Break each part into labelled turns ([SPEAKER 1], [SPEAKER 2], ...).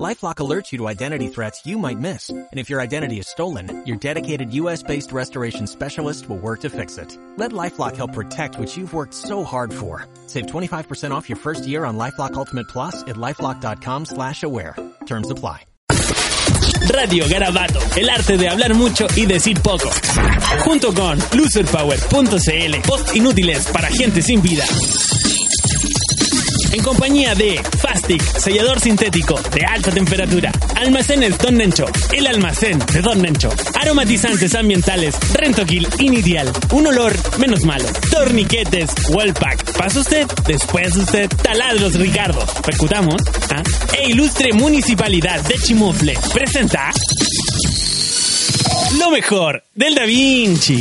[SPEAKER 1] LifeLock alerts you to identity threats you might miss, and if your identity is stolen, your dedicated U.S.-based restoration specialist will work to fix it. Let LifeLock help protect what you've worked so hard for. Save 25% off your first year on LifeLock Ultimate Plus at lifeLock.com/aware. Terms apply.
[SPEAKER 2] Radio Garabato, el arte de hablar mucho y decir poco. Junto con loserpower.cl, post inútiles para gente sin vida. En compañía de Fastic, sellador sintético de alta temperatura. Almacenes Don Nencho, el almacén de Don Nencho. Aromatizantes ambientales, Rentoquil Initial, un olor menos malo. Torniquetes, Wallpack. Pasa usted, después usted. Taladros Ricardo, percutamos. ¿ah? E ilustre municipalidad de Chimofle presenta. Lo mejor del Da Vinci.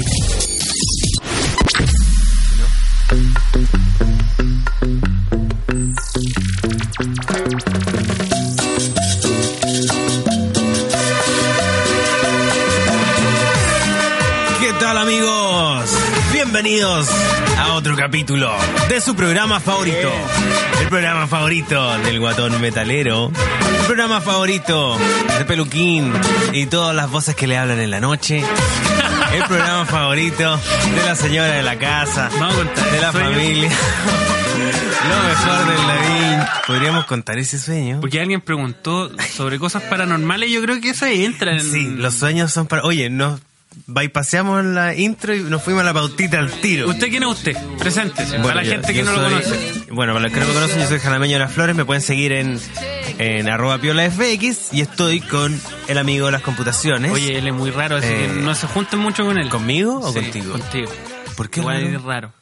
[SPEAKER 3] ¿Qué tal amigos? Bienvenidos a otro capítulo de su programa favorito. El programa favorito del guatón metalero. El programa favorito de Peluquín y todas las voces que le hablan en la noche. El programa favorito de la señora de la casa.
[SPEAKER 4] Vamos a contar
[SPEAKER 3] De la
[SPEAKER 4] el sueño.
[SPEAKER 3] familia. Lo mejor del Lavín. Podríamos contar ese sueño.
[SPEAKER 4] Porque alguien preguntó sobre cosas paranormales, yo creo que esa entra en...
[SPEAKER 3] Sí, los sueños son para... Oye, nos bypaseamos la intro y nos fuimos a la pautita al tiro.
[SPEAKER 4] ¿Usted quién es usted? Preséntese,
[SPEAKER 3] Bueno,
[SPEAKER 4] para la
[SPEAKER 3] yo-
[SPEAKER 4] gente que
[SPEAKER 3] yo
[SPEAKER 4] no lo
[SPEAKER 3] soy-
[SPEAKER 4] conoce.
[SPEAKER 3] Bueno, para los que no me conocen, yo soy Jalameño de las Flores. Me pueden seguir en, en arroba piola FX y estoy con el amigo de las computaciones.
[SPEAKER 4] Oye, él es muy raro, así
[SPEAKER 3] Eh,
[SPEAKER 4] que no se junten mucho con él.
[SPEAKER 3] ¿conmigo o
[SPEAKER 4] Sí,
[SPEAKER 3] contigo?
[SPEAKER 4] Contigo.
[SPEAKER 3] ¿Por qué
[SPEAKER 4] Igual
[SPEAKER 3] raro?
[SPEAKER 4] es raro.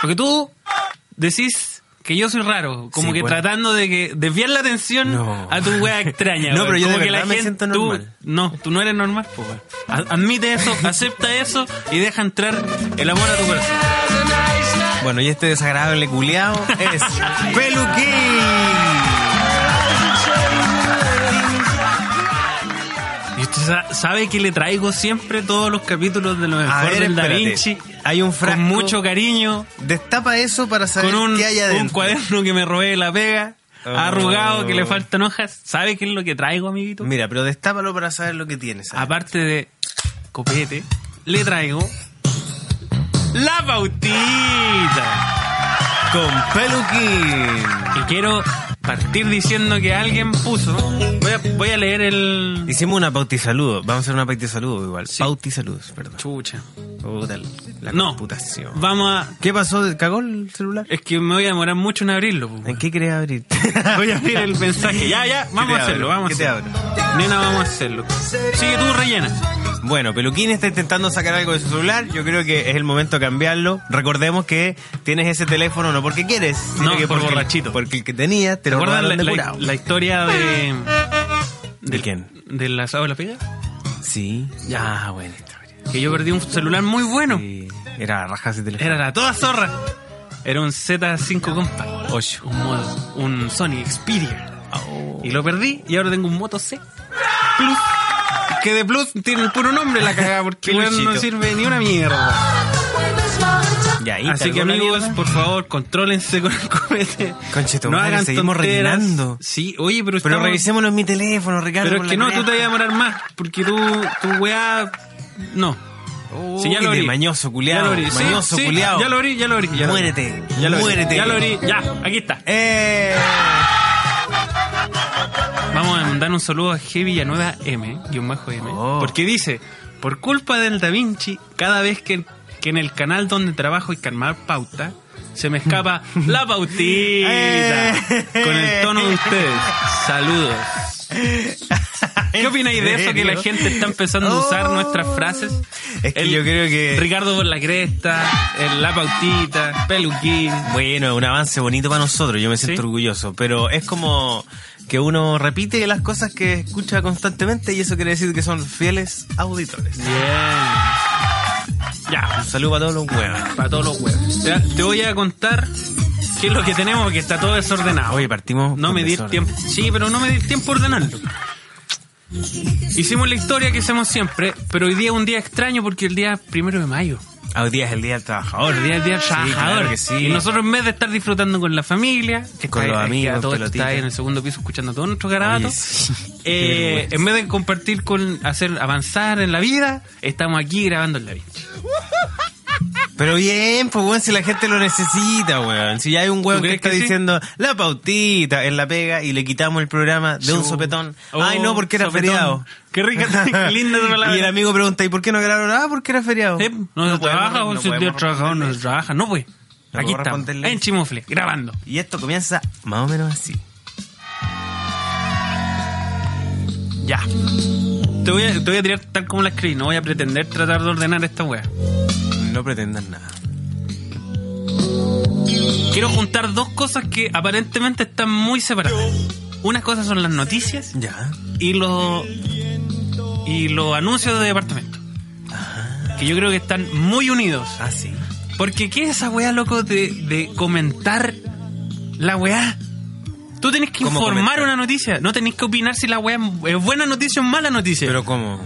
[SPEAKER 4] Porque tú decís que yo soy raro, como
[SPEAKER 3] Sí,
[SPEAKER 4] que
[SPEAKER 3] bueno.
[SPEAKER 4] tratando de que desviar la atención
[SPEAKER 3] No.
[SPEAKER 4] a tu wea extraña.
[SPEAKER 3] No,
[SPEAKER 4] weón.
[SPEAKER 3] pero yo
[SPEAKER 4] Como
[SPEAKER 3] de
[SPEAKER 4] que la
[SPEAKER 3] verdad me
[SPEAKER 4] gente-
[SPEAKER 3] siento
[SPEAKER 4] tú-
[SPEAKER 3] normal.
[SPEAKER 4] no, tú no eres normal, po, weón. A- Admite eso, acepta eso y deja entrar el amor a tu corazón.
[SPEAKER 3] Bueno, y este desagradable culiao es Peluquín.
[SPEAKER 4] Y usted sa- sabe que le traigo siempre todos los capítulos de los
[SPEAKER 3] A
[SPEAKER 4] mejor
[SPEAKER 3] ver,
[SPEAKER 4] del Da
[SPEAKER 3] espérate.
[SPEAKER 4] Vinci.
[SPEAKER 3] Hay un frasco.
[SPEAKER 4] Con mucho cariño.
[SPEAKER 3] Destapa eso para saber
[SPEAKER 4] Con un,
[SPEAKER 3] qué hay adentro.
[SPEAKER 4] un cuaderno que me robé de la pega.
[SPEAKER 3] Oh.
[SPEAKER 4] Arrugado, que le faltan hojas. ¿Sabe qué es lo que traigo, amiguito?
[SPEAKER 3] Mira, pero destápalo para saber lo que tienes. ¿eh?
[SPEAKER 4] Aparte de copete, le traigo la pautita.
[SPEAKER 3] Con Peluquín.
[SPEAKER 4] Y quiero partir diciendo que alguien puso. Voy a, voy a leer el.
[SPEAKER 3] Hicimos una pauti saludo. Vamos a hacer una pauti saludo igual.
[SPEAKER 4] Sí.
[SPEAKER 3] Pauti saludos, perdón.
[SPEAKER 4] Chucha.
[SPEAKER 3] Puta, la
[SPEAKER 4] No.
[SPEAKER 3] computación.
[SPEAKER 4] Vamos a.
[SPEAKER 3] ¿Qué pasó? ¿Cagó el celular?
[SPEAKER 4] Es que me voy a demorar mucho en abrirlo. po.
[SPEAKER 3] ¿En qué querés abrir?
[SPEAKER 4] Voy a abrir el mensaje. Ya, ya,
[SPEAKER 3] Ah. ¿Qué
[SPEAKER 4] vamos
[SPEAKER 3] te
[SPEAKER 4] a hacerlo,
[SPEAKER 3] abro?
[SPEAKER 4] vamos a
[SPEAKER 3] ¿Qué te
[SPEAKER 4] hacerlo. Nena, vamos a hacerlo. Sigue tú, rellena.
[SPEAKER 3] Bueno, Peluquín está intentando sacar algo de su celular. Yo creo que es el momento de cambiarlo. Recordemos que tienes ese teléfono no porque quieres, sino
[SPEAKER 4] No,
[SPEAKER 3] que
[SPEAKER 4] por
[SPEAKER 3] porque,
[SPEAKER 4] borrachito.
[SPEAKER 3] Porque el que tenías te
[SPEAKER 4] ¿Te
[SPEAKER 3] lo
[SPEAKER 4] acuerdas
[SPEAKER 3] robaron de
[SPEAKER 4] la, la-
[SPEAKER 3] curado.
[SPEAKER 4] la historia de.
[SPEAKER 3] ¿De quién?
[SPEAKER 4] ¿Del asado de la pega?
[SPEAKER 3] Sí. Ya, buena historia.
[SPEAKER 4] Que yo perdí un celular muy bueno.
[SPEAKER 3] Sí. Era raja ese teléfono.
[SPEAKER 4] Era la toda zorra. Era un Z5 Compact. Un, modo- un Sony Xperia. Y lo perdí y ahora tengo un Moto C. Plus. Que de Plus tiene el puro nombre la cagada porque weón, no
[SPEAKER 3] Peluchito.
[SPEAKER 4] sirve ni una mierda.
[SPEAKER 3] Y ahí
[SPEAKER 4] Así
[SPEAKER 3] cargó
[SPEAKER 4] que
[SPEAKER 3] la
[SPEAKER 4] amigos,
[SPEAKER 3] mierda.
[SPEAKER 4] por favor, contrólense con el comete.
[SPEAKER 3] Conche tu madre, seguimos rellenando.
[SPEAKER 4] Sí, oye,
[SPEAKER 3] Pero
[SPEAKER 4] pero, estamos-
[SPEAKER 3] revisémoslo en mi teléfono, Ricardo.
[SPEAKER 4] Pero
[SPEAKER 3] con
[SPEAKER 4] es que
[SPEAKER 3] la
[SPEAKER 4] no, tú te
[SPEAKER 3] cresta.
[SPEAKER 4] vas a demorar más, porque tú, tu weá, no. Sí, ya
[SPEAKER 3] Uy,
[SPEAKER 4] lo
[SPEAKER 3] de
[SPEAKER 4] abrí.
[SPEAKER 3] mañoso
[SPEAKER 4] Ya lo
[SPEAKER 3] culiao.
[SPEAKER 4] abrí, sí,
[SPEAKER 3] Mañoso
[SPEAKER 4] sí,
[SPEAKER 3] culiao.
[SPEAKER 4] Ya lo abrí, ya lo abrí. ya lo abrí.
[SPEAKER 3] Muérete,
[SPEAKER 4] Ya lo abrí,
[SPEAKER 3] muérete.
[SPEAKER 4] Ya lo abrí, ya, aquí está.
[SPEAKER 3] ¡Eh!
[SPEAKER 4] Vamos a mandar un saludo a G Villanueva M, y un bajo M,
[SPEAKER 3] Oh.
[SPEAKER 4] porque dice, por culpa del Da Vinci, cada vez que, que en el canal donde trabajo y calmar pauta, se me escapa la pautita
[SPEAKER 3] Eh.
[SPEAKER 4] con el tono de ustedes. Saludos. ¿Qué opináis de eso que la
[SPEAKER 3] serio?
[SPEAKER 4] gente está empezando a usar
[SPEAKER 3] Oh.
[SPEAKER 4] nuestras frases?
[SPEAKER 3] Es que yo creo que-
[SPEAKER 4] Ricardo por la cresta, el la pautita, peluquín.
[SPEAKER 3] Bueno, un avance bonito para nosotros, yo me siento
[SPEAKER 4] Sí.
[SPEAKER 3] orgulloso, pero es como que uno repite las cosas que escucha constantemente y eso quiere decir que son fieles auditores.
[SPEAKER 4] Bien. Ya,
[SPEAKER 3] Un saludo para todos los huevos.
[SPEAKER 4] Para todos los huevos. Te, te voy a contar qué es lo que tenemos, que está todo desordenado.
[SPEAKER 3] Oye, partimos.
[SPEAKER 4] no
[SPEAKER 3] con
[SPEAKER 4] medir
[SPEAKER 3] desorden.
[SPEAKER 4] tiempo. Sí, pero no medir tiempo ordenarlo. Hicimos la historia que hacemos siempre, pero hoy día es un día extraño porque el día es primero de mayo.
[SPEAKER 3] Hoy día es el Día del Trabajador.
[SPEAKER 4] Oh, El día el día del
[SPEAKER 3] Sí,
[SPEAKER 4] trabajador.
[SPEAKER 3] claro que sí.
[SPEAKER 4] Y nosotros en vez de estar disfrutando con la familia, que
[SPEAKER 3] Con
[SPEAKER 4] está-
[SPEAKER 3] los
[SPEAKER 4] es que
[SPEAKER 3] amigos,
[SPEAKER 4] a todo esto
[SPEAKER 3] pelotita.
[SPEAKER 4] está ahí en el segundo piso escuchando todo nuestro
[SPEAKER 3] Oye,
[SPEAKER 4] garabato,
[SPEAKER 3] sí.
[SPEAKER 4] eh,
[SPEAKER 3] Qué vergüenza.
[SPEAKER 4] en vez de compartir con hacer avanzar en la vida, estamos aquí grabando en la Vinci.
[SPEAKER 3] Pero bien, pues weón, si la gente lo necesita, weón. Si ya hay un weón
[SPEAKER 4] ¿Tú
[SPEAKER 3] que
[SPEAKER 4] crees
[SPEAKER 3] está
[SPEAKER 4] que sí?
[SPEAKER 3] diciendo la pautita en la pega y le quitamos el programa de un
[SPEAKER 4] Chu.
[SPEAKER 3] sopetón.
[SPEAKER 4] Oh,
[SPEAKER 3] Ay, no, porque era
[SPEAKER 4] sopetón.
[SPEAKER 3] feriado.
[SPEAKER 4] Qué rica, qué linda esa palabra.
[SPEAKER 3] Y el amigo pregunta, ¿y por qué no grabaron? Ah, porque era feriado.
[SPEAKER 4] Sí, no, se
[SPEAKER 3] podemos-
[SPEAKER 4] trabaja, o
[SPEAKER 3] no
[SPEAKER 4] si el día
[SPEAKER 3] podemos
[SPEAKER 4] trabajador no se
[SPEAKER 3] responderle.
[SPEAKER 4] trabaja. No, pues.
[SPEAKER 3] No
[SPEAKER 4] Aquí
[SPEAKER 3] puedo
[SPEAKER 4] estamos,
[SPEAKER 3] responderle.
[SPEAKER 4] en Chimufle, grabando.
[SPEAKER 3] Y esto comienza más o menos así.
[SPEAKER 4] Ya. Te voy, a, te voy a tirar tal como la escribí, no voy a pretender tratar de ordenar esta wea.
[SPEAKER 3] No pretendan nada.
[SPEAKER 4] Quiero juntar dos cosas que aparentemente están muy separadas. Unas cosas son las noticias
[SPEAKER 3] Ya.
[SPEAKER 4] y los y los anuncios de departamento. Que yo creo que están muy unidos.
[SPEAKER 3] Ah, sí.
[SPEAKER 4] Porque ¿qué es esa weá, loco, de, de comentar la weá? Tú tenés que
[SPEAKER 3] ¿Cómo
[SPEAKER 4] informar
[SPEAKER 3] comentar?
[SPEAKER 4] una noticia, no tenés que opinar si la weá es buena noticia o mala noticia.
[SPEAKER 3] Pero ¿cómo?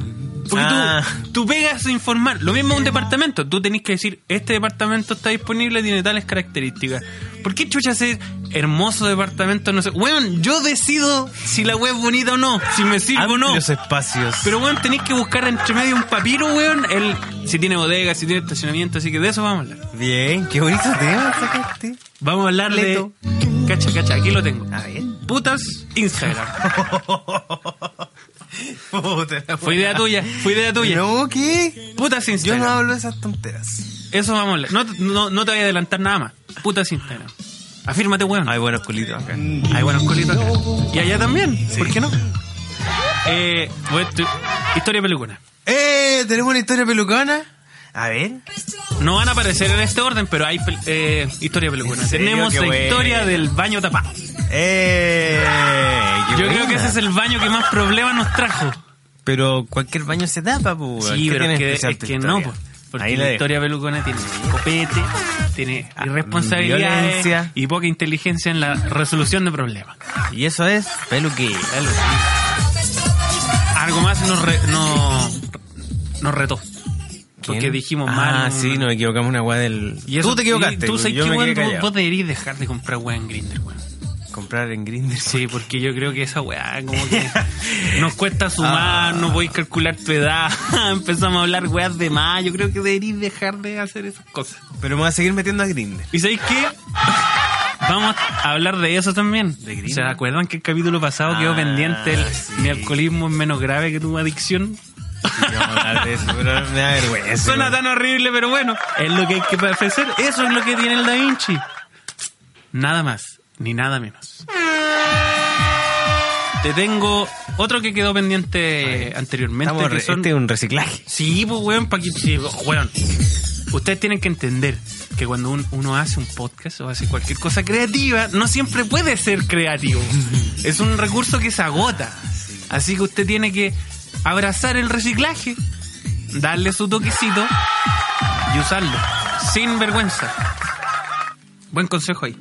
[SPEAKER 4] Porque
[SPEAKER 3] Ah,
[SPEAKER 4] tú, tú pegas a informar. Lo mismo un departamento. Tú tenés que decir, este departamento está disponible, tiene tales características. ¿Por qué chucha ese hermoso departamento? No sé. Weón, yo decido si la web es bonita o no, si me sirve o no.
[SPEAKER 3] amplios espacios.
[SPEAKER 4] Pero weón, tenéis que buscar entre medio un papiro, weón, el, si tiene bodega, si tiene estacionamiento, así que de eso vamos a hablar.
[SPEAKER 3] Bien, qué bonito tema sacaste.
[SPEAKER 4] Vamos a hablar de...
[SPEAKER 3] Leto.
[SPEAKER 4] Cacha, cacha, aquí lo tengo.
[SPEAKER 3] A ver.
[SPEAKER 4] Putas Instagram.
[SPEAKER 3] Puta la
[SPEAKER 4] Fue idea tuya, fue idea tuya.
[SPEAKER 3] No, ¿qué?
[SPEAKER 4] Putas
[SPEAKER 3] Yo
[SPEAKER 4] Instagram.
[SPEAKER 3] no hablo de esas tonteras.
[SPEAKER 4] Eso vamos a hablar. No, no, no te voy a adelantar nada más. Putas Instagram. Afírmate, weón.
[SPEAKER 3] Hay buenos culitos acá.
[SPEAKER 4] Hay buenos colitos acá. Y allá también. ¿Por qué no? Eh, bueno, tu- historia de película.
[SPEAKER 3] ¡Eh! ¿Tenemos una historia pelucana? A ver.
[SPEAKER 4] No van a aparecer en este orden, pero hay pel- eh, historia de película.
[SPEAKER 3] ¿En serio?
[SPEAKER 4] Tenemos
[SPEAKER 3] Qué
[SPEAKER 4] la
[SPEAKER 3] buena.
[SPEAKER 4] historia del baño tapado.
[SPEAKER 3] ¡Eh! qué
[SPEAKER 4] Yo creo
[SPEAKER 3] buena.
[SPEAKER 4] que ese es el baño que más problemas nos trajo.
[SPEAKER 3] Pero cualquier baño se tapa, pues.
[SPEAKER 4] Sí, pero es que, es que no, po, porque
[SPEAKER 3] Ahí la
[SPEAKER 4] la
[SPEAKER 3] dejo.
[SPEAKER 4] historia pelucona tiene copete, tiene
[SPEAKER 3] Ah,
[SPEAKER 4] irresponsabilidad
[SPEAKER 3] violencia.
[SPEAKER 4] y poca inteligencia en la resolución de problemas.
[SPEAKER 3] Y eso es peluquín.
[SPEAKER 4] Algo más nos, re- no- nos retó. Porque
[SPEAKER 3] ¿Quién?
[SPEAKER 4] dijimos
[SPEAKER 3] ah,
[SPEAKER 4] mal.
[SPEAKER 3] Ah, sí, nos equivocamos una weá del.
[SPEAKER 4] Y eso-
[SPEAKER 3] tú te equivocaste.
[SPEAKER 4] y Tú
[SPEAKER 3] pues,
[SPEAKER 4] sabes
[SPEAKER 3] yo
[SPEAKER 4] que
[SPEAKER 3] me quedé
[SPEAKER 4] weón, vos,
[SPEAKER 3] callado.
[SPEAKER 4] vos deberías dejar de comprar weá en Grindr, weón.
[SPEAKER 3] Comprar en Grindr.
[SPEAKER 4] Sí, porque yo creo que esa weá como que nos
[SPEAKER 3] Ah.
[SPEAKER 4] cuesta sumar, no podéis calcular tu edad, empezamos a hablar weas de más, yo creo que deberías dejar de hacer esas cosas.
[SPEAKER 3] Pero me voy a seguir metiendo a Grindr.
[SPEAKER 4] ¿Y sabéis qué? Vamos a hablar de eso también.
[SPEAKER 3] ¿De Grindr?
[SPEAKER 4] ¿Se acuerdan que el capítulo pasado quedó
[SPEAKER 3] Ah,
[SPEAKER 4] pendiente el,
[SPEAKER 3] sí.
[SPEAKER 4] mi alcoholismo es menos grave que tu adicción?
[SPEAKER 3] Y vamos a hablar de eso, pero me da vergüenza.
[SPEAKER 4] Suena
[SPEAKER 3] weón.
[SPEAKER 4] tan horrible, pero bueno, es lo que hay que ofrecer. Eso es lo que tiene el Da Vinci. Nada más, ni nada menos. Te tengo otro que quedó pendiente eh, anteriormente.
[SPEAKER 3] Estamos
[SPEAKER 4] que
[SPEAKER 3] re-
[SPEAKER 4] son-
[SPEAKER 3] Este es un reciclaje.
[SPEAKER 4] Sí, pues, weón, pa' que... sí, weón. Ustedes tienen que entender que cuando un- uno hace un podcast o hace cualquier cosa creativa, no siempre puede ser creativo. es un recurso que se agota. Así que usted tiene que abrazar el reciclaje, darle su toquecito y usarlo. Sin vergüenza. Buen consejo ahí.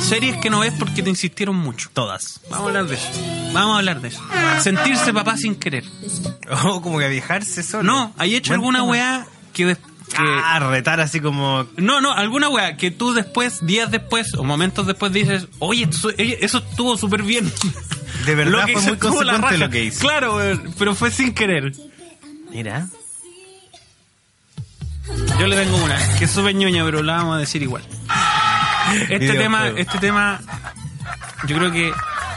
[SPEAKER 4] Series que no ves porque te insistieron mucho.
[SPEAKER 3] Todas.
[SPEAKER 4] Vamos a hablar de eso. Vamos a hablar de eso. Sentirse papá sin querer.
[SPEAKER 3] O Oh, como que viejarse solo.
[SPEAKER 4] No, ¿hay hecho alguna
[SPEAKER 3] Buen tema.
[SPEAKER 4] weá que, des- que-
[SPEAKER 3] Ah, retar así como.
[SPEAKER 4] No, no, alguna weá que tú después, días después o momentos después dices, oye, eso, oye, eso estuvo súper bien.
[SPEAKER 3] De verdad
[SPEAKER 4] Lo que
[SPEAKER 3] fue
[SPEAKER 4] hice
[SPEAKER 3] muy
[SPEAKER 4] estuvo la
[SPEAKER 3] consecuente
[SPEAKER 4] raja.
[SPEAKER 3] lo que hice.
[SPEAKER 4] Claro, weón, pero fue sin querer.
[SPEAKER 3] Mira.
[SPEAKER 4] Yo le tengo una, que es súper ñoña, pero la vamos a decir igual. Este
[SPEAKER 3] Videojuego.
[SPEAKER 4] tema, este tema, yo creo que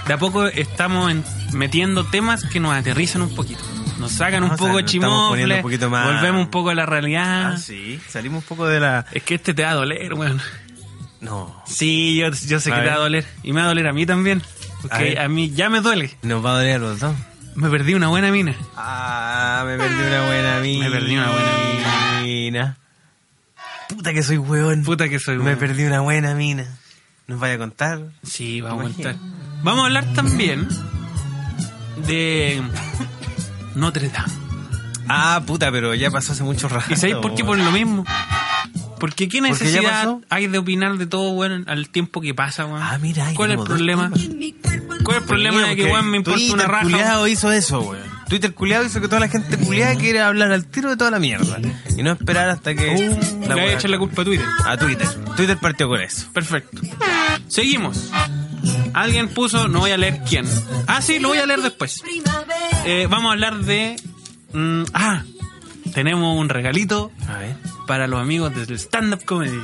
[SPEAKER 4] de a poco estamos en- metiendo temas que nos aterrizan un poquito. Nos sacan un
[SPEAKER 3] O sea,
[SPEAKER 4] poco
[SPEAKER 3] nos estamos
[SPEAKER 4] chimofle,
[SPEAKER 3] poniendo un poquito más-
[SPEAKER 4] volvemos un poco a la realidad.
[SPEAKER 3] Ah, sí. Salimos un poco de la.
[SPEAKER 4] Es que este te va a doler, weón.
[SPEAKER 3] No.
[SPEAKER 4] Sí, yo, yo sé
[SPEAKER 3] A
[SPEAKER 4] que te
[SPEAKER 3] ver.
[SPEAKER 4] va a doler. Y me va a doler a mí también. Porque
[SPEAKER 3] A ver.
[SPEAKER 4] a, mí ya me duele.
[SPEAKER 3] Nos va a doler a los dos.
[SPEAKER 4] Me perdí una buena mina.
[SPEAKER 3] Ah, me perdí una buena mina.
[SPEAKER 4] Me perdí una buena
[SPEAKER 3] mina. Puta que soy hueón.
[SPEAKER 4] Puta que soy
[SPEAKER 3] Me
[SPEAKER 4] weón.
[SPEAKER 3] perdí una buena mina. ¿Nos vaya a contar?
[SPEAKER 4] Sí, vamos a contar. Vamos a hablar también de Notre Dame.
[SPEAKER 3] Ah, puta, pero ya pasó hace mucho rato.
[SPEAKER 4] ¿Y sabéis por qué? Por lo mismo. Porque
[SPEAKER 3] Porque
[SPEAKER 4] qué
[SPEAKER 3] ya
[SPEAKER 4] necesidad
[SPEAKER 3] pasó.
[SPEAKER 4] hay de opinar de todo, weón, al tiempo que pasa, weón.
[SPEAKER 3] Ah, mira, ahí
[SPEAKER 4] ¿Cuál es el
[SPEAKER 3] tenemos dos
[SPEAKER 4] problema? ¿Cuál es el problema de que,
[SPEAKER 3] Porque
[SPEAKER 4] weón, me importa
[SPEAKER 3] Twitter
[SPEAKER 4] una raja?
[SPEAKER 3] culiao hizo eso, weón. Twitter culiado hizo que toda la gente culiada quiera hablar al tiro de toda la mierda. Y no esperar hasta que.
[SPEAKER 4] Uh, le voy a
[SPEAKER 3] weá-
[SPEAKER 4] echar la culpa a Twitter.
[SPEAKER 3] a Twitter. Twitter partió con eso.
[SPEAKER 4] Perfecto. Seguimos. Alguien puso, no voy a leer quién. Ah, sí, lo voy a leer después. Eh, vamos a hablar de... mm, ah, tenemos un regalito
[SPEAKER 3] A ver.
[SPEAKER 4] para los amigos del stand-up comedy.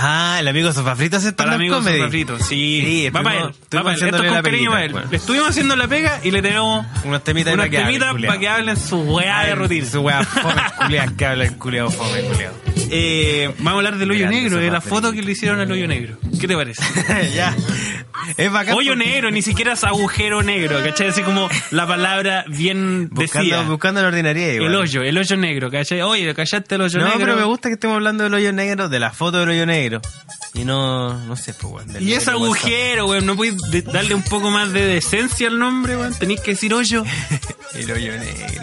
[SPEAKER 3] Ah, el amigo Sofafrito hace
[SPEAKER 4] Para
[SPEAKER 3] stand-up
[SPEAKER 4] amigos
[SPEAKER 3] comedy.
[SPEAKER 4] de Frito. Sí,
[SPEAKER 3] Sí,
[SPEAKER 4] va para él.
[SPEAKER 3] estuvimos-
[SPEAKER 4] Va
[SPEAKER 3] estuvimos haciéndole
[SPEAKER 4] para él. Esto es con
[SPEAKER 3] la pues. peguita,
[SPEAKER 4] cariño para él.
[SPEAKER 3] bueno.
[SPEAKER 4] Le estuvimos haciendo la pega y le tenemos
[SPEAKER 3] Unos temitas
[SPEAKER 4] unas
[SPEAKER 3] para que hable,
[SPEAKER 4] temitas
[SPEAKER 3] culiao.
[SPEAKER 4] para que hablen su weá de rutina.
[SPEAKER 3] Su weá fome, culiao, que habla el culiao fome, culiao.
[SPEAKER 4] Eh, vamos a hablar del hoyo
[SPEAKER 3] Grande
[SPEAKER 4] negro, de la
[SPEAKER 3] Sofafrito.
[SPEAKER 4] foto que le hicieron al hoyo negro. ¿Qué te parece?
[SPEAKER 3] ya. Es bacán.
[SPEAKER 4] Hoyo
[SPEAKER 3] porque-
[SPEAKER 4] negro, ni siquiera es agujero negro, ¿cachai? Así como la palabra bien
[SPEAKER 3] Buscando,
[SPEAKER 4] decía.
[SPEAKER 3] buscando la ordinariedad, igual.
[SPEAKER 4] El hoyo, el hoyo negro, ¿cachai? Oye, callaste el hoyo
[SPEAKER 3] No,
[SPEAKER 4] negro.
[SPEAKER 3] pero me gusta que estemos hablando del hoyo negro, de la foto del hoyo negro. Y no, no sé, pues, weón. del-
[SPEAKER 4] Y es
[SPEAKER 3] del
[SPEAKER 4] agujero, weón. No podéis de- darle un poco más de decencia al nombre, weón. Tenéis que decir hoyo.
[SPEAKER 3] WhatsApp. El hoyo negro.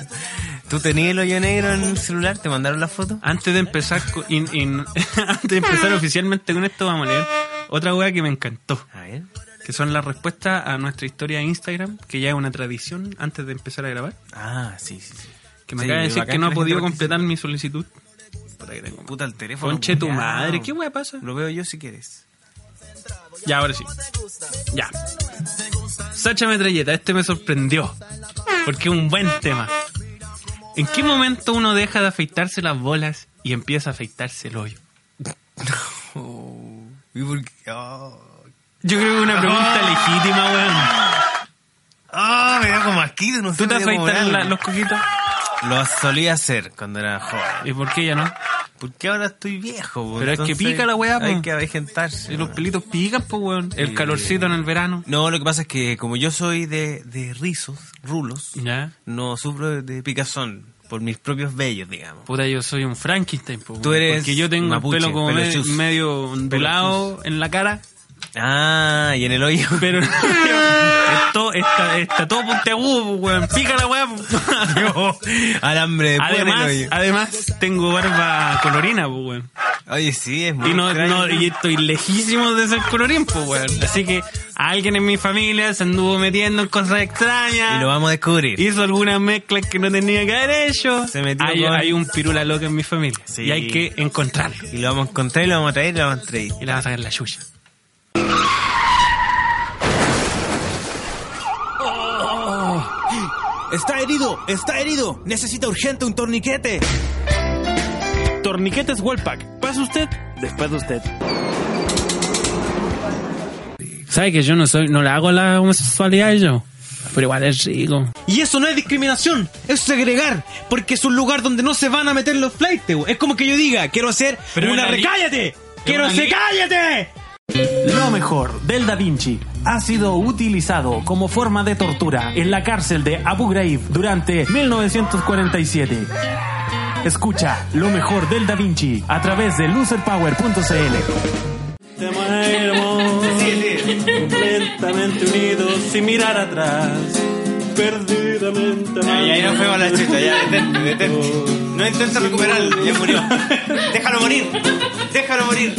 [SPEAKER 3] ¿Tú tenías el hoyo negro en el celular? ¿Te mandaron la foto?
[SPEAKER 4] Antes de empezar co- in- in- antes de empezar oficialmente con esto, vamos a leer otra weá que me encantó.
[SPEAKER 3] A ver.
[SPEAKER 4] Que son las respuestas a nuestra historia de Instagram, que ya es una tradición antes de empezar a grabar.
[SPEAKER 3] Ah, sí, sí. sí.
[SPEAKER 4] Que me
[SPEAKER 3] Sí,
[SPEAKER 4] acaba de
[SPEAKER 3] es
[SPEAKER 4] decir
[SPEAKER 3] bacán
[SPEAKER 4] que no
[SPEAKER 3] la
[SPEAKER 4] ha
[SPEAKER 3] gente
[SPEAKER 4] podido
[SPEAKER 3] participe.
[SPEAKER 4] completar mi solicitud. Por ahí tengo.
[SPEAKER 3] Puta, el teléfono.
[SPEAKER 4] Conche tu
[SPEAKER 3] culiao.
[SPEAKER 4] madre, ¿qué weá pasa?
[SPEAKER 3] Lo veo yo si quieres.
[SPEAKER 4] Ya, ahora sí. Ya. Sacha Metralleta, este me sorprendió. Porque es un buen tema. ¿En qué momento uno deja de afeitarse las bolas y empieza a afeitarse el hoyo?
[SPEAKER 3] ¿Y por qué? Oh.
[SPEAKER 4] Yo creo que es una pregunta legítima, weón.
[SPEAKER 3] Ah, me da como asquito, no sé.
[SPEAKER 4] ¿Tú te
[SPEAKER 3] me dio como
[SPEAKER 4] afeitas la-
[SPEAKER 3] algo.
[SPEAKER 4] los coquitos?
[SPEAKER 3] Lo solía hacer cuando era joven.
[SPEAKER 4] ¿Y por qué ya no?
[SPEAKER 3] Porque ahora estoy viejo, po?
[SPEAKER 4] Pero es que pica la weá, po.
[SPEAKER 3] Hay que avejentarse.
[SPEAKER 4] Y los
[SPEAKER 3] weón.
[SPEAKER 4] pelitos pican, pues, weón. El calorcito en el verano.
[SPEAKER 3] No, lo que pasa es que como yo soy de, de rizos, rulos,
[SPEAKER 4] Ya.
[SPEAKER 3] no sufro de- de picazón por mis propios vellos, digamos.
[SPEAKER 4] Puta, yo soy un Frankenstein, pues.
[SPEAKER 3] Tú
[SPEAKER 4] weón.
[SPEAKER 3] eres
[SPEAKER 4] Porque yo tengo
[SPEAKER 3] mapuche,
[SPEAKER 4] el pelo como me-
[SPEAKER 3] pelochus.
[SPEAKER 4] medio ondulado en la cara.
[SPEAKER 3] Ah, y en el hoyo.
[SPEAKER 4] Pero esto está, está todo puntiagudo, pues, weón. Pica la weá. pues.
[SPEAKER 3] Alambre de púa en
[SPEAKER 4] Además,
[SPEAKER 3] el hoyo.
[SPEAKER 4] además, tengo barba colorina, pues, weón.
[SPEAKER 3] Oye, sí, es muy
[SPEAKER 4] Y, no,
[SPEAKER 3] extraño.
[SPEAKER 4] no- y estoy lejísimo de ser colorín, pues, weón. Así que alguien en mi familia se anduvo metiendo en cosas
[SPEAKER 3] Y lo
[SPEAKER 4] extrañas.
[SPEAKER 3] vamos a descubrir.
[SPEAKER 4] Hizo algunas mezclas que no tenía que haber hecho.
[SPEAKER 3] Se metió
[SPEAKER 4] hay,
[SPEAKER 3] con-
[SPEAKER 4] hay un pirula loca en mi familia.
[SPEAKER 3] Sí.
[SPEAKER 4] Y hay que encontrarlo.
[SPEAKER 3] Y lo vamos a encontrar y lo vamos a traer y lo vamos a traer.
[SPEAKER 4] Y la vas a sacar la suya.
[SPEAKER 5] Está herido, está herido. Necesita urgente un torniquete.
[SPEAKER 2] Torniquetes Wallpack. Pasa usted, después de usted.
[SPEAKER 4] ¿Sabes que yo no soy, no le hago la homosexualidad yo? Pero igual es rico.
[SPEAKER 5] Y eso no es discriminación, es segregar, porque es un lugar donde no se van a meter los flights. weón. Es como que yo diga, quiero hacer
[SPEAKER 4] Pero
[SPEAKER 5] una
[SPEAKER 4] en la li-
[SPEAKER 5] recállate. Quiero
[SPEAKER 4] una
[SPEAKER 5] hacer
[SPEAKER 4] li-
[SPEAKER 5] cállate.
[SPEAKER 2] Lo mejor del Da Vinci ha sido utilizado como forma de tortura en la cárcel de Abu Ghraib durante 1947. Escucha lo mejor del Da Vinci a través de loserpower.cl. completamente unidos sin mirar atrás, perdidamente
[SPEAKER 3] Ya, ya no fue mala chuta, ya, detente, detente. No intentes recuperarlo, ya murió. Déjalo morir, déjalo morir.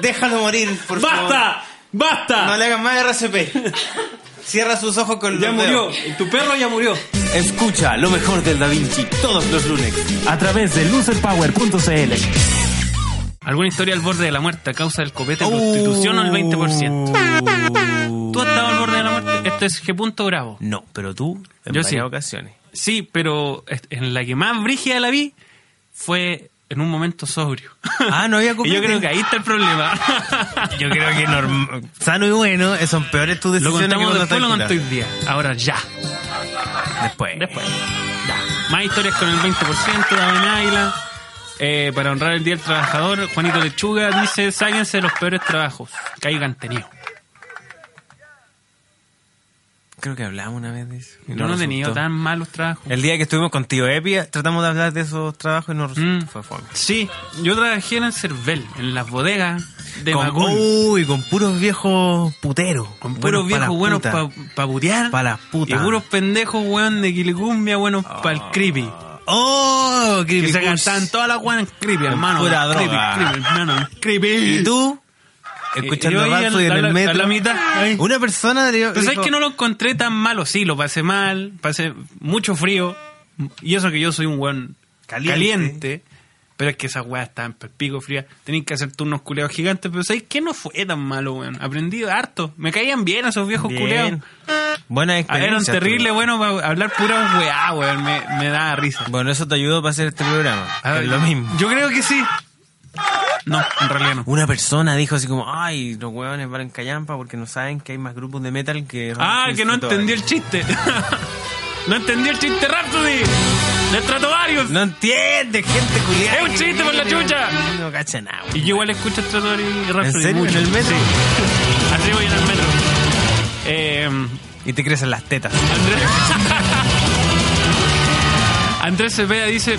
[SPEAKER 3] Déjalo morir, por favor.
[SPEAKER 2] ¡Basta! ¡Basta!
[SPEAKER 3] No le hagas más RCP. Cierra sus ojos con los
[SPEAKER 2] Ya murió.
[SPEAKER 3] dedos.
[SPEAKER 2] Tu perro ya murió.
[SPEAKER 3] Escucha lo mejor del Da Vinci todos los lunes.
[SPEAKER 2] A través de loserpower.cl.
[SPEAKER 4] ¿Alguna historia al borde de la muerte a causa del copete, prostitución o el 20%?
[SPEAKER 3] Uh.
[SPEAKER 4] ¿Tú has estado al borde de la muerte? Esto es G. punto Bravo.
[SPEAKER 3] No, pero tú en
[SPEAKER 4] Yo
[SPEAKER 3] varias
[SPEAKER 4] sí.
[SPEAKER 3] ocasiones.
[SPEAKER 4] Sí, pero est- en la que más brígida la vi fue en un momento sobrio.
[SPEAKER 3] Ah, no había
[SPEAKER 4] Y
[SPEAKER 3] copete.
[SPEAKER 4] yo creo que ahí está el problema.
[SPEAKER 3] Yo creo que norm- sano y bueno eh, son peores tus
[SPEAKER 4] lo
[SPEAKER 3] decisiones
[SPEAKER 4] contamos
[SPEAKER 3] que
[SPEAKER 4] después, lo
[SPEAKER 3] cuando
[SPEAKER 4] conté
[SPEAKER 3] estás
[SPEAKER 4] hoy día. Ahora ya.
[SPEAKER 3] curado. después.
[SPEAKER 4] Después. Ya. Más historias con el 20% de Águila. Eh, para honrar el Día del Trabajador, Juanito Lechuga dice, sáquense los peores trabajos que hayan tenido.
[SPEAKER 3] Creo que hablamos una vez de eso. Y
[SPEAKER 4] Yo no he tenido
[SPEAKER 3] resultó.
[SPEAKER 4] tan malos trabajos.
[SPEAKER 3] El día que estuvimos con Tío Epi, tratamos de hablar de esos trabajos y no resultó.
[SPEAKER 4] Mm.
[SPEAKER 3] Fue fome.
[SPEAKER 4] Sí, yo trabajé en el Cervel, en las bodegas de
[SPEAKER 3] Con,
[SPEAKER 4] Macul.
[SPEAKER 3] uy, con puros viejos puteros.
[SPEAKER 4] Con puros
[SPEAKER 3] pa' la
[SPEAKER 4] viejos buenos
[SPEAKER 3] puta.
[SPEAKER 4] para pa putear.
[SPEAKER 3] Pa' la puta.
[SPEAKER 4] Y puros pendejos, weón, de Quilicumbia, buenos para el creepy.
[SPEAKER 3] Oh,
[SPEAKER 4] Que
[SPEAKER 3] creepy
[SPEAKER 4] se
[SPEAKER 3] Kush.
[SPEAKER 4] cantaban todas las weones creepy, hermano.
[SPEAKER 3] Pura
[SPEAKER 4] creepy,
[SPEAKER 3] droga.
[SPEAKER 4] creepy, hermano. Creepy.
[SPEAKER 3] ¿Y tú? escuchando
[SPEAKER 4] Yo ahí
[SPEAKER 3] Rhapsody en
[SPEAKER 4] a la-
[SPEAKER 3] el metro.
[SPEAKER 4] A la mitad. ahí.
[SPEAKER 3] Una persona le
[SPEAKER 4] Pues es
[SPEAKER 3] dijo,
[SPEAKER 4] que no lo encontré tan malo, sí, lo pasé mal, pasé mucho frío, y eso que yo soy un weón
[SPEAKER 3] Caliente.
[SPEAKER 4] caliente, pero es que esas weas estaban per pico frías, tenías que hacer turnos culeados gigantes, pero ¿sabes qué? No fue tan malo, weón, aprendí harto, me caían bien esos viejos
[SPEAKER 3] Bien.
[SPEAKER 4] culeados.
[SPEAKER 3] Buena
[SPEAKER 4] Ah,
[SPEAKER 3] experiencia.
[SPEAKER 4] Eran terrible,
[SPEAKER 3] tuve.
[SPEAKER 4] bueno, para hablar pura weá, weón, me, me da risa.
[SPEAKER 3] Bueno, eso te ayudó para hacer este programa.
[SPEAKER 4] Ah,
[SPEAKER 3] es lo mismo.
[SPEAKER 4] Yo creo que sí. No, en realidad no.
[SPEAKER 3] Una persona dijo así como, ay, los huevones van en callampa porque no saben que hay más grupos de metal que...
[SPEAKER 4] Ah, que no entendió el chiste. no entendió el chiste Rhapsody. De Stratovarius.
[SPEAKER 3] No entiende, gente culiada.
[SPEAKER 4] Es un chiste por la chucha.
[SPEAKER 3] No cacha nada.
[SPEAKER 4] Y yo igual escucho Stratovarius y Rhapsody.
[SPEAKER 3] ¿En serio?
[SPEAKER 4] mucho.
[SPEAKER 3] ¿En el metro?
[SPEAKER 4] Sí. Así voy en el metro. Eh,
[SPEAKER 3] Y te crecen las tetas.
[SPEAKER 4] Andrés... Andrés Cepeda dice...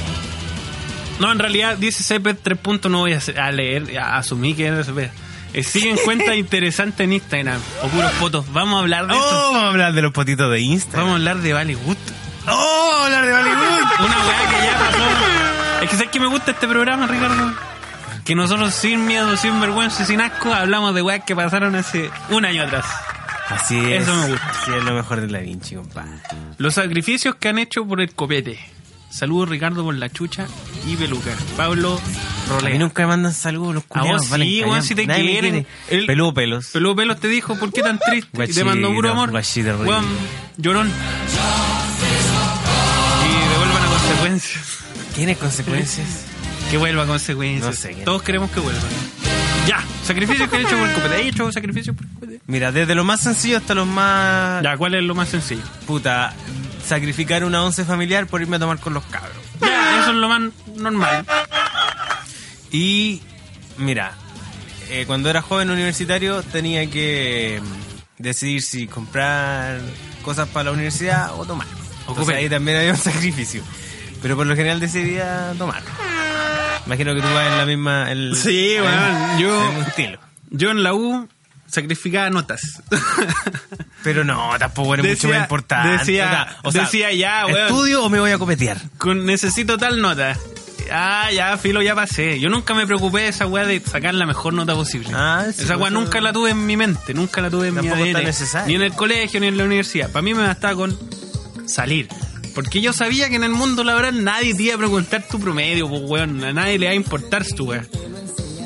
[SPEAKER 4] No, en realidad dice CP 3. No voy a, hacer- a leer, a asumir que es Andrés Cepeda. Eh, siguen cuenta interesante en Instagram. O puras fotos. Vamos a hablar de eso.
[SPEAKER 3] Oh, vamos a hablar de los potitos de Insta.
[SPEAKER 4] Vamos a hablar de Vale Gusto.
[SPEAKER 3] Oh, vamos a hablar de Bollywood.
[SPEAKER 4] Una weá que ya pasó. Es que sabes que me gusta este programa, Ricardo. Que nosotros sin miedo, sin vergüenza y sin asco hablamos de weas que pasaron hace un año atrás.
[SPEAKER 3] Así es.
[SPEAKER 4] Eso me gusta.
[SPEAKER 3] Así es lo mejor de la Vinci, compadre.
[SPEAKER 4] Los sacrificios que han hecho por el copete. Saludos Ricardo por la chucha y peluca.
[SPEAKER 3] A
[SPEAKER 4] Pablo
[SPEAKER 3] mí
[SPEAKER 4] Rolea.
[SPEAKER 3] nunca me mandan saludos los
[SPEAKER 4] A
[SPEAKER 3] culiados.
[SPEAKER 4] vos
[SPEAKER 3] valen
[SPEAKER 4] sí,
[SPEAKER 3] callampa.
[SPEAKER 4] weón, si te
[SPEAKER 3] Nadie me
[SPEAKER 4] quieren.
[SPEAKER 3] quiere.
[SPEAKER 4] El-
[SPEAKER 3] Peludo pelos.
[SPEAKER 4] Peludo Pelos te dijo, ¿por qué tan triste? y te mandó puro
[SPEAKER 3] Guachito,
[SPEAKER 4] amor.
[SPEAKER 3] guachito,
[SPEAKER 4] Weón, llorón. Y devuelvan a consecuencias.
[SPEAKER 3] ¿Tiene consecuencias?
[SPEAKER 4] Que vuelva consecuencias.
[SPEAKER 3] No sé.
[SPEAKER 4] Todos queremos que vuelva. Ya, sacrificios que han hecho por el copete. He hecho sacrificios por el copete.
[SPEAKER 3] Mira, desde lo más sencillo hasta los más...
[SPEAKER 4] Ya, ¿cuál es lo más sencillo?
[SPEAKER 3] Puta, sacrificar una once familiar por irme a tomar con los cabros.
[SPEAKER 4] Ya, eso es lo más normal.
[SPEAKER 3] Y mira, eh, cuando era joven universitario tenía que mm, decidir si comprar cosas para la universidad o tomar. Entonces,
[SPEAKER 4] comer.
[SPEAKER 3] ahí también había un sacrificio. Pero por lo general decidía tomar. Imagino que tú vas en la misma... El,
[SPEAKER 4] Sí,
[SPEAKER 3] en-
[SPEAKER 4] weón, yo-
[SPEAKER 3] en un estilo.
[SPEAKER 4] Yo en la U sacrificaba notas.
[SPEAKER 3] Pero no, tampoco era mucho
[SPEAKER 4] Decía-
[SPEAKER 3] más importante.
[SPEAKER 4] decía- decía ya, weón.
[SPEAKER 3] ¿Estudio o me voy a copetear?
[SPEAKER 4] Con necesito tal nota. Ah, ya, filo, ya pasé. Yo nunca me preocupé de esa weá de sacar la mejor nota posible.
[SPEAKER 3] Ah, sí,
[SPEAKER 4] esa weá
[SPEAKER 3] eso-
[SPEAKER 4] nunca la tuve en mi mente, nunca la tuve en mi
[SPEAKER 3] Tampoco
[SPEAKER 4] ADN.
[SPEAKER 3] está necesario.
[SPEAKER 4] Ni en el colegio, ni en la universidad. Para mí me bastaba con salir. Porque yo sabía que en el mundo laboral nadie te iba a preguntar tu promedio, pues weón. A nadie le va a importar tu weá.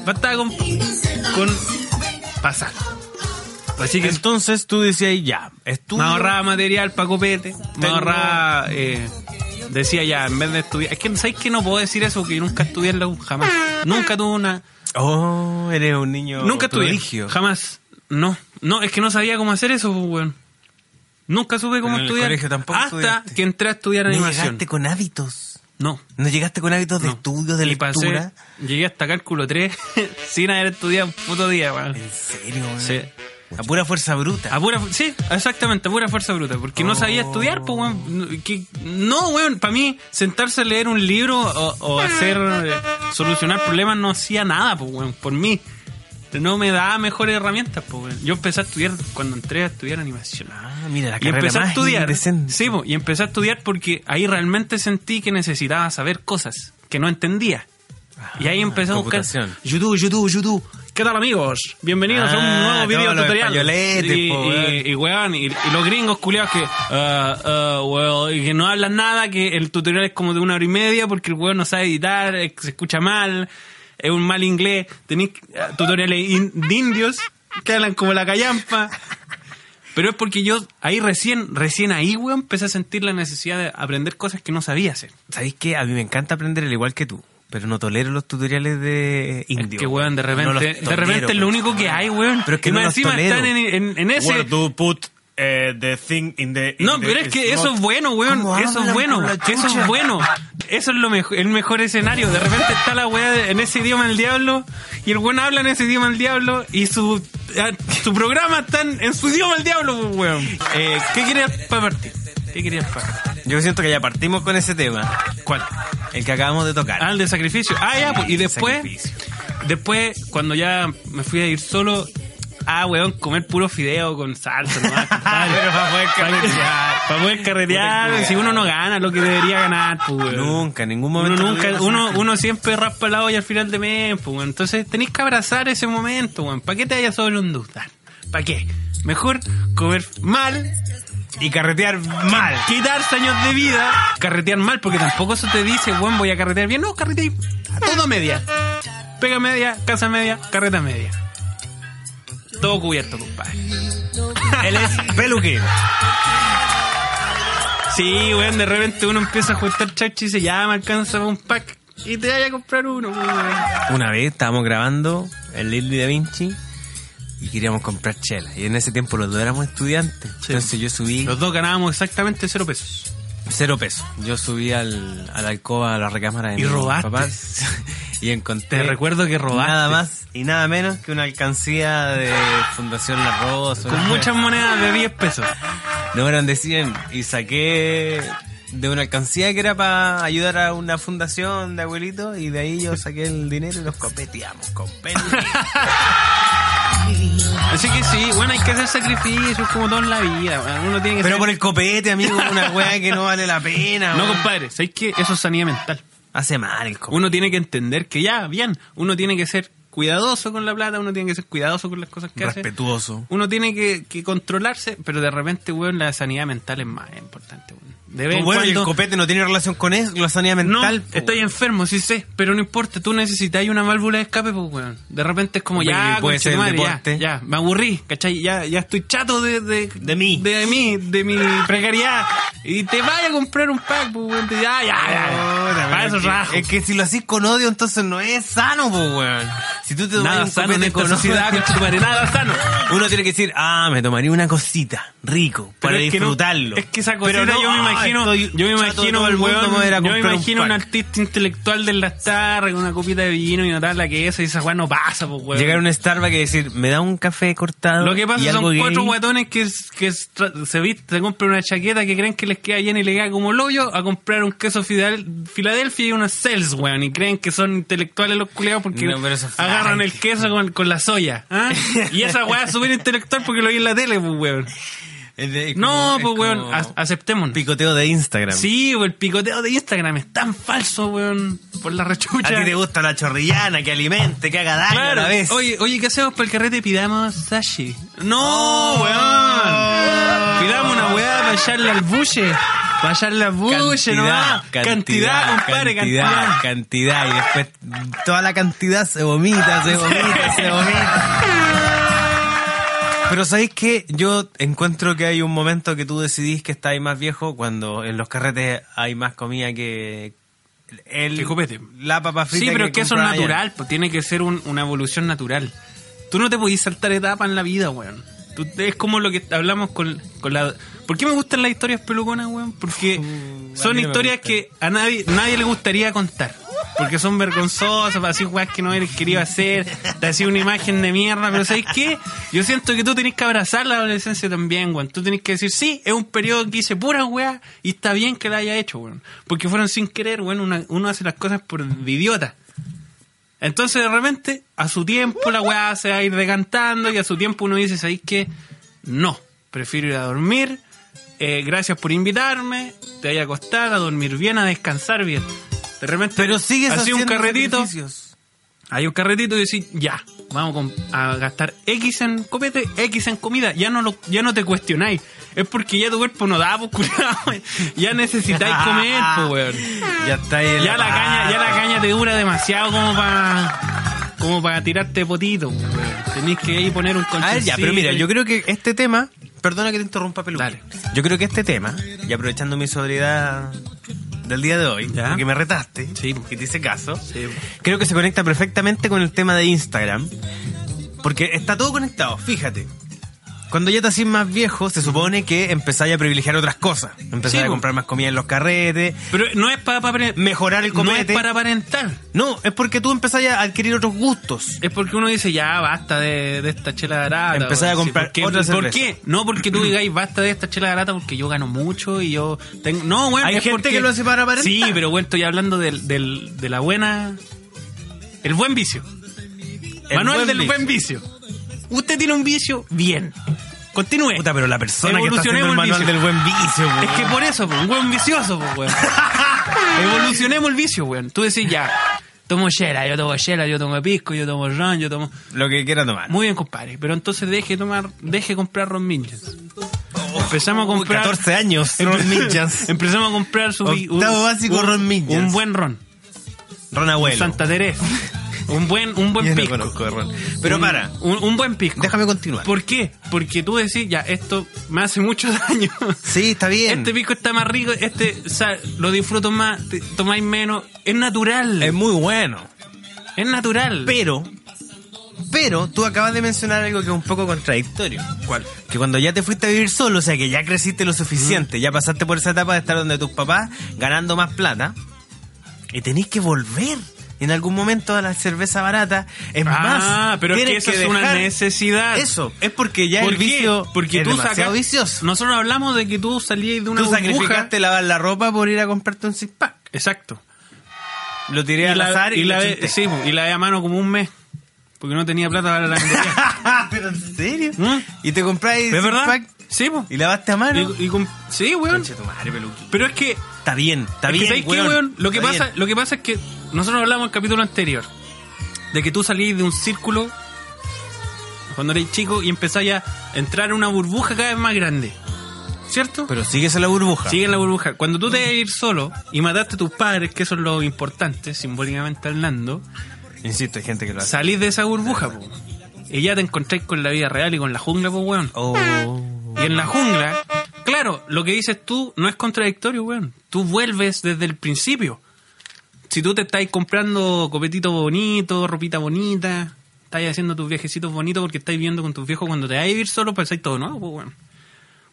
[SPEAKER 4] Bastaba con, con pasar. Así que
[SPEAKER 3] Entonces tú decías ya,
[SPEAKER 4] me
[SPEAKER 3] estudio...
[SPEAKER 4] ahorraba material para copete, me
[SPEAKER 3] Tengo-
[SPEAKER 4] ahorraba. eh, decía ya, en vez de estudiar. Es que sabéis que no puedo decir eso porque yo nunca estudié en la U, jamás. Nunca tuve una.
[SPEAKER 3] Oh, eres un niño...
[SPEAKER 4] nunca estudié.
[SPEAKER 3] prodigio.
[SPEAKER 4] Jamás. No, no, es que no sabía cómo hacer eso, pues, weón. Nunca supe cómo
[SPEAKER 3] En el
[SPEAKER 4] estudiar.
[SPEAKER 3] colegio tampoco
[SPEAKER 4] hasta
[SPEAKER 3] estudiaste.
[SPEAKER 4] que entré a estudiar
[SPEAKER 3] No
[SPEAKER 4] animación.
[SPEAKER 3] llegaste con hábitos.
[SPEAKER 4] No.
[SPEAKER 3] No llegaste con hábitos de
[SPEAKER 4] no.
[SPEAKER 3] estudio, de
[SPEAKER 4] Y pasé-
[SPEAKER 3] lectura.
[SPEAKER 4] llegué hasta cálculo 3 sin haber estudiado un puto día, weón.
[SPEAKER 3] En serio, weón?
[SPEAKER 4] Sí.
[SPEAKER 3] A pura fuerza bruta.
[SPEAKER 4] A pura, sí, exactamente, a pura fuerza bruta. Porque no sabía estudiar, pues, weón. No, que- No, weón, para mí sentarse a leer un libro o, o hacer, eh, solucionar problemas no hacía nada, pues, weón, por mí. No me daba mejores herramientas, pues, weón. Yo empecé a estudiar cuando entré a estudiar animación.
[SPEAKER 3] Ah, mira, la
[SPEAKER 4] y
[SPEAKER 3] carrera
[SPEAKER 4] empecé a
[SPEAKER 3] más
[SPEAKER 4] estudiar.
[SPEAKER 3] indecente.
[SPEAKER 4] Sí, po, y empecé a estudiar porque ahí realmente sentí que necesitaba saber cosas que no entendía. Y ahí empecé a buscar
[SPEAKER 3] Ah, computación.
[SPEAKER 4] YouTube, YouTube, YouTube. ¿Qué tal amigos? Bienvenidos a
[SPEAKER 3] Ah,
[SPEAKER 4] un nuevo video
[SPEAKER 3] todos los
[SPEAKER 4] tutorial.
[SPEAKER 3] españoletes,
[SPEAKER 4] y,
[SPEAKER 3] po,
[SPEAKER 4] y-
[SPEAKER 3] weón.
[SPEAKER 4] y, weón, y, y los gringos culiados que, ah, ah, well, y que no hablan nada, que el tutorial es como de una hora y media porque el weón no sabe editar, eh, se escucha mal, es un mal inglés. Tenéis ah, tutoriales in- de indios que hablan como la callampa. Pero es porque yo ahí recién, recién ahí, weón, empecé a sentir la necesidad de aprender cosas que no sabía hacer.
[SPEAKER 3] ¿Sabéis qué? A mí me encanta aprender al igual que tú. Pero no tolero los tutoriales de indio.
[SPEAKER 4] Es que, weón, de repente,
[SPEAKER 3] No los
[SPEAKER 4] de
[SPEAKER 3] tolero,
[SPEAKER 4] repente es lo
[SPEAKER 3] pues,
[SPEAKER 4] único que hay, weón.
[SPEAKER 3] Pero es que
[SPEAKER 4] y
[SPEAKER 3] no
[SPEAKER 4] más
[SPEAKER 3] los
[SPEAKER 4] encima
[SPEAKER 3] tolero.
[SPEAKER 4] están en, en- en ese...
[SPEAKER 6] put eh, the thing in the. in
[SPEAKER 4] No,
[SPEAKER 6] the
[SPEAKER 4] pero es que
[SPEAKER 6] slot.
[SPEAKER 4] eso es bueno, weón.
[SPEAKER 3] ¿Cómo
[SPEAKER 4] Eso es
[SPEAKER 3] hablan
[SPEAKER 4] bueno.
[SPEAKER 3] con la
[SPEAKER 4] Eso
[SPEAKER 3] chucha?
[SPEAKER 4] es bueno. Eso es lo mejo- el mejor escenario. De repente está la weá de- en ese idioma del diablo y el weón habla en ese idioma del diablo y su, ah, su programa está en, en su idioma del diablo, pues, weón. Eh, ¿Qué querías para partir? ¿Qué querías para
[SPEAKER 3] Yo siento que ya partimos con ese tema.
[SPEAKER 4] ¿Cuál?
[SPEAKER 3] El que acabamos de tocar.
[SPEAKER 4] Ah, el de sacrificio. Ah, ya, pues, y después,
[SPEAKER 3] Sacrificio.
[SPEAKER 4] después, cuando ya me fui a ir solo, ah, weón, comer puro fideo con salsa, nomás, compadre.
[SPEAKER 3] Pero para poder
[SPEAKER 4] Pa' que-
[SPEAKER 3] carretear.
[SPEAKER 4] Para poder carretear, si uno no gana lo que debería ganar, pues, weón.
[SPEAKER 3] Nunca, en ningún
[SPEAKER 4] Uno
[SPEAKER 3] momento.
[SPEAKER 4] nunca,
[SPEAKER 3] lo
[SPEAKER 4] uno, uno siempre raspa la olla al final de mes, pues, weón. Entonces tenéis que abrazar ese momento, weón. ¿Para qué te vayas solo un dudar? ¿Para qué? Mejor comer mal
[SPEAKER 3] Y carretear mal.
[SPEAKER 4] quitarse años de vida, carretear mal, porque tampoco eso te dice, bueno, voy a carretear bien. No, carretear todo media. Pega media, casa media, carreta media. Todo cubierto, compadre.
[SPEAKER 3] Él es peluquín.
[SPEAKER 4] Sí, weón, de repente uno empieza a juntar chachi y se llama, alcanza para un pack y te vaya a comprar uno, pues, weón.
[SPEAKER 3] Una vez estábamos grabando el Lily Da Vinci y queríamos comprar chela. Y en ese tiempo los dos éramos estudiantes. Entonces yo subí
[SPEAKER 4] Los dos ganábamos exactamente cero pesos.
[SPEAKER 3] cero pesos. Yo subí al, a la alcoba, a la recámara de
[SPEAKER 4] Y
[SPEAKER 3] mis
[SPEAKER 4] robaste.
[SPEAKER 3] papás y encontré.
[SPEAKER 4] Te recuerdo que robaste.
[SPEAKER 3] Nada más y nada menos que una alcancía de Fundación La Rosa.
[SPEAKER 4] Con
[SPEAKER 3] una-
[SPEAKER 4] muchas monedas de 10 pesos.
[SPEAKER 3] No eran de 100 y saqué de una alcancía que era para ayudar a una fundación de abuelitos y de ahí yo saqué el dinero y los copeteamos, copeteamos.
[SPEAKER 4] Así que sí, bueno, hay que hacer sacrificios como todo en la vida. weón. Uno tiene que
[SPEAKER 3] Pero
[SPEAKER 4] ser-
[SPEAKER 3] por el copete, amigo, una weá que no vale la pena.
[SPEAKER 4] No,
[SPEAKER 3] weón.
[SPEAKER 4] compadre, ¿sabes qué? Eso es sanidad mental.
[SPEAKER 3] Hace mal el copete.
[SPEAKER 4] Uno tiene que entender que ya, bien, uno tiene que ser cuidadoso con la plata, uno tiene que ser cuidadoso con las cosas que hace.
[SPEAKER 3] Respetuoso.
[SPEAKER 4] Uno tiene que, que controlarse, pero de repente, weón, la sanidad mental es más importante, weón. De vez
[SPEAKER 3] Pues
[SPEAKER 4] en
[SPEAKER 3] Bueno, y el
[SPEAKER 4] cuando-
[SPEAKER 3] copete no tiene relación con eso, la sanidad mental.
[SPEAKER 4] No,
[SPEAKER 3] po,
[SPEAKER 4] estoy
[SPEAKER 3] weón.
[SPEAKER 4] enfermo, sí sé, pero no importa, tú necesitas una válvula de escape, pues, weón. De repente es como,
[SPEAKER 3] Hombre,
[SPEAKER 4] ya,
[SPEAKER 3] que puede ser el
[SPEAKER 4] conchetumare,
[SPEAKER 3] deporte.
[SPEAKER 4] ya, ya, me aburrí, ¿cachai? Ya, ya estoy chato de, de,
[SPEAKER 3] De mí.
[SPEAKER 4] De mí, de mi precariedad. Y te vaya a comprar un pack, pues, weón. Te- Ya, ya, ya.
[SPEAKER 3] Puta,
[SPEAKER 4] Para
[SPEAKER 3] pero
[SPEAKER 4] esos
[SPEAKER 3] es que-
[SPEAKER 4] rajos.
[SPEAKER 3] Es que si lo haces con odio, entonces no es sano, po, weón. Si tú te tomas
[SPEAKER 4] nada
[SPEAKER 3] un
[SPEAKER 4] sano en
[SPEAKER 3] copete
[SPEAKER 4] esta
[SPEAKER 3] con odio-
[SPEAKER 4] sociedad, conchetumare, nada sano.
[SPEAKER 3] Uno tiene que decir, ah, me tomaría una cosita, rico,
[SPEAKER 4] Pero
[SPEAKER 3] para
[SPEAKER 4] es que no-
[SPEAKER 3] disfrutarlo.
[SPEAKER 4] es que esa
[SPEAKER 3] Pero
[SPEAKER 4] cosita
[SPEAKER 3] no,
[SPEAKER 4] yo me
[SPEAKER 3] ah,
[SPEAKER 4] imagino,
[SPEAKER 3] estoy
[SPEAKER 4] yo me
[SPEAKER 3] chato de
[SPEAKER 4] imagino
[SPEAKER 3] todo el
[SPEAKER 4] al
[SPEAKER 3] mundo,
[SPEAKER 4] weón,
[SPEAKER 3] me voy a ir a
[SPEAKER 4] yo me
[SPEAKER 3] comprar un
[SPEAKER 4] imagino un
[SPEAKER 3] pack.
[SPEAKER 4] artista intelectual de las tardes con una copita de vino y una tabla que esa y esa weá no pasa, pues, weón.
[SPEAKER 3] Llegar a un Starbucks y decir, me da un café cortado.
[SPEAKER 4] Lo que
[SPEAKER 3] y
[SPEAKER 4] pasa
[SPEAKER 3] algo
[SPEAKER 4] son
[SPEAKER 3] gay.
[SPEAKER 4] cuatro guatones que, s- que s- tra- se visten, se compran una chaqueta que creen que les queda bien y le queda como loyo a comprar un queso Fidel- Filadelfia y unos cells, weón. Y creen que son intelectuales los culeados porque
[SPEAKER 3] No, pero eso es
[SPEAKER 4] agarran
[SPEAKER 3] flight.
[SPEAKER 4] el queso con, con la soya. ¿ah? y esa weá es súper intelectual porque lo vi en la tele, pues, weón.
[SPEAKER 3] Es de- es
[SPEAKER 4] No,
[SPEAKER 3] como-
[SPEAKER 4] pues,
[SPEAKER 3] es
[SPEAKER 4] weón,
[SPEAKER 3] como
[SPEAKER 4] a- aceptémonos.
[SPEAKER 3] Picoteo de Instagram.
[SPEAKER 4] Sí, weón, el picoteo de Instagram es tan falso, weón, por la
[SPEAKER 3] A
[SPEAKER 4] rechucha.
[SPEAKER 3] ti te gusta la chorrillana, que alimente, que haga daño a la vez.
[SPEAKER 4] Oye, oye, ¿qué hacemos para el carrete? Pidamos sashi. ¡No,
[SPEAKER 3] Oh.
[SPEAKER 4] weón! Pidamos una weá para echarle al buche. Para echarle al buche, ¿no? Cantidad, compadre, cantidad.
[SPEAKER 3] cantidad, cantidad. Y después toda la cantidad se vomita, se vomita, se vomita. Pero ¿sabéis qué? Yo encuentro que hay un momento que tú decidís que estáis más viejo cuando en los carretes hay más comida que... El,
[SPEAKER 4] Que copete.
[SPEAKER 3] La papa frita
[SPEAKER 4] Sí, pero es que eso es
[SPEAKER 3] compraba ayer.
[SPEAKER 4] natural, pues tiene que ser un- una evolución natural. Tú no te podís saltar etapas en la vida, weón. Tú- es como lo que hablamos con, con la... ¿Por qué me gustan las historias peluconas, weón? Porque
[SPEAKER 3] Uh, a
[SPEAKER 4] son
[SPEAKER 3] mí no me
[SPEAKER 4] historias
[SPEAKER 3] gustan.
[SPEAKER 4] que a nadie nadie le gustaría contar. Porque son vergonzosas, así weas que no eres querido hacer, te hacía una imagen de mierda, pero ¿sabes qué? Yo siento que tú tenés que abrazar la adolescencia también, weón. Tú tenés que decir, sí, es un periodo que hice pura weas y está bien que la haya hecho, weón. Porque fueron sin querer, weón, una- uno hace las cosas por de idiota. Entonces de repente, a su tiempo la weá se va a ir decantando y a su tiempo uno dice, ¿sabéis qué? No, prefiero ir a dormir, eh, gracias por invitarme, te voy a acostar, a dormir bien, a descansar bien. De repente,
[SPEAKER 3] Pero sigues
[SPEAKER 4] así un
[SPEAKER 3] haciendo
[SPEAKER 4] carretito,
[SPEAKER 3] sacrificios.
[SPEAKER 4] hay un carretito y decís, ya, vamos con- a gastar X en copete, X en comida. Ya no lo, ya no te cuestionáis. Es porque ya tu cuerpo no da, pues, culiao. Ya necesitáis comer, pues, weón.
[SPEAKER 3] Ya está ahí en Ah.
[SPEAKER 4] Ya la
[SPEAKER 3] pata.
[SPEAKER 4] caña, ya la caña te dura demasiado como para como para tirarte potito. weón. Tenés que ahí poner un colchoncito.
[SPEAKER 3] A ver, ya, pero mira, yo creo que este tema. Perdona que te interrumpa, Peluca.
[SPEAKER 4] Dale.
[SPEAKER 3] Yo creo que este tema, y aprovechando mi sobriedad del día de hoy,
[SPEAKER 4] Ya.
[SPEAKER 3] porque me retaste,
[SPEAKER 4] Sí.
[SPEAKER 3] que te hice caso,
[SPEAKER 4] Sí.
[SPEAKER 3] creo que se conecta perfectamente con el tema de Instagram. Porque está todo conectado, fíjate. Cuando ya te haces más viejo, se supone que empezáis a privilegiar otras cosas. Empezáis
[SPEAKER 4] Sí,
[SPEAKER 3] a
[SPEAKER 4] po.
[SPEAKER 3] comprar más comida en los carretes,
[SPEAKER 4] Pero no es para, para
[SPEAKER 3] mejorar el
[SPEAKER 4] no
[SPEAKER 3] comete.
[SPEAKER 4] es para aparentar.
[SPEAKER 3] No, es porque tú empezás a adquirir otros gustos.
[SPEAKER 4] Es porque uno dice, ya, basta de, de esta chela barata.
[SPEAKER 3] Empezar a
[SPEAKER 4] weón.
[SPEAKER 3] comprar
[SPEAKER 4] ¿por qué?
[SPEAKER 3] otra
[SPEAKER 4] ¿Por
[SPEAKER 3] cerveza.
[SPEAKER 4] qué? No porque tú digáis, basta de esta chela barata porque yo gano mucho y yo tengo... No, bueno,
[SPEAKER 3] Hay gente que lo hace para aparentar.
[SPEAKER 4] Sí, pero bueno, estoy hablando del, del- de la buena... El buen vicio.
[SPEAKER 3] El
[SPEAKER 4] Manual
[SPEAKER 3] buen
[SPEAKER 4] del
[SPEAKER 3] vicio.
[SPEAKER 4] buen vicio. Usted tiene un vicio, bien. Continúe.
[SPEAKER 3] Puta, pero la persona que está haciendo el
[SPEAKER 4] Evolucionemos el
[SPEAKER 3] manual
[SPEAKER 4] vicio.
[SPEAKER 3] del buen vicio,
[SPEAKER 4] Es que por eso, po, un buen vicioso, po, weón. Evolucionemos el vicio, weón. Tú decís ya, tomo chela, yo tomo chela, yo tomo pisco, yo tomo ron, yo tomo...
[SPEAKER 3] Lo que quiera tomar.
[SPEAKER 4] Muy bien, compadre. Pero entonces deje de tomar, deje de comprar ron minions. Empezamos a
[SPEAKER 3] Uy,
[SPEAKER 4] comprar...
[SPEAKER 3] 14 años. Ron Minchas.
[SPEAKER 4] Empezamos a comprar su... vi-
[SPEAKER 3] Octavo básico,
[SPEAKER 4] un-
[SPEAKER 3] Ron Minchas.
[SPEAKER 4] Un buen ron.
[SPEAKER 3] Ron abuelo.
[SPEAKER 4] Santa Teresa. Un buen, un buen
[SPEAKER 3] Yo no
[SPEAKER 4] pisco.
[SPEAKER 3] conozco de ron. Pero
[SPEAKER 4] Un-
[SPEAKER 3] para.
[SPEAKER 4] Un, un buen pisco.
[SPEAKER 3] Déjame continuar.
[SPEAKER 4] ¿Por qué? Porque tú decís, ya, esto me hace mucho daño.
[SPEAKER 3] Sí, está bien.
[SPEAKER 4] Este pisco está más rico, este, o sea, lo disfruto más, te- tomáis menos. Es natural.
[SPEAKER 3] Es
[SPEAKER 4] Es,
[SPEAKER 3] muy bueno.
[SPEAKER 4] natural.
[SPEAKER 3] Pero, pero tú acabas de mencionar algo que es un poco contradictorio. ¿Cuál? Que cuando ya te fuiste a vivir solo, o sea, que ya creciste lo
[SPEAKER 4] Mm.
[SPEAKER 3] suficiente, ya pasaste por esa etapa de estar donde tus papás ganando más plata, y tenés que volver en algún momento a la cerveza barata. Es
[SPEAKER 4] Ah,
[SPEAKER 3] más,
[SPEAKER 4] pero es que
[SPEAKER 3] tienes
[SPEAKER 4] esa es una
[SPEAKER 3] dejar
[SPEAKER 4] necesidad.
[SPEAKER 3] Eso, es porque ya
[SPEAKER 4] ¿Por
[SPEAKER 3] el
[SPEAKER 4] qué?
[SPEAKER 3] vicio
[SPEAKER 4] Porque
[SPEAKER 3] es
[SPEAKER 4] tú
[SPEAKER 3] demasiado
[SPEAKER 4] sacas,
[SPEAKER 3] vicioso.
[SPEAKER 4] Nosotros hablamos de que tú salías de una
[SPEAKER 3] tú
[SPEAKER 4] burbuja.
[SPEAKER 3] sacrificaste lavar la ropa por ir a comprarte un six pack.
[SPEAKER 4] Exacto.
[SPEAKER 3] Lo tiré al azar y,
[SPEAKER 4] y la
[SPEAKER 3] lo
[SPEAKER 4] ve-
[SPEAKER 3] chuté.
[SPEAKER 4] sí, po, y la ve a mano como un mes. Porque no tenía plata para la lavandería.
[SPEAKER 3] ¿Pero en serio?
[SPEAKER 4] ¿Mm?
[SPEAKER 3] ¿Y te compráis
[SPEAKER 4] ¿Es
[SPEAKER 3] six
[SPEAKER 4] verdad?
[SPEAKER 3] pack
[SPEAKER 4] Sí, po.
[SPEAKER 3] y lavaste a mano?
[SPEAKER 4] Y- y com- sí, weón.
[SPEAKER 3] Conche tu madre, peluquín.
[SPEAKER 4] Pero es que.
[SPEAKER 3] Está bien, está
[SPEAKER 4] es que
[SPEAKER 3] bien.
[SPEAKER 4] ¿sabes qué, weón? Lo que,
[SPEAKER 3] Está
[SPEAKER 4] pasa,
[SPEAKER 3] bien.
[SPEAKER 4] lo que pasa es que nosotros hablamos en el capítulo anterior de que tú salís de un círculo cuando eres chico y empezás a entrar en una burbuja cada vez más grande. ¿Cierto?
[SPEAKER 3] Pero sigues en la burbuja.
[SPEAKER 4] Sigue en la burbuja. Cuando tú te vas a ir solo y mataste a tus padres, que eso es lo importante, simbólicamente hablando,
[SPEAKER 3] Insisto, hay gente que lo hace.
[SPEAKER 4] salís de esa burbuja, po. Y ya te encontráis con la vida real y con la jungla, po, weón.
[SPEAKER 3] Oh.
[SPEAKER 4] Y en la jungla, claro, lo que dices tú no es contradictorio, weón. Tú vuelves desde el principio. Si tú te estás comprando copetito bonito, ropita bonita, estás haciendo tus viajecitos bonitos porque estás viviendo con tus viejos, cuando te vas a vivir solo, pensáis todo nuevo, pues, weón.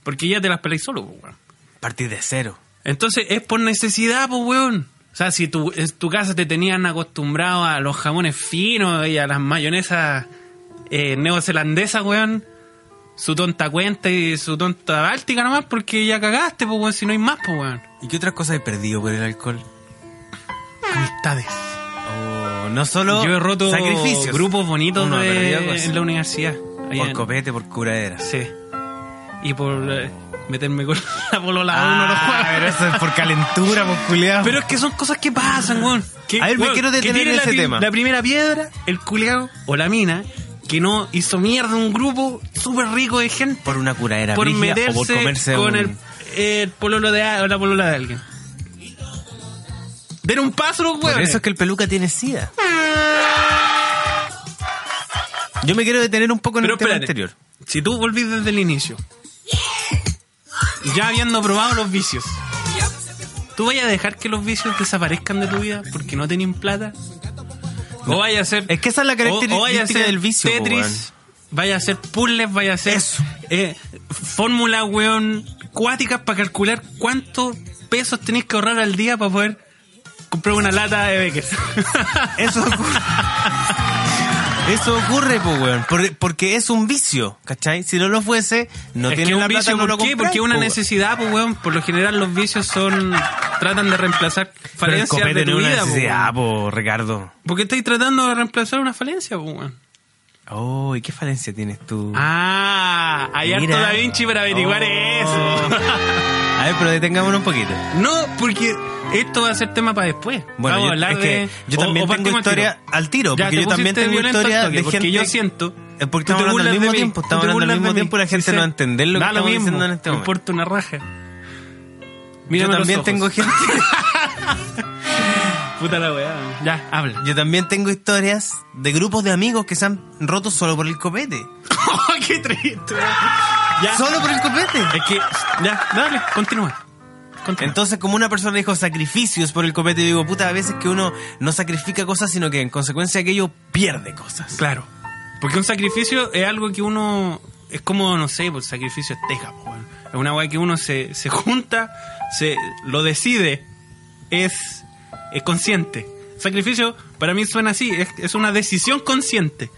[SPEAKER 4] Porque ya te las peláis solo, pues, weón.
[SPEAKER 3] Partir de cero.
[SPEAKER 4] Entonces es por necesidad, pues, weón. O sea, si tu, en tu casa te tenían acostumbrado a los jamones finos y a las mayonesas eh, neozelandesas, weón, su tonta cuenta y su tonta báltica nomás, porque ya cagaste, pues, weón, si no hay más, pues, weón.
[SPEAKER 3] ¿Y qué otras cosas he perdido por el alcohol?
[SPEAKER 4] Amistades.
[SPEAKER 3] Oh, no solo
[SPEAKER 4] Yo he roto
[SPEAKER 3] sacrificios.
[SPEAKER 4] grupos bonitos
[SPEAKER 3] Uno ha
[SPEAKER 4] de-
[SPEAKER 3] perdido cosas.
[SPEAKER 4] en la universidad. Ahí
[SPEAKER 3] Por
[SPEAKER 4] en-
[SPEAKER 3] copete, por curadera.
[SPEAKER 4] Sí. Y por eh, meterme con la polola a uno de los
[SPEAKER 3] Ah,
[SPEAKER 4] juegos.
[SPEAKER 3] pero eso es por calentura, por culiado.
[SPEAKER 4] Pero es que son cosas que pasan, weón. Que,
[SPEAKER 3] A ver, me
[SPEAKER 4] weón,
[SPEAKER 3] quiero
[SPEAKER 4] que
[SPEAKER 3] detener
[SPEAKER 4] tire
[SPEAKER 3] en
[SPEAKER 4] la
[SPEAKER 3] ese
[SPEAKER 4] pri-
[SPEAKER 3] tema.
[SPEAKER 4] La primera piedra, el culiao o la mina, que no hizo mierda un grupo súper rico de gente
[SPEAKER 3] Por una curadera
[SPEAKER 4] por
[SPEAKER 3] brígida
[SPEAKER 4] meterse
[SPEAKER 3] o por comerse
[SPEAKER 4] con
[SPEAKER 3] un-
[SPEAKER 4] el, el pololo de a- o la polola de alguien. Den un paso, los
[SPEAKER 3] Por
[SPEAKER 4] weón.
[SPEAKER 3] eso es que el peluca tiene sida. Yo me quiero detener un poco en el tema anterior.
[SPEAKER 4] Si tú volvís desde el inicio, ya habiendo probado los vicios, ¿tú vayas a dejar que los vicios desaparezcan de tu vida porque no tienen plata? ¿O vaya a ser.
[SPEAKER 3] Es que esa es la característica
[SPEAKER 4] o- o vaya a ser
[SPEAKER 3] del vicio, po,
[SPEAKER 4] Tetris, vaya a ser puzzles, vaya a ser.
[SPEAKER 3] Eso.
[SPEAKER 4] eh, Fórmulas, weón, cuáticas para calcular cuántos pesos tenés que ahorrar al día para poder comprar una lata de Beckers.
[SPEAKER 3] Eso ocurre. Eso ocurre, po, weón. Por- porque es un vicio, ¿cachai? Si no lo fuese, no
[SPEAKER 4] es
[SPEAKER 3] tiene
[SPEAKER 4] que
[SPEAKER 3] la
[SPEAKER 4] un
[SPEAKER 3] plata,
[SPEAKER 4] vicio,
[SPEAKER 3] no lo
[SPEAKER 4] ¿por qué?
[SPEAKER 3] compráis,
[SPEAKER 4] Porque es una
[SPEAKER 3] po, weón.
[SPEAKER 4] necesidad, pues, weón. Por lo general los vicios son... Tratan de reemplazar
[SPEAKER 3] Pero el
[SPEAKER 4] falencias
[SPEAKER 3] copete
[SPEAKER 4] de
[SPEAKER 3] no
[SPEAKER 4] tu
[SPEAKER 3] es una
[SPEAKER 4] vida, po,
[SPEAKER 3] necesidad,
[SPEAKER 4] weón.
[SPEAKER 3] po, Ricardo.
[SPEAKER 4] Porque estáis tratando de reemplazar una falencia, pues, weón.
[SPEAKER 3] Oh, ¿y qué falencia tienes tú?
[SPEAKER 4] Ah, hay harto
[SPEAKER 3] Mira.
[SPEAKER 4] Da Vinci para averiguar
[SPEAKER 3] Oh.
[SPEAKER 4] eso.
[SPEAKER 3] A ver, pero detengámonos un poquito.
[SPEAKER 4] no, porque esto va a ser tema para después.
[SPEAKER 3] Bueno,
[SPEAKER 4] Vamos
[SPEAKER 3] yo,
[SPEAKER 4] a hablar
[SPEAKER 3] es
[SPEAKER 4] de...
[SPEAKER 3] que yo también tengo
[SPEAKER 4] partimos al tiro.
[SPEAKER 3] historia al tiro,
[SPEAKER 4] Ya,
[SPEAKER 3] porque
[SPEAKER 4] te
[SPEAKER 3] yo también
[SPEAKER 4] pusiste
[SPEAKER 3] tengo
[SPEAKER 4] violento al
[SPEAKER 3] historia
[SPEAKER 4] toque,
[SPEAKER 3] de
[SPEAKER 4] porque
[SPEAKER 3] gente...
[SPEAKER 4] yo siento...
[SPEAKER 3] Es porque
[SPEAKER 4] tú
[SPEAKER 3] estamos
[SPEAKER 4] te
[SPEAKER 3] hablando al
[SPEAKER 4] burlas de
[SPEAKER 3] mismo
[SPEAKER 4] mí,
[SPEAKER 3] tiempo,
[SPEAKER 4] tú
[SPEAKER 3] estamos hablando
[SPEAKER 4] te
[SPEAKER 3] al
[SPEAKER 4] burlas de
[SPEAKER 3] mismo
[SPEAKER 4] mí.
[SPEAKER 3] tiempo y la gente
[SPEAKER 4] Sí,
[SPEAKER 3] no
[SPEAKER 4] sé.
[SPEAKER 3] va a entender lo que
[SPEAKER 4] Da
[SPEAKER 3] estamos
[SPEAKER 4] mismo,
[SPEAKER 3] diciendo en este
[SPEAKER 4] me
[SPEAKER 3] momento.
[SPEAKER 4] importa una raja.
[SPEAKER 3] Yo
[SPEAKER 4] Mírame los
[SPEAKER 3] también
[SPEAKER 4] ojos.
[SPEAKER 3] tengo gente...
[SPEAKER 4] Puta la weá. Ya, habla.
[SPEAKER 3] Yo también tengo historias de grupos de amigos que se han roto solo por el copete.
[SPEAKER 4] ¡Qué triste! Ya.
[SPEAKER 3] Solo por el copete.
[SPEAKER 4] Es que. Ya, dale, continúa. Continúa.
[SPEAKER 3] Entonces, como una persona dijo sacrificios por el copete, yo digo, puta, a veces que uno no sacrifica cosas, sino que en consecuencia de aquello pierde cosas.
[SPEAKER 4] claro. Porque un sacrificio es algo que uno. Es como, no sé, pues sacrificio esteja, po, weón. Es una weá que uno se, se junta, se lo decide, es, es consciente. Sacrificio para mí suena así, es, es una decisión consciente.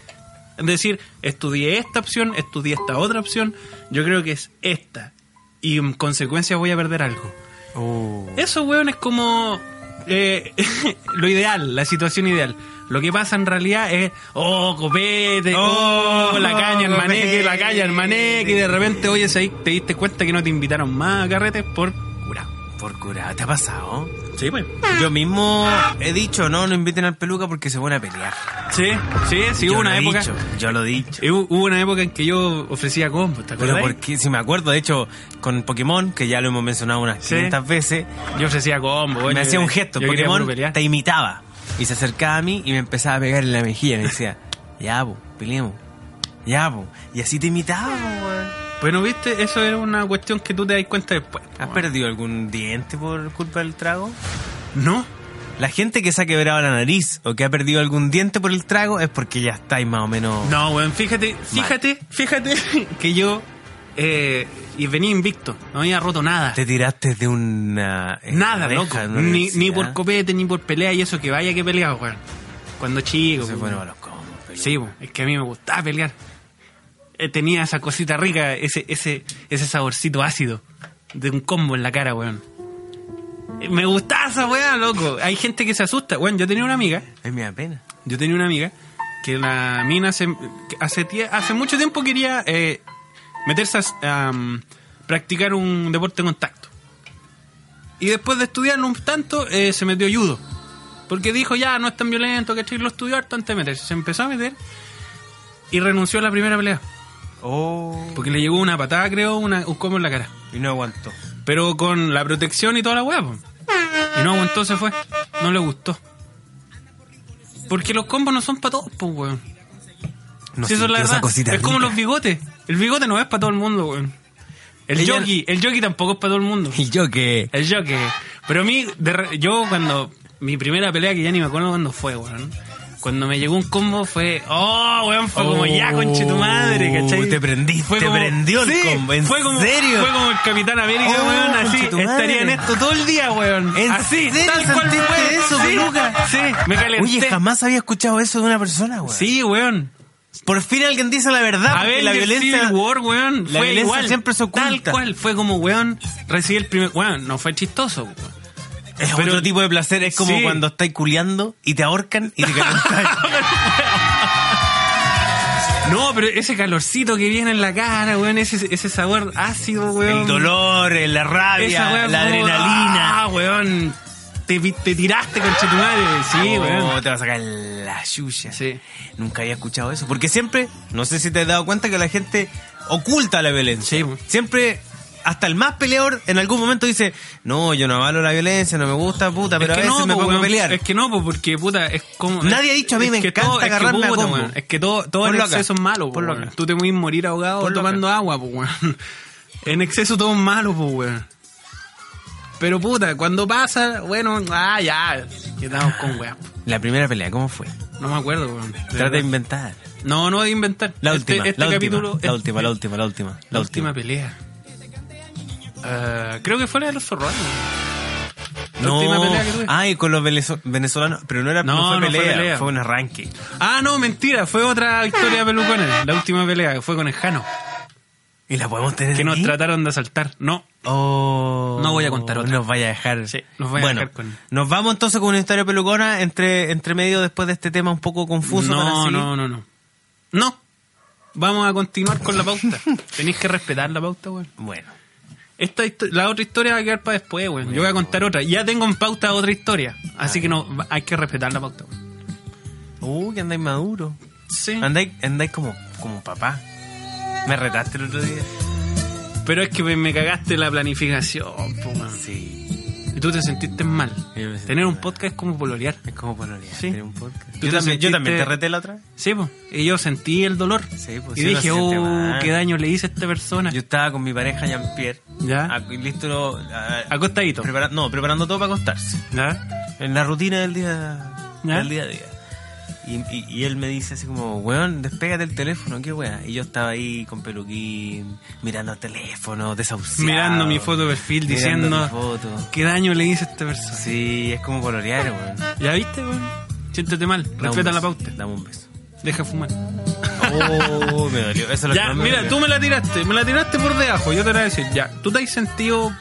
[SPEAKER 4] Es decir, estudié esta opción, estudié esta otra opción, yo creo que es
[SPEAKER 3] Oh,
[SPEAKER 4] esta. Y en consecuencia voy a perder algo. Eso, weón, es como eh, lo ideal, la situación ideal. Lo que pasa en realidad es, oh, copete, oh,
[SPEAKER 3] Oh,
[SPEAKER 4] la caña, el maneque,
[SPEAKER 3] copete.
[SPEAKER 4] la caña, el maneque, y de repente, oye, ahí te diste cuenta que no te invitaron más a carretes por cura.
[SPEAKER 3] Por curado, ¿te ha pasado?
[SPEAKER 4] Sí, pues.
[SPEAKER 3] Yo mismo he dicho, no, no inviten al peluca porque se van a pelear.
[SPEAKER 4] Sí, sí, sí,
[SPEAKER 3] Yo
[SPEAKER 4] hubo
[SPEAKER 3] lo
[SPEAKER 4] una
[SPEAKER 3] he
[SPEAKER 4] época.
[SPEAKER 3] dicho, yo lo he dicho.
[SPEAKER 4] Hubo hubo una época en que yo ofrecía combos, ¿te
[SPEAKER 3] Pero
[SPEAKER 4] acuerdas?
[SPEAKER 3] porque, si me acuerdo, de hecho, con Pokémon, que ya lo hemos mencionado unas
[SPEAKER 4] Sí.
[SPEAKER 3] 500 veces,
[SPEAKER 4] Yo ofrecía combos. oye,
[SPEAKER 3] me hacía un gesto,
[SPEAKER 4] yo quería puro
[SPEAKER 3] Pokémon
[SPEAKER 4] pelear.
[SPEAKER 3] te imitaba. Y se acercaba a mí y me empezaba a pegar en la mejilla. Me decía, ya, po, peleemos. Ya, po. Y así te imitaba, po, weón.
[SPEAKER 4] Bueno, viste, eso es una cuestión que tú te das cuenta después.
[SPEAKER 3] ¿Has perdido algún diente por culpa del trago?
[SPEAKER 4] No.
[SPEAKER 3] La gente que se ha quebrado la nariz o que ha perdido algún diente por el trago es porque ya estáis más o menos...
[SPEAKER 4] No, weón, fíjate, fíjate, fíjate que yo eh, y venía invicto, no había roto nada.
[SPEAKER 3] Te tiraste de una... eh,
[SPEAKER 4] nada,
[SPEAKER 3] reja
[SPEAKER 4] loco.
[SPEAKER 3] de una
[SPEAKER 4] Ni, ni
[SPEAKER 3] universidad.
[SPEAKER 4] por copete, ni por pelea y eso, que vaya que peleaba, weón. Cuando chico.
[SPEAKER 3] Se
[SPEAKER 4] weón.
[SPEAKER 3] fueron a los combos, pero-
[SPEAKER 4] Sí, weón, es que a mí me gustaba pelear. Eh, Tenía esa cosita rica, ese, ese, ese saborcito ácido de un combo en la cara, weón. Eh, Me gustaba esa weá, loco. Hay gente que se asusta. Bueno, yo tenía una amiga
[SPEAKER 3] Ay, me da pena.
[SPEAKER 4] Yo tenía una amiga que la mina hace, que hace, tie- hace mucho tiempo quería eh, meterse a am, practicar un deporte en contacto. Y después de estudiar un tanto, eh, se metió judo. Porque dijo, ya, no es tan violento, que lo estudió harto antes de meterse. Se empezó a meter y renunció a la primera pelea.
[SPEAKER 3] Oh.
[SPEAKER 4] Porque le llegó una patada, creo, una, un combo en la cara.
[SPEAKER 3] Y no aguantó.
[SPEAKER 4] Pero con la protección y toda la weá, po. Y no aguantó, se fue. No le gustó. Porque los combos no son para todos, pues, weón.
[SPEAKER 3] No
[SPEAKER 4] Sí, eso es
[SPEAKER 3] sintió esa
[SPEAKER 4] la verdad.
[SPEAKER 3] cosita
[SPEAKER 4] Es como
[SPEAKER 3] rica.
[SPEAKER 4] los bigotes. El bigote no es para todo el mundo, weón. El
[SPEAKER 3] Ella-
[SPEAKER 4] jockey, el jockey tampoco es para todo el mundo.
[SPEAKER 3] Y yo que...
[SPEAKER 4] El jockey. Pero a mí, de re- yo cuando. Mi primera pelea, que ya ni me acuerdo cuándo fue, weón. Cuando me llegó un combo fue. ¡Oh, weón! Fue como ya, conche tu madre, ¿cachai?
[SPEAKER 3] Oh, Te prendí, te prendió el
[SPEAKER 4] Sí,
[SPEAKER 3] combo, ¿en
[SPEAKER 4] fue como,
[SPEAKER 3] serio?
[SPEAKER 4] Fue como el Capitán América,
[SPEAKER 3] Oh,
[SPEAKER 4] weón. Así
[SPEAKER 3] conche tu madre.
[SPEAKER 4] estaría en esto todo el día, weón.
[SPEAKER 3] ¿En
[SPEAKER 4] así,
[SPEAKER 3] serio
[SPEAKER 4] tal cual
[SPEAKER 3] sentiste
[SPEAKER 4] fue.
[SPEAKER 3] eso,
[SPEAKER 4] sí,
[SPEAKER 3] peluca?
[SPEAKER 4] Sí, me calenté.
[SPEAKER 3] Oye, jamás había escuchado eso de una persona, weón.
[SPEAKER 4] Sí, weón.
[SPEAKER 3] Por fin alguien dice la verdad.
[SPEAKER 4] A
[SPEAKER 3] porque
[SPEAKER 4] ver,
[SPEAKER 3] la violencia.
[SPEAKER 4] Civil War, weón,
[SPEAKER 3] la
[SPEAKER 4] fue
[SPEAKER 3] violencia
[SPEAKER 4] igual.
[SPEAKER 3] siempre se oculta.
[SPEAKER 4] Tal cual, fue como, weón, recibí el primer... Weón, no fue chistoso, weón.
[SPEAKER 3] Es
[SPEAKER 4] Pero-
[SPEAKER 3] otro tipo de placer. Es como
[SPEAKER 4] Sí.
[SPEAKER 3] cuando estáis culeando y te ahorcan y te calentáis.
[SPEAKER 4] No, pero ese calorcito que viene en la cara, weón, ese, ese sabor ácido, weón.
[SPEAKER 3] el dolor, eh, la
[SPEAKER 4] Esa
[SPEAKER 3] rabia,
[SPEAKER 4] weón,
[SPEAKER 3] la
[SPEAKER 4] como,
[SPEAKER 3] adrenalina.
[SPEAKER 4] Ah, weón, te, pi- te tiraste con chetumare. Sí,
[SPEAKER 3] Oh,
[SPEAKER 4] weón.
[SPEAKER 3] te va a sacar la yuya.
[SPEAKER 4] Sí.
[SPEAKER 3] Nunca había escuchado eso. Porque siempre, no sé si te has dado cuenta que la gente oculta la violencia.
[SPEAKER 4] Sí, po.
[SPEAKER 3] Siempre, hasta el más peleador en algún momento dice, no, yo no avalo la violencia, no me gusta, puta, pero a veces me
[SPEAKER 4] po,
[SPEAKER 3] pongo a
[SPEAKER 4] pues, weón,
[SPEAKER 3] pelear.
[SPEAKER 4] Es que no, po, porque puta, es como.
[SPEAKER 3] Nadie ha dicho, a mí
[SPEAKER 4] es
[SPEAKER 3] me
[SPEAKER 4] que
[SPEAKER 3] encanta
[SPEAKER 4] todo- es que
[SPEAKER 3] agarrarme a
[SPEAKER 4] puta,
[SPEAKER 3] combo.
[SPEAKER 4] weón, Es que todo, todo en
[SPEAKER 3] Ponlo acá.
[SPEAKER 4] exceso es malo, po,
[SPEAKER 3] Ponlo
[SPEAKER 4] weón.
[SPEAKER 3] acá.
[SPEAKER 4] Tú te puedes morir ahogado
[SPEAKER 3] Ponlo
[SPEAKER 4] tomando agua, po, weón. En exceso todo es malo, po, weón. Pero puta, cuando pasa, bueno, ah, ya. Ya estamos con weón.
[SPEAKER 3] La primera pelea, ¿cómo fue?
[SPEAKER 4] No me acuerdo, weón. De
[SPEAKER 3] Trata de
[SPEAKER 4] verdad.
[SPEAKER 3] inventar.
[SPEAKER 4] No, no de inventar.
[SPEAKER 3] La
[SPEAKER 4] Este-
[SPEAKER 3] última,
[SPEAKER 4] este
[SPEAKER 3] la,
[SPEAKER 4] capítulo,
[SPEAKER 3] última la
[SPEAKER 4] este-
[SPEAKER 3] última, la última, la última, la
[SPEAKER 4] La
[SPEAKER 3] última.
[SPEAKER 4] última pelea. Ah, creo que fue la de los zorrones. La
[SPEAKER 3] No,
[SPEAKER 4] última pelea que tuve.
[SPEAKER 3] ay, con los venezo- venezolanos, pero no era
[SPEAKER 4] No,
[SPEAKER 3] no fue,
[SPEAKER 4] no fue
[SPEAKER 3] pelea, fue
[SPEAKER 4] pelea.
[SPEAKER 3] un arranque.
[SPEAKER 4] Ah, no, mentira, fue otra victoria pelucona. La última pelea que fue con el Jano,
[SPEAKER 3] Y la podemos tener
[SPEAKER 4] que nos
[SPEAKER 3] aquí?
[SPEAKER 4] trataron de asaltar. No,
[SPEAKER 3] Oh,
[SPEAKER 4] No voy a contar otra.
[SPEAKER 3] Nos vaya a dejar.
[SPEAKER 4] Sí, nos vaya a
[SPEAKER 3] bueno,
[SPEAKER 4] dejar con-
[SPEAKER 3] nos vamos entonces con una historia pelucona entre entre medio después de este tema un poco confuso para
[SPEAKER 4] no,
[SPEAKER 3] seguir.
[SPEAKER 4] no, no, no. No, vamos a continuar con la pauta. Tenéis que respetar la pauta, weón.
[SPEAKER 3] Bueno,
[SPEAKER 4] Esta histo- la otra historia va a quedar para después, weón. Yo voy a contar otra. Ya tengo en pauta otra historia,
[SPEAKER 3] Ah,
[SPEAKER 4] así que no, va- hay que respetar la pauta. weón.
[SPEAKER 3] uh, que andáis maduro.
[SPEAKER 4] Sí.
[SPEAKER 3] Andáis andáis como como papá. Me retaste el otro día.
[SPEAKER 4] Pero es que me, me cagaste la planificación, po, weón.
[SPEAKER 3] Sí.
[SPEAKER 4] Y tú te sentiste mal.
[SPEAKER 3] Yo me sentí
[SPEAKER 4] Tener un
[SPEAKER 3] mal.
[SPEAKER 4] podcast es como pololear.
[SPEAKER 3] Es como pololear,
[SPEAKER 4] Sí.
[SPEAKER 3] tener un podcast.
[SPEAKER 4] ¿Tú
[SPEAKER 3] Yo
[SPEAKER 4] te
[SPEAKER 3] también, yo también te
[SPEAKER 4] sentiste-
[SPEAKER 3] reté la otra vez.
[SPEAKER 4] Sí, pues. Y yo sentí el dolor.
[SPEAKER 3] Sí, po,
[SPEAKER 4] Y
[SPEAKER 3] sí, uno
[SPEAKER 4] dije,
[SPEAKER 3] se siente
[SPEAKER 4] oh,
[SPEAKER 3] mal".
[SPEAKER 4] qué daño le hice a esta persona.
[SPEAKER 3] Yo estaba con mi pareja Jean-Pierre.
[SPEAKER 4] ¿Ya? Ah,
[SPEAKER 3] ac- Listo. lo- a-
[SPEAKER 4] Acostadito.
[SPEAKER 3] prepara- no, preparando todo para acostarse.
[SPEAKER 4] ¿Ya?
[SPEAKER 3] En la rutina del día,
[SPEAKER 4] ¿Ya?
[SPEAKER 3] del día a día. Y, y- y él me dice así como, weón, despégate el teléfono, qué weá. Y yo estaba ahí con peluquín, mirando el teléfono, desahuciado.
[SPEAKER 4] Mirando mi foto de perfil,
[SPEAKER 3] ah, mirando
[SPEAKER 4] diciendo,
[SPEAKER 3] mi foto.
[SPEAKER 4] qué daño le hice a esta persona.
[SPEAKER 3] Sí, es como colorear, weón. Dame
[SPEAKER 4] ¿Ya viste, weón? Siéntete mal.
[SPEAKER 3] un
[SPEAKER 4] Respeta la
[SPEAKER 3] beso,
[SPEAKER 4] pauta.
[SPEAKER 3] Dame un beso.
[SPEAKER 4] Deja fumar.
[SPEAKER 3] Oh, me dolió. Eso es lo que
[SPEAKER 4] Ya,
[SPEAKER 3] más me
[SPEAKER 4] mira,
[SPEAKER 3] dolió.
[SPEAKER 4] tú me la tiraste. Me la tiraste por debajo. Yo te la voy a decir, ya. ¿Tú te has sentido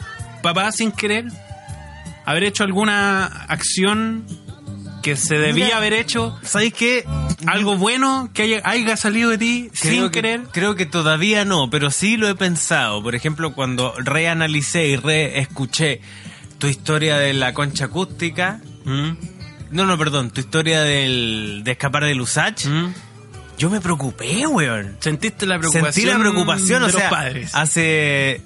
[SPEAKER 4] papá sin querer? haber hecho alguna acción que se debía
[SPEAKER 3] Mira.
[SPEAKER 4] haber hecho,
[SPEAKER 3] ¿Sabéis qué?
[SPEAKER 4] algo bueno que haya, haya salido de ti sin
[SPEAKER 3] que,
[SPEAKER 4] querer.
[SPEAKER 3] Creo que todavía no, pero sí lo he pensado. Por ejemplo, cuando reanalicé y reescuché tu historia de la concha acústica.
[SPEAKER 4] Mm,
[SPEAKER 3] No, no, perdón, tu historia del, de escapar del Usach.
[SPEAKER 4] mm.
[SPEAKER 3] Yo me preocupé, weón.
[SPEAKER 4] Sentiste la preocupación.
[SPEAKER 3] Sentí la preocupación,
[SPEAKER 4] de
[SPEAKER 3] o sea,
[SPEAKER 4] los padres.
[SPEAKER 3] hace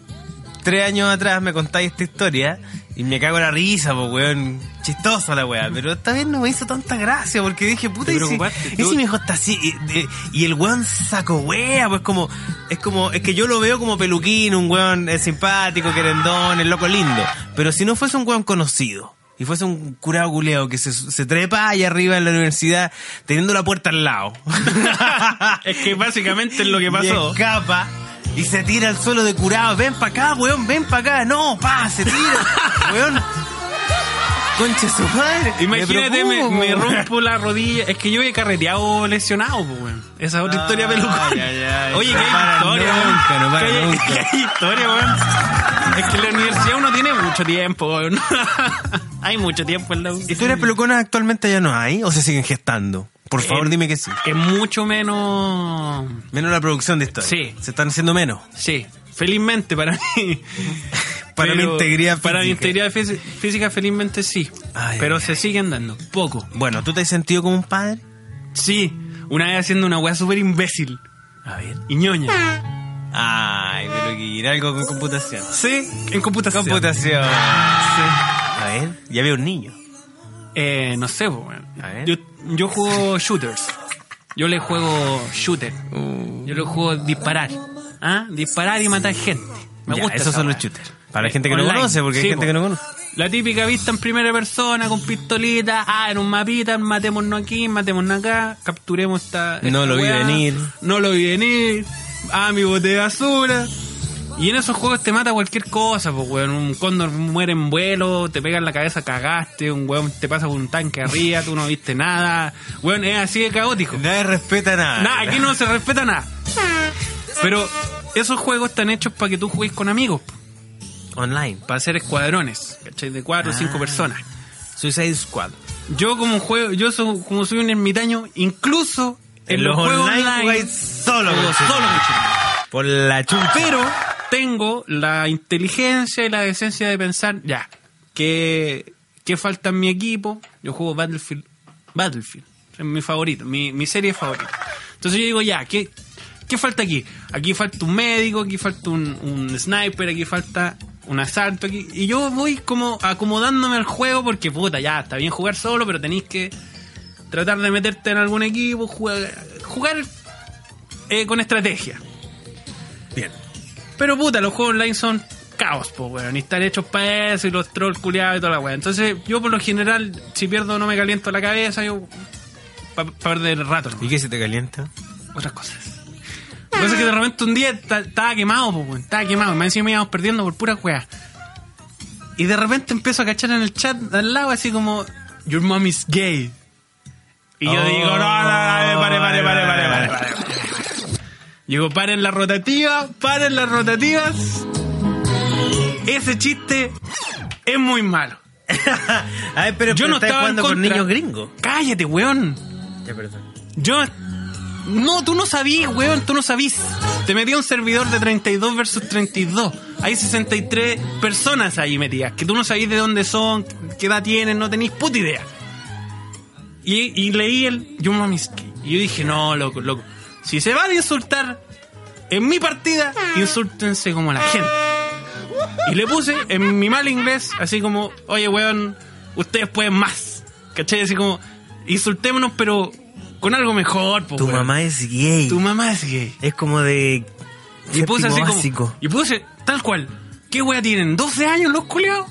[SPEAKER 3] tres años atrás me contáis esta historia y me cago en la risa, pues, weón. Chistosa la weá, pero esta vez no me hizo tanta gracia porque dije, puta,
[SPEAKER 4] Te
[SPEAKER 3] y si,
[SPEAKER 4] preocupaste,
[SPEAKER 3] y
[SPEAKER 4] tú-
[SPEAKER 3] si mi hijo está así, y, de- y el weón saco wea, pues como, es como, es que yo lo veo como peluquín, un weón eh, simpático, querendón, el loco lindo, pero si no fuese un weón conocido. Y fuese un curado culeado que se, se trepa allá arriba en la universidad teniendo la puerta al lado.
[SPEAKER 4] es que básicamente es lo que pasó.
[SPEAKER 3] Y escapa y se tira al suelo de curado. Ven para acá, weón, ven para acá. No, pa, se tira. weón. Conche su madre. Me
[SPEAKER 4] Imagínate, me,
[SPEAKER 3] preocupo,
[SPEAKER 4] me
[SPEAKER 3] weón.
[SPEAKER 4] rompo la rodilla. Es que yo he carreteado lesionado, pues, weón. Esa es otra
[SPEAKER 3] Ah,
[SPEAKER 4] historia pelucón.
[SPEAKER 3] ya, ya,
[SPEAKER 4] Oye,
[SPEAKER 3] no
[SPEAKER 4] qué
[SPEAKER 3] para
[SPEAKER 4] historia, weón.
[SPEAKER 3] nunca, no para
[SPEAKER 4] Qué-
[SPEAKER 3] nunca.
[SPEAKER 4] qué historia, weón. Es que en la universidad uno tiene mucho tiempo, weón. Hay mucho tiempo en la
[SPEAKER 3] ¿Y tú eres peluconas actualmente ya no hay o se siguen gestando? Por favor,
[SPEAKER 4] Eh,
[SPEAKER 3] dime que sí.
[SPEAKER 4] Es mucho menos.
[SPEAKER 3] Menos la producción de historia.
[SPEAKER 4] sí.
[SPEAKER 3] Se están haciendo menos.
[SPEAKER 4] Sí, felizmente para mí.
[SPEAKER 3] Para mi integridad
[SPEAKER 4] Para mi
[SPEAKER 3] física. Ah,
[SPEAKER 4] integridad fisi- física, felizmente sí.
[SPEAKER 3] Ay,
[SPEAKER 4] pero
[SPEAKER 3] ay,
[SPEAKER 4] se siguen dando. Poco.
[SPEAKER 3] Bueno, ¿tú te has sentido como un padre?
[SPEAKER 4] Sí, una vez haciendo una weá súper imbécil.
[SPEAKER 3] A ver.
[SPEAKER 4] Y ñoña.
[SPEAKER 3] Ay, pero que ir algo con computación.
[SPEAKER 4] Sí, en computación.
[SPEAKER 3] Computación.
[SPEAKER 4] Sí.
[SPEAKER 3] A ver, ya veo un niño.
[SPEAKER 4] Eh, no sé, po, weón.
[SPEAKER 3] A ver.
[SPEAKER 4] Yo, yo juego shooters. Yo le juego shooter.
[SPEAKER 3] Uh.
[SPEAKER 4] Yo le juego disparar. ¿Ah? Disparar y matar gente. Me
[SPEAKER 3] Ya,
[SPEAKER 4] gusta.
[SPEAKER 3] esos
[SPEAKER 4] esa
[SPEAKER 3] son los
[SPEAKER 4] weá.
[SPEAKER 3] shooters. Para la gente que no conoce, porque hay gente que no conoce.
[SPEAKER 4] La típica vista en primera persona con pistolita, ah, en un mapita, matémonos aquí, matémonos acá, capturemos esta. esta
[SPEAKER 3] No lo vi
[SPEAKER 4] weá,
[SPEAKER 3] venir.
[SPEAKER 4] No lo vi venir, ah, mi bote de basura. Y en esos juegos te mata cualquier cosa, pues, weón. Un cóndor muere en vuelo, te pega en la cabeza, cagaste, un weón te pasa por un tanque arriba, tú no viste nada. Weón, es así de caótico.
[SPEAKER 3] Nadie respeta nada.
[SPEAKER 4] Nada, aquí no se respeta nada. Pero esos juegos están hechos para que tú juegues con amigos, po,
[SPEAKER 3] Online.
[SPEAKER 4] para hacer escuadrones, ¿cachai? De cuatro o cinco personas.
[SPEAKER 3] Suicide Squad.
[SPEAKER 4] Yo como juego, yo so- como soy un ermitaño, incluso en, los, juegos online,
[SPEAKER 3] jugáis solo,
[SPEAKER 4] juego
[SPEAKER 3] coche.
[SPEAKER 4] solo, coche.
[SPEAKER 3] Por la chucha.
[SPEAKER 4] pero tengo la inteligencia y la decencia de pensar, ya, que, que falta en mi equipo, yo juego Battlefield, Battlefield, es mi favorito, mi, mi serie favorita. Entonces yo digo, ya, ¿qué, ¿qué falta aquí? Aquí falta un médico, aquí falta un, un sniper, aquí falta un asalto, aquí, y yo voy como acomodándome al juego porque, puta, ya, está bien jugar solo, pero tenéis que tratar de meterte en algún equipo, jugar, jugar eh, con estrategia. Bien. Pero puta, los juegos online son caos, pues, weón. Y están hechos para eso y los trolls culiados y toda la weón. Entonces, yo por lo general, si pierdo no me caliento la cabeza, yo. Para perder el rato, nomás.
[SPEAKER 3] ¿Y qué se te calienta?
[SPEAKER 4] otras cosas. Lo que pasa es que de repente un día ta- estaba quemado, pues, weón. Estaba quemado. Me encima íbamos perdiendo por pura weá. Y de repente empiezo a cachar en el chat de al lado, así como, Your mom is gay. Y yo
[SPEAKER 3] Oh,
[SPEAKER 4] digo, no, no, no, pare, pare, pare, pare, pare, pare. Digo, paren las rotativas, paren las rotativas. Ese chiste es muy malo.
[SPEAKER 3] Ay, pero,
[SPEAKER 4] Yo no
[SPEAKER 3] estás
[SPEAKER 4] estaba en
[SPEAKER 3] jugando con
[SPEAKER 4] contra.
[SPEAKER 3] niños gringos.
[SPEAKER 4] Cállate, weón.
[SPEAKER 3] Ya, perdón.
[SPEAKER 4] Yo. No, tú no sabías, weón, tú no sabías. Te metí a un servidor de 32 versus 32. Hay 63 personas ahí metidas, que tú no sabías de dónde son, qué edad tienen, no tenéis puta idea. Y, y leí el Yo Mamiski. Y yo dije, no, loco, loco. Si se van a insultar en mi partida, insúltense como la gente. Y le puse en mi mal inglés, así como, oye, weón, ustedes pueden más. ¿Cachai? Así como, insultémonos, pero con algo mejor, po,
[SPEAKER 3] Tu
[SPEAKER 4] weón.
[SPEAKER 3] mamá es gay.
[SPEAKER 4] Tu mamá es gay.
[SPEAKER 3] Es como de.
[SPEAKER 4] Y puse así
[SPEAKER 3] séptimo
[SPEAKER 4] como,
[SPEAKER 3] básico.
[SPEAKER 4] y puse, tal cual, ¿qué wea tienen? ¿12 años los culiados?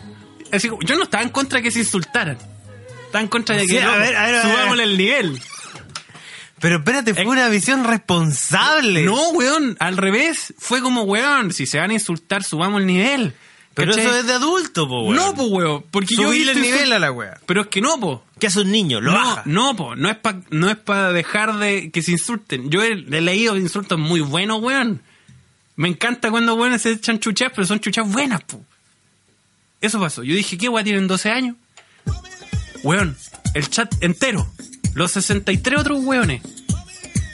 [SPEAKER 4] Así como, yo no estaba en contra de que se insultaran. Estaba en contra de que
[SPEAKER 3] Sí, a
[SPEAKER 4] loco,
[SPEAKER 3] ver, a ver, a ver.
[SPEAKER 4] subámosle el nivel.
[SPEAKER 3] Pero espérate, fue
[SPEAKER 4] Eh,
[SPEAKER 3] una visión responsable.
[SPEAKER 4] No, weón, al revés. Fue como, weón, si se van a insultar, subamos el nivel.
[SPEAKER 3] Pero
[SPEAKER 4] ¿Cachai?
[SPEAKER 3] eso es de adulto, po, weón.
[SPEAKER 4] No, po, weón. Porque yo
[SPEAKER 3] Subirle
[SPEAKER 4] vi
[SPEAKER 3] el nivel a la wea.
[SPEAKER 4] Pero es que no, po.
[SPEAKER 3] ¿Qué hace un niño? Lo
[SPEAKER 4] no,
[SPEAKER 3] baja.
[SPEAKER 4] no, po. No es para no es pa dejar de que se insulten. Yo he, he leído insultos muy buenos, weón. Me encanta cuando weones se echan chuchas, pero son chuchas buenas, po. Eso pasó. Yo dije, ¿qué weá tienen 12 años? Weón, el chat entero. Los 63 otros weones.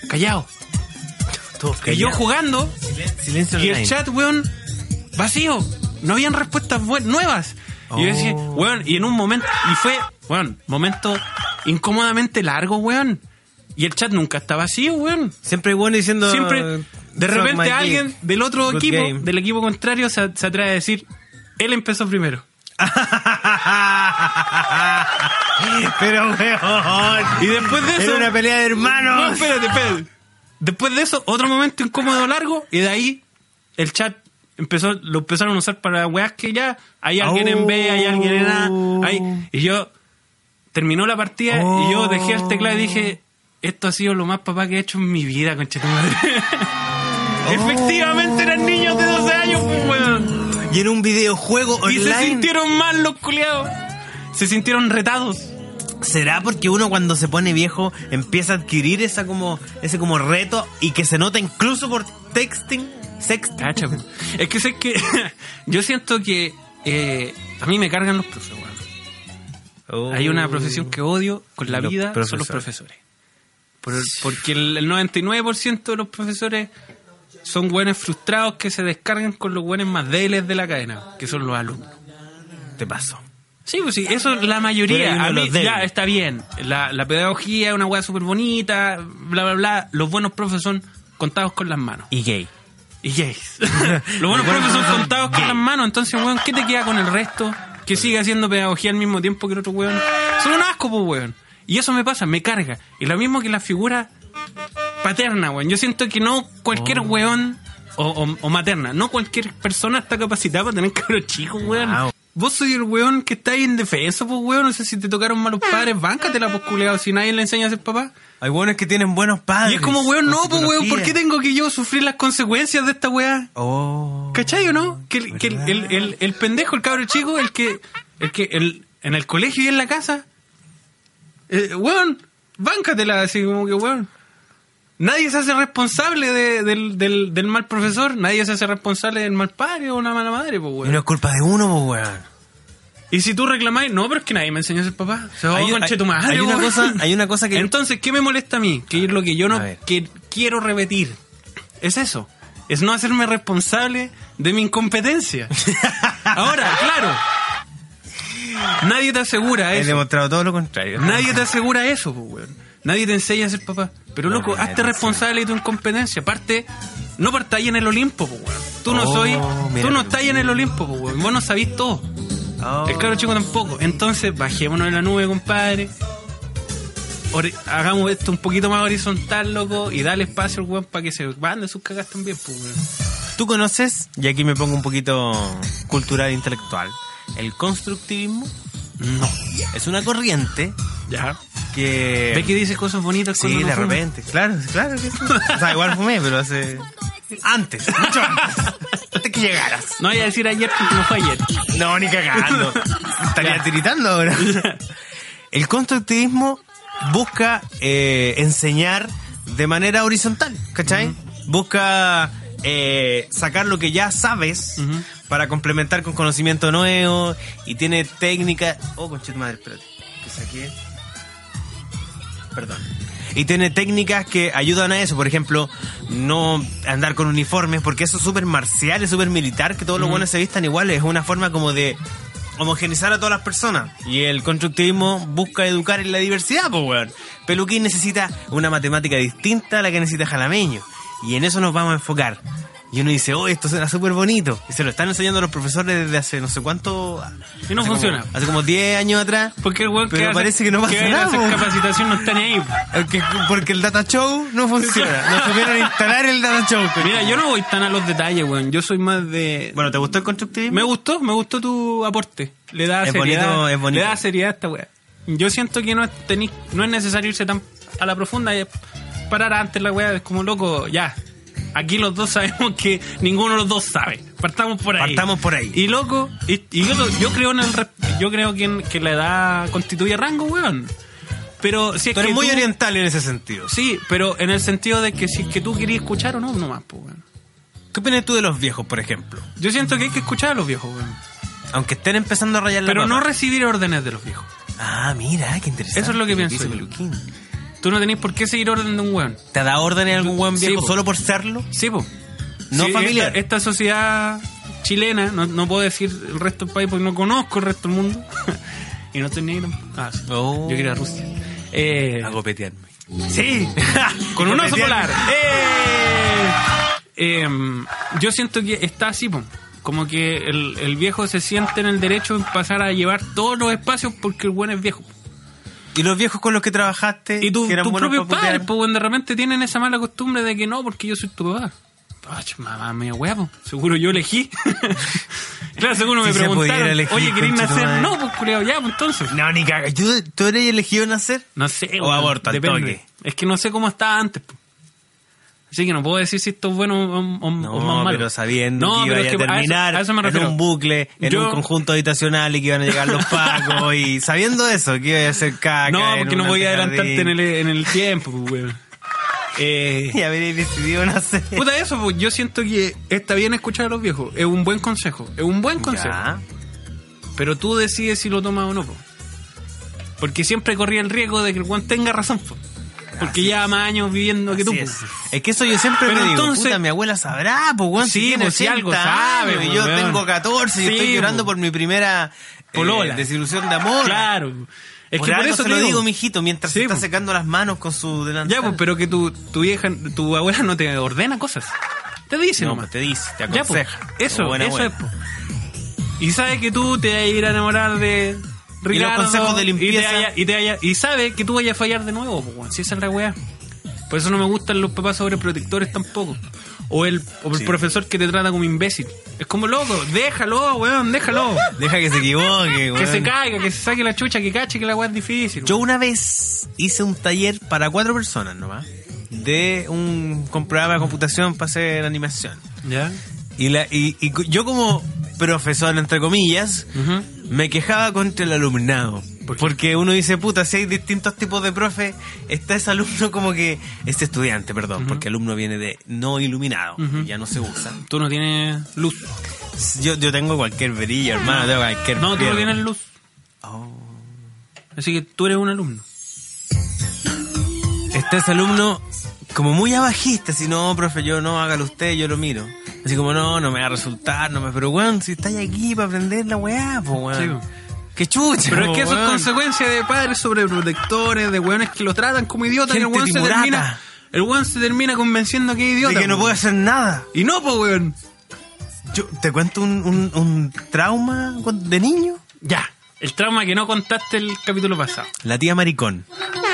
[SPEAKER 4] Callao.
[SPEAKER 3] Todos
[SPEAKER 4] Y yo
[SPEAKER 3] callados.
[SPEAKER 4] jugando.
[SPEAKER 3] Silencio
[SPEAKER 4] Y el
[SPEAKER 3] online.
[SPEAKER 4] chat, weón, vacío. No habían respuestas buen- nuevas. Y yo decía,
[SPEAKER 3] Oh.
[SPEAKER 4] weón, y en un momento, y fue, weón, momento incómodamente largo, weón. Y el chat nunca está vacío, weón.
[SPEAKER 3] Siempre hay bueno diciendo.
[SPEAKER 4] Siempre, de
[SPEAKER 3] "Suck my
[SPEAKER 4] repente
[SPEAKER 3] dick".
[SPEAKER 4] alguien del otro
[SPEAKER 3] Good
[SPEAKER 4] equipo,
[SPEAKER 3] game.
[SPEAKER 4] del equipo contrario, se, se atreve a decir, él empezó primero.
[SPEAKER 3] Pero weón.
[SPEAKER 4] Y después de
[SPEAKER 3] Era
[SPEAKER 4] eso...
[SPEAKER 3] una pelea de
[SPEAKER 4] No,
[SPEAKER 3] hermanos.
[SPEAKER 4] espérate, espérate. Después de eso, otro momento incómodo largo, y de ahí el chat empezó, lo empezaron a usar para weas que ya hay alguien en B, hay alguien en A, hay- y yo terminó la partida y yo dejé el teclado y dije, esto ha sido lo más papá que he hecho en mi vida, concha tu madre. Efectivamente eran niños de 12 años, pues, weón.
[SPEAKER 3] Y en un videojuego
[SPEAKER 4] Y se
[SPEAKER 3] online.
[SPEAKER 4] sintieron mal los culiados. Se sintieron retados.
[SPEAKER 3] ¿Será porque uno cuando se pone viejo empieza a adquirir esa como, ese como reto y que se nota incluso por texting? Sexting.
[SPEAKER 4] Cacha, pues. Es que sé que yo siento que eh, a mí me cargan los profes, weón. Hay una profesión que odio con la
[SPEAKER 3] Oh. Los
[SPEAKER 4] vida, son los profesores. Por- porque el, el 99% de los profesores son buenos frustrados que se descargan con los buenos más débiles de la cadena, que son los alumnos.
[SPEAKER 3] Uh, Te paso.
[SPEAKER 4] Sí, pues sí, eso la
[SPEAKER 3] Pero hay uno
[SPEAKER 4] mayoría. A
[SPEAKER 3] de
[SPEAKER 4] mí,
[SPEAKER 3] los débiles.
[SPEAKER 4] ya, está bien. La, la pedagogía es una weá súper bonita, bla, bla, bla. Los buenos profes son contados con las manos.
[SPEAKER 3] Y gay.
[SPEAKER 4] Y gays. Los buenos profes son contados con las manos, entonces, weón, ¿qué te queda con el resto? Que sigue haciendo pedagogía al mismo tiempo que el otro weón. Son un asco, pues, weón. Y eso me pasa, me carga. Y lo mismo que la figura paterna, weón. Yo siento que no
[SPEAKER 3] Oh.
[SPEAKER 4] cualquier weón o, o- o materna, no cualquier persona está capacitada para tener cabros chicos, weón.
[SPEAKER 3] Wow.
[SPEAKER 4] Vos soy el weón que está ahí indefenso, pues, weón. No sé si te tocaron malos padres, báncatela, pues, culeado. Si nadie le enseña a ser papá.
[SPEAKER 3] Hay buenos que tienen buenos padres.
[SPEAKER 4] Y es como, weón, no,
[SPEAKER 3] Ah, con
[SPEAKER 4] pues, weón, ¿por
[SPEAKER 3] psicología.
[SPEAKER 4] qué tengo que yo sufrir las consecuencias de esta weá?
[SPEAKER 3] Oh.
[SPEAKER 4] ¿Cachai o no? Que, el, que el, el- el- el pendejo, el cabro chico, el que, el que el, en el colegio y en la casa, eh, weón, báncatela, así como que weón. Nadie se hace responsable de- del, del- del mal profesor, nadie se hace responsable del mal padre o una mala madre, pues
[SPEAKER 3] Y no
[SPEAKER 4] weón.
[SPEAKER 3] es culpa de uno, pues, weón.
[SPEAKER 4] Y si tú reclamáis, no, pero es que nadie me enseñó a ser papá. Se va
[SPEAKER 3] Hay-
[SPEAKER 4] conche
[SPEAKER 3] hay-
[SPEAKER 4] tu madre,
[SPEAKER 3] hay una
[SPEAKER 4] weón.
[SPEAKER 3] cosa- hay una cosa que-
[SPEAKER 4] Entonces, ¿qué me molesta a mí? Que es lo que yo no
[SPEAKER 3] A ver.
[SPEAKER 4] que quiero repetir. Es eso. Es no hacerme responsable de mi incompetencia. Ahora, claro. Nadie te asegura
[SPEAKER 3] He
[SPEAKER 4] eso.
[SPEAKER 3] demostrado todo lo contrario.
[SPEAKER 4] Nadie te asegura eso, pues, weón. Nadie te enseña a ser papá. Pero,
[SPEAKER 3] No,
[SPEAKER 4] loco,
[SPEAKER 3] nadie
[SPEAKER 4] hazte
[SPEAKER 3] te
[SPEAKER 4] responsable de tu incompetencia. Aparte, no partáis en el Olimpo, pues, weón. Tú no
[SPEAKER 3] Oh,
[SPEAKER 4] soy,
[SPEAKER 3] mira
[SPEAKER 4] tú no
[SPEAKER 3] tú.
[SPEAKER 4] estás en el Olimpo, pues, weón. Vos no sabís todo.
[SPEAKER 3] Oh.
[SPEAKER 4] El cabro chico tampoco. Entonces, bajémonos de la nube, compadre. Ori- hagamos esto un poquito más horizontal, loco. Y dale espacio al weón para que se van de sus cagas también, pues, weón.
[SPEAKER 3] ¿Tú conoces, y aquí me pongo un poquito cultural e intelectual, el constructivismo?
[SPEAKER 4] No.
[SPEAKER 3] Es una corriente
[SPEAKER 4] Ya.
[SPEAKER 3] que...
[SPEAKER 4] Ve que dice cosas bonitas
[SPEAKER 3] Sí,
[SPEAKER 4] cuando no
[SPEAKER 3] de
[SPEAKER 4] fuma.
[SPEAKER 3] repente, claro, claro que sí. O sea, igual fumé, pero hace... Antes, mucho antes. Antes que llegaras.
[SPEAKER 4] No voy a decir ayer porque no fue ayer.
[SPEAKER 3] No, ni cagando. Estaría tiritando ahora. El constructivismo busca eh, enseñar de manera horizontal, ¿cachai? Busca eh, sacar lo que ya sabes
[SPEAKER 4] Ujú.
[SPEAKER 3] para complementar con conocimiento nuevo y tiene técnicas... Oh, conchito madre, espérate. Que saqué... Perdón. Y tiene técnicas que ayudan a eso. Por ejemplo, no andar con uniformes, porque eso es súper marcial, es súper militar, que todos los buenos se vistan iguales. Es una forma como de homogenizar a todas las personas. Y el constructivismo busca educar en la diversidad, pues, weón. Peluquín necesita una matemática distinta a la que necesita Jalameño. Y en eso nos vamos a enfocar. Y uno dice, oh, esto suena súper bonito. Y se lo están enseñando los profesores desde hace no sé cuánto...
[SPEAKER 4] Y no
[SPEAKER 3] hace como-
[SPEAKER 4] funciona.
[SPEAKER 3] hace como 10 años atrás.
[SPEAKER 4] Porque el weón
[SPEAKER 3] Pero
[SPEAKER 4] va a hacer-
[SPEAKER 3] parece que no pasa
[SPEAKER 4] va a ir a
[SPEAKER 3] nada,
[SPEAKER 4] hacer
[SPEAKER 3] weón.
[SPEAKER 4] capacitación no está ni ahí. po.
[SPEAKER 3] Porque, porque el Data Show no funciona. No supieron instalar el Data Show. coño.
[SPEAKER 4] Mira, yo no voy tan a los detalles, weón. Yo soy más de.
[SPEAKER 3] Bueno, ¿te gustó el constructivismo?
[SPEAKER 4] Me gustó, me gustó tu aporte. Le da
[SPEAKER 3] Es
[SPEAKER 4] seriedad.
[SPEAKER 3] bonito, es bonito.
[SPEAKER 4] Le da seriedad a esta weá. Yo siento que no es, teni- no es necesario irse tan a la profunda y parar antes la weá. Es como loco, ya. Aquí los dos sabemos que ninguno de los dos sabe. Partamos por ahí.
[SPEAKER 3] Partamos por ahí.
[SPEAKER 4] Y loco, y, y yo, yo creo en el res- yo creo que, en- que la edad constituye rango, weón. Pero si es
[SPEAKER 3] Tú eres
[SPEAKER 4] que
[SPEAKER 3] muy
[SPEAKER 4] tú-
[SPEAKER 3] oriental en ese sentido.
[SPEAKER 4] Sí, pero en el sentido de que si es que tú querías escuchar o no, nomás, pues, weón.
[SPEAKER 3] ¿Qué opinas tú de los viejos, por ejemplo?
[SPEAKER 4] Yo siento que hay que escuchar a los viejos, weón.
[SPEAKER 3] Aunque estén empezando a rayar la
[SPEAKER 4] Pero
[SPEAKER 3] papa.
[SPEAKER 4] no recibir órdenes de los viejos.
[SPEAKER 3] Ah, mira, qué interesante.
[SPEAKER 4] Eso es lo que pienso
[SPEAKER 3] Dice
[SPEAKER 4] yo.
[SPEAKER 3] Peluquín.
[SPEAKER 4] Tú no tenés por qué seguir orden de un weón.
[SPEAKER 3] ¿Te da órdenes algún buen
[SPEAKER 4] Sí,
[SPEAKER 3] viejo
[SPEAKER 4] po.
[SPEAKER 3] solo por serlo?
[SPEAKER 4] Sí, po.
[SPEAKER 3] No
[SPEAKER 4] Sí,
[SPEAKER 3] familiar.
[SPEAKER 4] Esta, esta sociedad chilena, no, no puedo decir el resto del país porque no conozco el resto del mundo. y no estoy ni ahí tampoco. Ah, sí.
[SPEAKER 3] Oh.
[SPEAKER 4] Yo quiero ir a Rusia. Eh,
[SPEAKER 3] A copetearme.
[SPEAKER 4] sí, con un oso
[SPEAKER 3] Copetearme.
[SPEAKER 4] polar. Eh, em, yo siento que está así, po. Como que el, el viejo se siente en el derecho de pasar a llevar todos los espacios porque el buen es viejo.
[SPEAKER 3] ¿Y los viejos con los que trabajaste?
[SPEAKER 4] Y tu,
[SPEAKER 3] que eran
[SPEAKER 4] tus
[SPEAKER 3] buenos
[SPEAKER 4] propios
[SPEAKER 3] para putear?
[SPEAKER 4] padres, pues, cuando de repente tienen esa mala costumbre de que no, porque yo soy tu papá. Pach, mamá mía, huevo, seguro yo elegí. claro, seguro
[SPEAKER 3] Si
[SPEAKER 4] me
[SPEAKER 3] se
[SPEAKER 4] preguntaron,
[SPEAKER 3] pudiera elegir,
[SPEAKER 4] oye, ¿querés
[SPEAKER 3] concha tu
[SPEAKER 4] nacer?
[SPEAKER 3] madre.
[SPEAKER 4] No, pues, culiao, ya, pues, entonces.
[SPEAKER 3] No, ni caga. ¿Tú, tú eres elegido nacer?
[SPEAKER 4] No sé,
[SPEAKER 3] O
[SPEAKER 4] weón,
[SPEAKER 3] aborto al
[SPEAKER 4] depende.
[SPEAKER 3] toque.
[SPEAKER 4] Es que no sé cómo estaba antes, pues. Así que no puedo decir si esto es bueno o, o- o más malo.
[SPEAKER 3] pero sabiendo que iba
[SPEAKER 4] pero es
[SPEAKER 3] a
[SPEAKER 4] que
[SPEAKER 3] terminar
[SPEAKER 4] a eso, a eso me
[SPEAKER 3] en
[SPEAKER 4] refiero.
[SPEAKER 3] un bucle, en
[SPEAKER 4] Yo-
[SPEAKER 3] un conjunto habitacional y que iban a llegar los pacos y sabiendo eso, que iba a hacer caca.
[SPEAKER 4] No,
[SPEAKER 3] en
[SPEAKER 4] porque
[SPEAKER 3] un
[SPEAKER 4] no voy a
[SPEAKER 3] antejardín.
[SPEAKER 4] adelantarte en el, en el tiempo, pues, weón. Eh,
[SPEAKER 3] Y habréis decidido nacer.
[SPEAKER 4] Puta, eso, pues, yo siento que está bien escuchar a los viejos. Es un buen consejo. Es un buen consejo.
[SPEAKER 3] Ya.
[SPEAKER 4] Pero tú decides si lo tomas o no, po. Porque siempre corría el riesgo de que el Juan tenga razón, po. Porque lleva más años viviendo que tú,
[SPEAKER 3] Así
[SPEAKER 4] po.
[SPEAKER 3] es. Es que eso yo siempre
[SPEAKER 4] Pero
[SPEAKER 3] me
[SPEAKER 4] entonces-
[SPEAKER 3] digo, puta, mi abuela sabrá, pues weón,
[SPEAKER 4] Sí,
[SPEAKER 3] si tiene
[SPEAKER 4] pues, si
[SPEAKER 3] 80
[SPEAKER 4] algo sabe,
[SPEAKER 3] años,
[SPEAKER 4] pues,
[SPEAKER 3] y yo
[SPEAKER 4] weón.
[SPEAKER 3] tengo 14 y
[SPEAKER 4] Sí,
[SPEAKER 3] estoy llorando
[SPEAKER 4] pues.
[SPEAKER 3] por mi primera eh,
[SPEAKER 4] Polola.
[SPEAKER 3] desilusión de amor.
[SPEAKER 4] Claro. Es
[SPEAKER 3] Por
[SPEAKER 4] que por
[SPEAKER 3] algo se
[SPEAKER 4] eso te
[SPEAKER 3] lo digo,
[SPEAKER 4] digo,
[SPEAKER 3] mijito, mientras
[SPEAKER 4] Sí,
[SPEAKER 3] se está
[SPEAKER 4] pues.
[SPEAKER 3] secando las manos con su delantal.
[SPEAKER 4] Ya, pues, pero que tu, tu vieja, tu abuela no te ordena cosas. Te dice
[SPEAKER 3] No,
[SPEAKER 4] nomás.
[SPEAKER 3] pues, te dice, te
[SPEAKER 4] Ya, pues,
[SPEAKER 3] aconseja. Como
[SPEAKER 4] Eso,
[SPEAKER 3] buena
[SPEAKER 4] eso
[SPEAKER 3] abuela.
[SPEAKER 4] es, po. Y sabe que tú te vas a ir a enamorar de Ricardo.
[SPEAKER 3] consejos de
[SPEAKER 4] Y, te
[SPEAKER 3] limpieza.
[SPEAKER 4] vaya- y, te vaya- y sabe que tú vayas a fallar de nuevo, po, weón. Si esa es la weá. Por eso no me gustan los papás sobreprotectores tampoco. O el, o el profesor que te trata como imbécil. Es como loco, déjalo, weón, déjalo.
[SPEAKER 3] Deja que se equivoque,
[SPEAKER 4] que
[SPEAKER 3] weón.
[SPEAKER 4] se caiga, que se saque la chucha, que cache que la weá es difícil.
[SPEAKER 3] Yo una vez hice un taller para cuatro personas nomás. De un con programa de computación para hacer animación.
[SPEAKER 4] weón. ¿Ya?
[SPEAKER 3] Y, la, y, y cu- yo como profesor, entre comillas,
[SPEAKER 4] Ujú.
[SPEAKER 3] me quejaba contra el alumnado.
[SPEAKER 4] ¿Por qué?
[SPEAKER 3] Porque uno dice, puta, si hay distintos tipos de profe, está ese alumno como que, este estudiante, perdón, porque alumno viene de no iluminado,
[SPEAKER 4] Ujú.
[SPEAKER 3] ya no se usa.
[SPEAKER 4] Tú no tienes luz.
[SPEAKER 3] Yo, yo tengo cualquier verilla, hermano, tengo cualquier...
[SPEAKER 4] No, tú no
[SPEAKER 3] pierna.
[SPEAKER 4] tienes luz.
[SPEAKER 3] Oh.
[SPEAKER 4] Así que tú eres un alumno.
[SPEAKER 3] Está ese alumno como muy abajista, si no, profe, yo no, hágalo usted, yo lo miro. Así como, no, no me va a resultar, no me... Pero, weón, si estáis aquí para aprender la weá, pues,
[SPEAKER 4] Sí,
[SPEAKER 3] weón.
[SPEAKER 4] po.
[SPEAKER 3] Qué chucha,
[SPEAKER 4] Pero es
[SPEAKER 3] po,
[SPEAKER 4] que eso es
[SPEAKER 3] weón.
[SPEAKER 4] consecuencia de padres sobreprotectores, de weones que lo tratan como idiota y el
[SPEAKER 3] Gente
[SPEAKER 4] weón se
[SPEAKER 3] timorata.
[SPEAKER 4] termina. El weón se termina convenciendo que es
[SPEAKER 3] De
[SPEAKER 4] idiota.
[SPEAKER 3] que no
[SPEAKER 4] po.
[SPEAKER 3] puede hacer nada.
[SPEAKER 4] Y no, pues weón.
[SPEAKER 3] Yo te cuento un, un- un trauma cu- de niño.
[SPEAKER 4] Ya. El trauma que no contaste el capítulo pasado.
[SPEAKER 3] La tía maricón.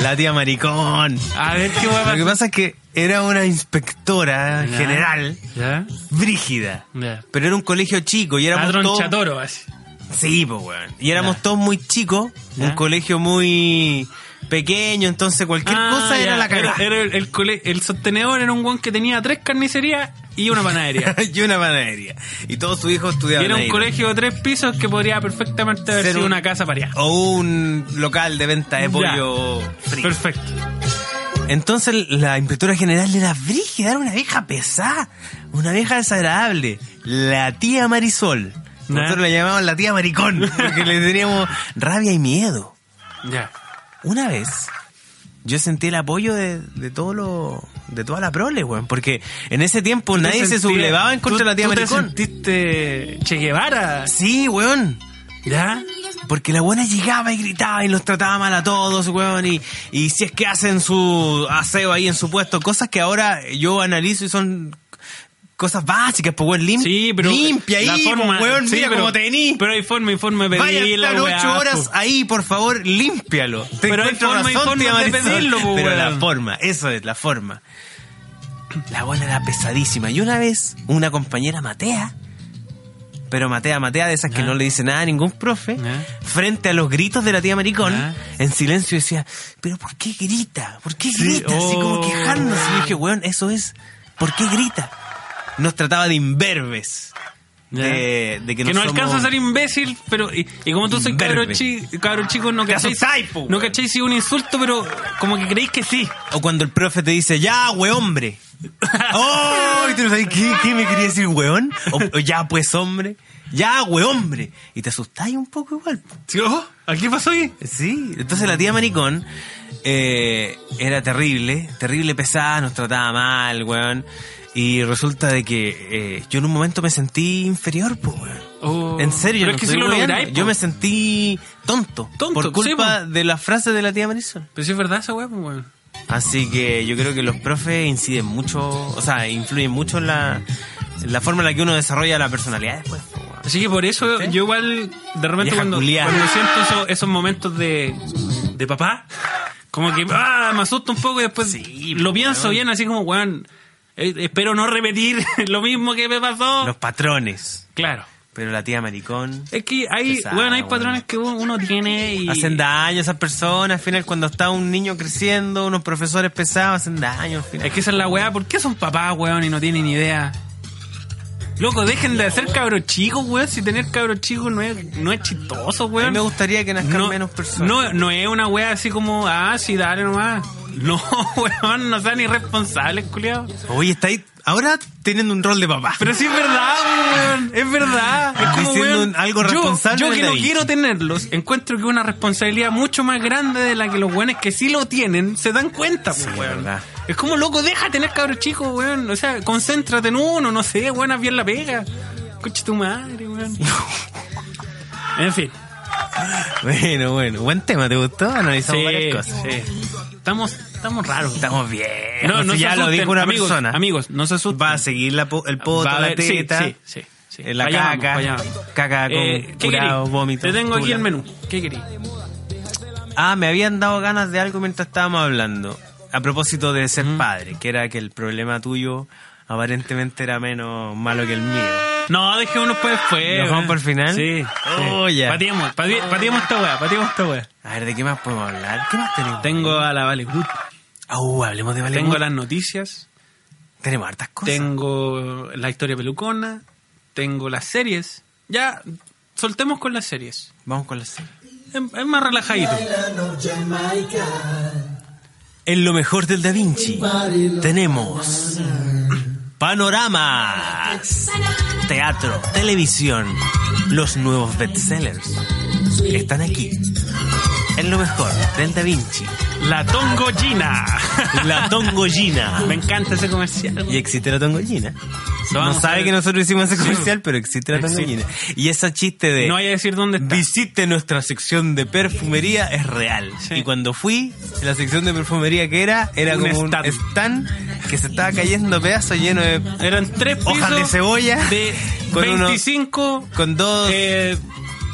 [SPEAKER 3] La tía maricón.
[SPEAKER 4] A ver qué
[SPEAKER 3] Lo que
[SPEAKER 4] weón
[SPEAKER 3] pasa es que era una inspectora
[SPEAKER 4] Ya.
[SPEAKER 3] general,
[SPEAKER 4] Ya.
[SPEAKER 3] brígida.
[SPEAKER 4] Ya.
[SPEAKER 3] Pero era un colegio chico y éramos
[SPEAKER 4] Ladrón
[SPEAKER 3] todos...
[SPEAKER 4] chatoro, así.
[SPEAKER 3] Sí, pues, weón. Y éramos
[SPEAKER 4] Ya.
[SPEAKER 3] todos muy chicos,
[SPEAKER 4] Ya.
[SPEAKER 3] un colegio muy pequeño, entonces cualquier
[SPEAKER 4] Ah,
[SPEAKER 3] cosa era
[SPEAKER 4] ya.
[SPEAKER 3] la cagada.
[SPEAKER 4] Era, era el, el cole- el sostenedor era un weón que tenía tres carnicerías y una panadería.
[SPEAKER 3] y una panadería. Y todos sus hijos
[SPEAKER 4] y
[SPEAKER 3] estudiaban
[SPEAKER 4] era un
[SPEAKER 3] ahí.
[SPEAKER 4] colegio de tres pisos que podría perfectamente haber
[SPEAKER 3] Ser
[SPEAKER 4] sido
[SPEAKER 3] un-
[SPEAKER 4] una casa pareja.
[SPEAKER 3] O un local de venta de
[SPEAKER 4] Ya.
[SPEAKER 3] pollo frito.
[SPEAKER 4] Perfecto.
[SPEAKER 3] Entonces la inspectora general era brígida, era una vieja pesada, una vieja desagradable, la tía Marisol.
[SPEAKER 4] Nah.
[SPEAKER 3] Nosotros la llamábamos la tía Maricón, porque le teníamos rabia y miedo.
[SPEAKER 4] Ya.
[SPEAKER 3] Una vez yo sentí el apoyo de, de todo lo, de toda la prole, weón, porque en ese tiempo nadie se
[SPEAKER 4] sentías-
[SPEAKER 3] sublevaba en contra de
[SPEAKER 4] tú-
[SPEAKER 3] la tía
[SPEAKER 4] tú te
[SPEAKER 3] Maricón.
[SPEAKER 4] sentiste Che Guevara?
[SPEAKER 3] Sí, weón.
[SPEAKER 4] ¿Ya?
[SPEAKER 3] Porque la buena llegaba y gritaba y los trataba mal a todos, weón. Y, y si es que hacen su aseo ahí en su puesto, cosas que ahora yo analizo y son cosas básicas, pues, weón. Lim
[SPEAKER 4] Sí, pero.
[SPEAKER 3] limpia ahí,
[SPEAKER 4] la forma-
[SPEAKER 3] pues, weón.
[SPEAKER 4] sí,
[SPEAKER 3] mira
[SPEAKER 4] pero-
[SPEAKER 3] cómo te vení.
[SPEAKER 4] Pero hay forma, hay forma de
[SPEAKER 3] Vaya a
[SPEAKER 4] pedirlo.
[SPEAKER 3] estar ocho
[SPEAKER 4] weá, pues.
[SPEAKER 3] horas
[SPEAKER 4] po.
[SPEAKER 3] ahí, por favor, límpialo. Te
[SPEAKER 4] Pero hay
[SPEAKER 3] encuentro
[SPEAKER 4] forma, hay
[SPEAKER 3] razón,
[SPEAKER 4] forma
[SPEAKER 3] tía
[SPEAKER 4] de
[SPEAKER 3] Marisol.
[SPEAKER 4] pedirlo, pues,
[SPEAKER 3] Pero la
[SPEAKER 4] weón.
[SPEAKER 3] forma, eso es, la forma. La buena era pesadísima. Y una vez, una compañera Matea, pero Matea, Matea, de esas que
[SPEAKER 4] Ya.
[SPEAKER 3] no le dice nada a ningún profe,
[SPEAKER 4] Ya.
[SPEAKER 3] frente a los gritos de la tía Maricón,
[SPEAKER 4] Ya.
[SPEAKER 3] en silencio decía, pero ¿por qué grita? ¿Por qué
[SPEAKER 4] Sí,
[SPEAKER 3] grita? Así como
[SPEAKER 4] oh.
[SPEAKER 3] quejándose. Y yo dije, weón, eso es, ¿por qué grita? Nos trataba de imberbes. de, de que,
[SPEAKER 4] Que no
[SPEAKER 3] somos-
[SPEAKER 4] alcanza a ser imbécil, pero. Y, y como tú sois cabro,
[SPEAKER 3] Verbe.
[SPEAKER 4] chi- cabro chico, no cacháis.
[SPEAKER 6] asustáis,
[SPEAKER 3] pues,
[SPEAKER 6] po,
[SPEAKER 4] No
[SPEAKER 6] weón.
[SPEAKER 4] cacháis si es un insulto, pero como que creéis que sí.
[SPEAKER 3] O cuando el profe te dice, ya, hombre ¡Oh! Y tú no sabes, ¿qué, qué me quería decir, weón? O, o, ya, pues, hombre. Ya, hombre Y te asustáis un poco igual. po.
[SPEAKER 4] Sí, oh, ¿A qué pasó ahí?
[SPEAKER 3] Sí. Entonces la tía Maricón eh, era terrible, terrible pesada, nos trataba mal, weón. Y resulta de que eh, yo en un momento me sentí inferior, pues, weón.
[SPEAKER 4] Oh.
[SPEAKER 3] En serio, yo,
[SPEAKER 4] Pero
[SPEAKER 3] no
[SPEAKER 4] es que
[SPEAKER 3] estoy
[SPEAKER 4] sí lo
[SPEAKER 3] weando.
[SPEAKER 4] lográis, po.
[SPEAKER 3] yo me sentí tonto,
[SPEAKER 4] Tonto,
[SPEAKER 3] por culpa
[SPEAKER 4] sí,
[SPEAKER 3] de las frases de la tía Marisol.
[SPEAKER 4] Pero si es verdad esa weá, pues, weón.
[SPEAKER 3] Así que yo creo que los profes inciden mucho, o sea, influyen mucho en la, en la forma en la que uno desarrolla la personalidad después. po, weón.
[SPEAKER 4] Así que por eso yo igual de repente
[SPEAKER 3] Vieja
[SPEAKER 4] cuando,
[SPEAKER 3] culiá.
[SPEAKER 4] cuando siento eso- esos momentos de, de papá, como que ah, me asusto un poco y después
[SPEAKER 3] pues,
[SPEAKER 4] lo pienso bien, así como, weón, eh, espero no repetir lo mismo que me pasó.
[SPEAKER 3] Los patrones.
[SPEAKER 4] Claro.
[SPEAKER 3] Pero la tía Maricón.
[SPEAKER 4] Es que hay,
[SPEAKER 3] Pesada,
[SPEAKER 4] weón, hay
[SPEAKER 3] weón.
[SPEAKER 4] patrones que uno- uno tiene y...
[SPEAKER 3] Hacen daño a esas personas, al final cuando está un niño creciendo, unos profesores pesados hacen daño al final.
[SPEAKER 4] Es que esa es la weá, ¿por qué son papás, weón, y no tienen idea? Loco, dejen de hacer cabros chicos, weón, si tener cabros chicos no es, no es chistoso,
[SPEAKER 3] A
[SPEAKER 4] weón.
[SPEAKER 3] mí me gustaría que nazcan
[SPEAKER 4] no,
[SPEAKER 3] menos personas.
[SPEAKER 4] No, no es una wea así como, ah, sí, dale nomás. No, weón, no sean irresponsables, culiao.
[SPEAKER 3] Oye, está ahí ahora teniendo un rol de papá.
[SPEAKER 4] Pero sí es verdad, weón, es verdad. Es como,
[SPEAKER 3] Diciendo
[SPEAKER 4] weón,
[SPEAKER 3] un- algo
[SPEAKER 4] yo-
[SPEAKER 3] responsable
[SPEAKER 4] Yo,
[SPEAKER 3] de
[SPEAKER 4] que
[SPEAKER 3] la
[SPEAKER 4] no
[SPEAKER 3] vida.
[SPEAKER 4] quiero tenerlos, encuentro que es una responsabilidad mucho más grande de la que los weones que sí lo tienen se dan cuenta, pues, weón.
[SPEAKER 3] verdad.
[SPEAKER 4] Es como, loco, deja tener cabros chicos, weón. O sea, concéntrate en uno, no sé, weón, haz bien la pega. Coche tu madre, weón. en fin.
[SPEAKER 3] Bueno, bueno, buen tema, ¿te gustó? Analizamos varias cosas.
[SPEAKER 4] Estamos, estamos raros.
[SPEAKER 3] Estamos bien.
[SPEAKER 4] No,
[SPEAKER 3] Si
[SPEAKER 4] no se
[SPEAKER 3] ya lo
[SPEAKER 4] asusten,
[SPEAKER 3] dijo una
[SPEAKER 4] amigos,
[SPEAKER 3] persona.
[SPEAKER 4] Amigos, no se asusten.
[SPEAKER 3] Va a seguir la po- el poto,
[SPEAKER 4] Va a
[SPEAKER 3] la
[SPEAKER 4] haber- sí,
[SPEAKER 3] teta,
[SPEAKER 4] sí, sí, sí.
[SPEAKER 3] eh, la caca,
[SPEAKER 4] Para allá vamos, para allá vamos.
[SPEAKER 3] caca con
[SPEAKER 4] Eh, ¿qué
[SPEAKER 3] curado,
[SPEAKER 4] querí?
[SPEAKER 3] vómito.
[SPEAKER 4] Te tengo aquí
[SPEAKER 3] tula.
[SPEAKER 4] el menú. ¿Qué querís?
[SPEAKER 3] Ah, me habían dado ganas de algo mientras estábamos hablando. A propósito de ser padre, que era que el problema tuyo aparentemente era menos malo que el mío.
[SPEAKER 4] No, dejémonos para después.
[SPEAKER 3] ¿Nos vamos
[SPEAKER 4] eh.
[SPEAKER 3] por el final?
[SPEAKER 4] Sí. sí.
[SPEAKER 3] Oh, ya.
[SPEAKER 4] Patiemos, pati- patiemos esta weá, patiemos esta weá.
[SPEAKER 3] A ver, ¿de qué más podemos hablar? ¿Qué más tenemos?
[SPEAKER 4] Tengo a la Vale Good.
[SPEAKER 3] Ah, uh, hablemos de Vale
[SPEAKER 4] Tengo
[SPEAKER 3] Good.
[SPEAKER 4] las noticias.
[SPEAKER 3] Tenemos hartas cosas.
[SPEAKER 4] Tengo la historia pelucona. Tengo las series. Ya, soltemos con las series.
[SPEAKER 3] Vamos con la serie.
[SPEAKER 4] Es, es más relajadito.
[SPEAKER 3] En lo mejor del Da Vinci tenemos panoramas, teatro, televisión, los nuevos bestsellers. Están aquí. En lo mejor del Da Vinci,
[SPEAKER 4] La Tongollina.
[SPEAKER 3] la tongollina.
[SPEAKER 4] Me encanta ese comercial.
[SPEAKER 3] Y existe la tongollina. No
[SPEAKER 4] Vamos a
[SPEAKER 3] sabe
[SPEAKER 4] ver.
[SPEAKER 3] que nosotros hicimos ese
[SPEAKER 4] Sí.
[SPEAKER 3] comercial, pero existe la
[SPEAKER 4] Existe.
[SPEAKER 3] tongollina. Y ese chiste de...
[SPEAKER 4] No hay a decir dónde está.
[SPEAKER 3] Visite nuestra sección de perfumería es real.
[SPEAKER 4] Sí.
[SPEAKER 3] Y cuando fui, la sección de perfumería que era, era
[SPEAKER 4] Un
[SPEAKER 3] como
[SPEAKER 4] stand.
[SPEAKER 3] un stand que se estaba cayendo a pedazos lleno de
[SPEAKER 4] Eran tres pisos
[SPEAKER 3] hojas de cebolla
[SPEAKER 4] de
[SPEAKER 3] con uno-
[SPEAKER 4] 25
[SPEAKER 3] con dos,
[SPEAKER 4] eh,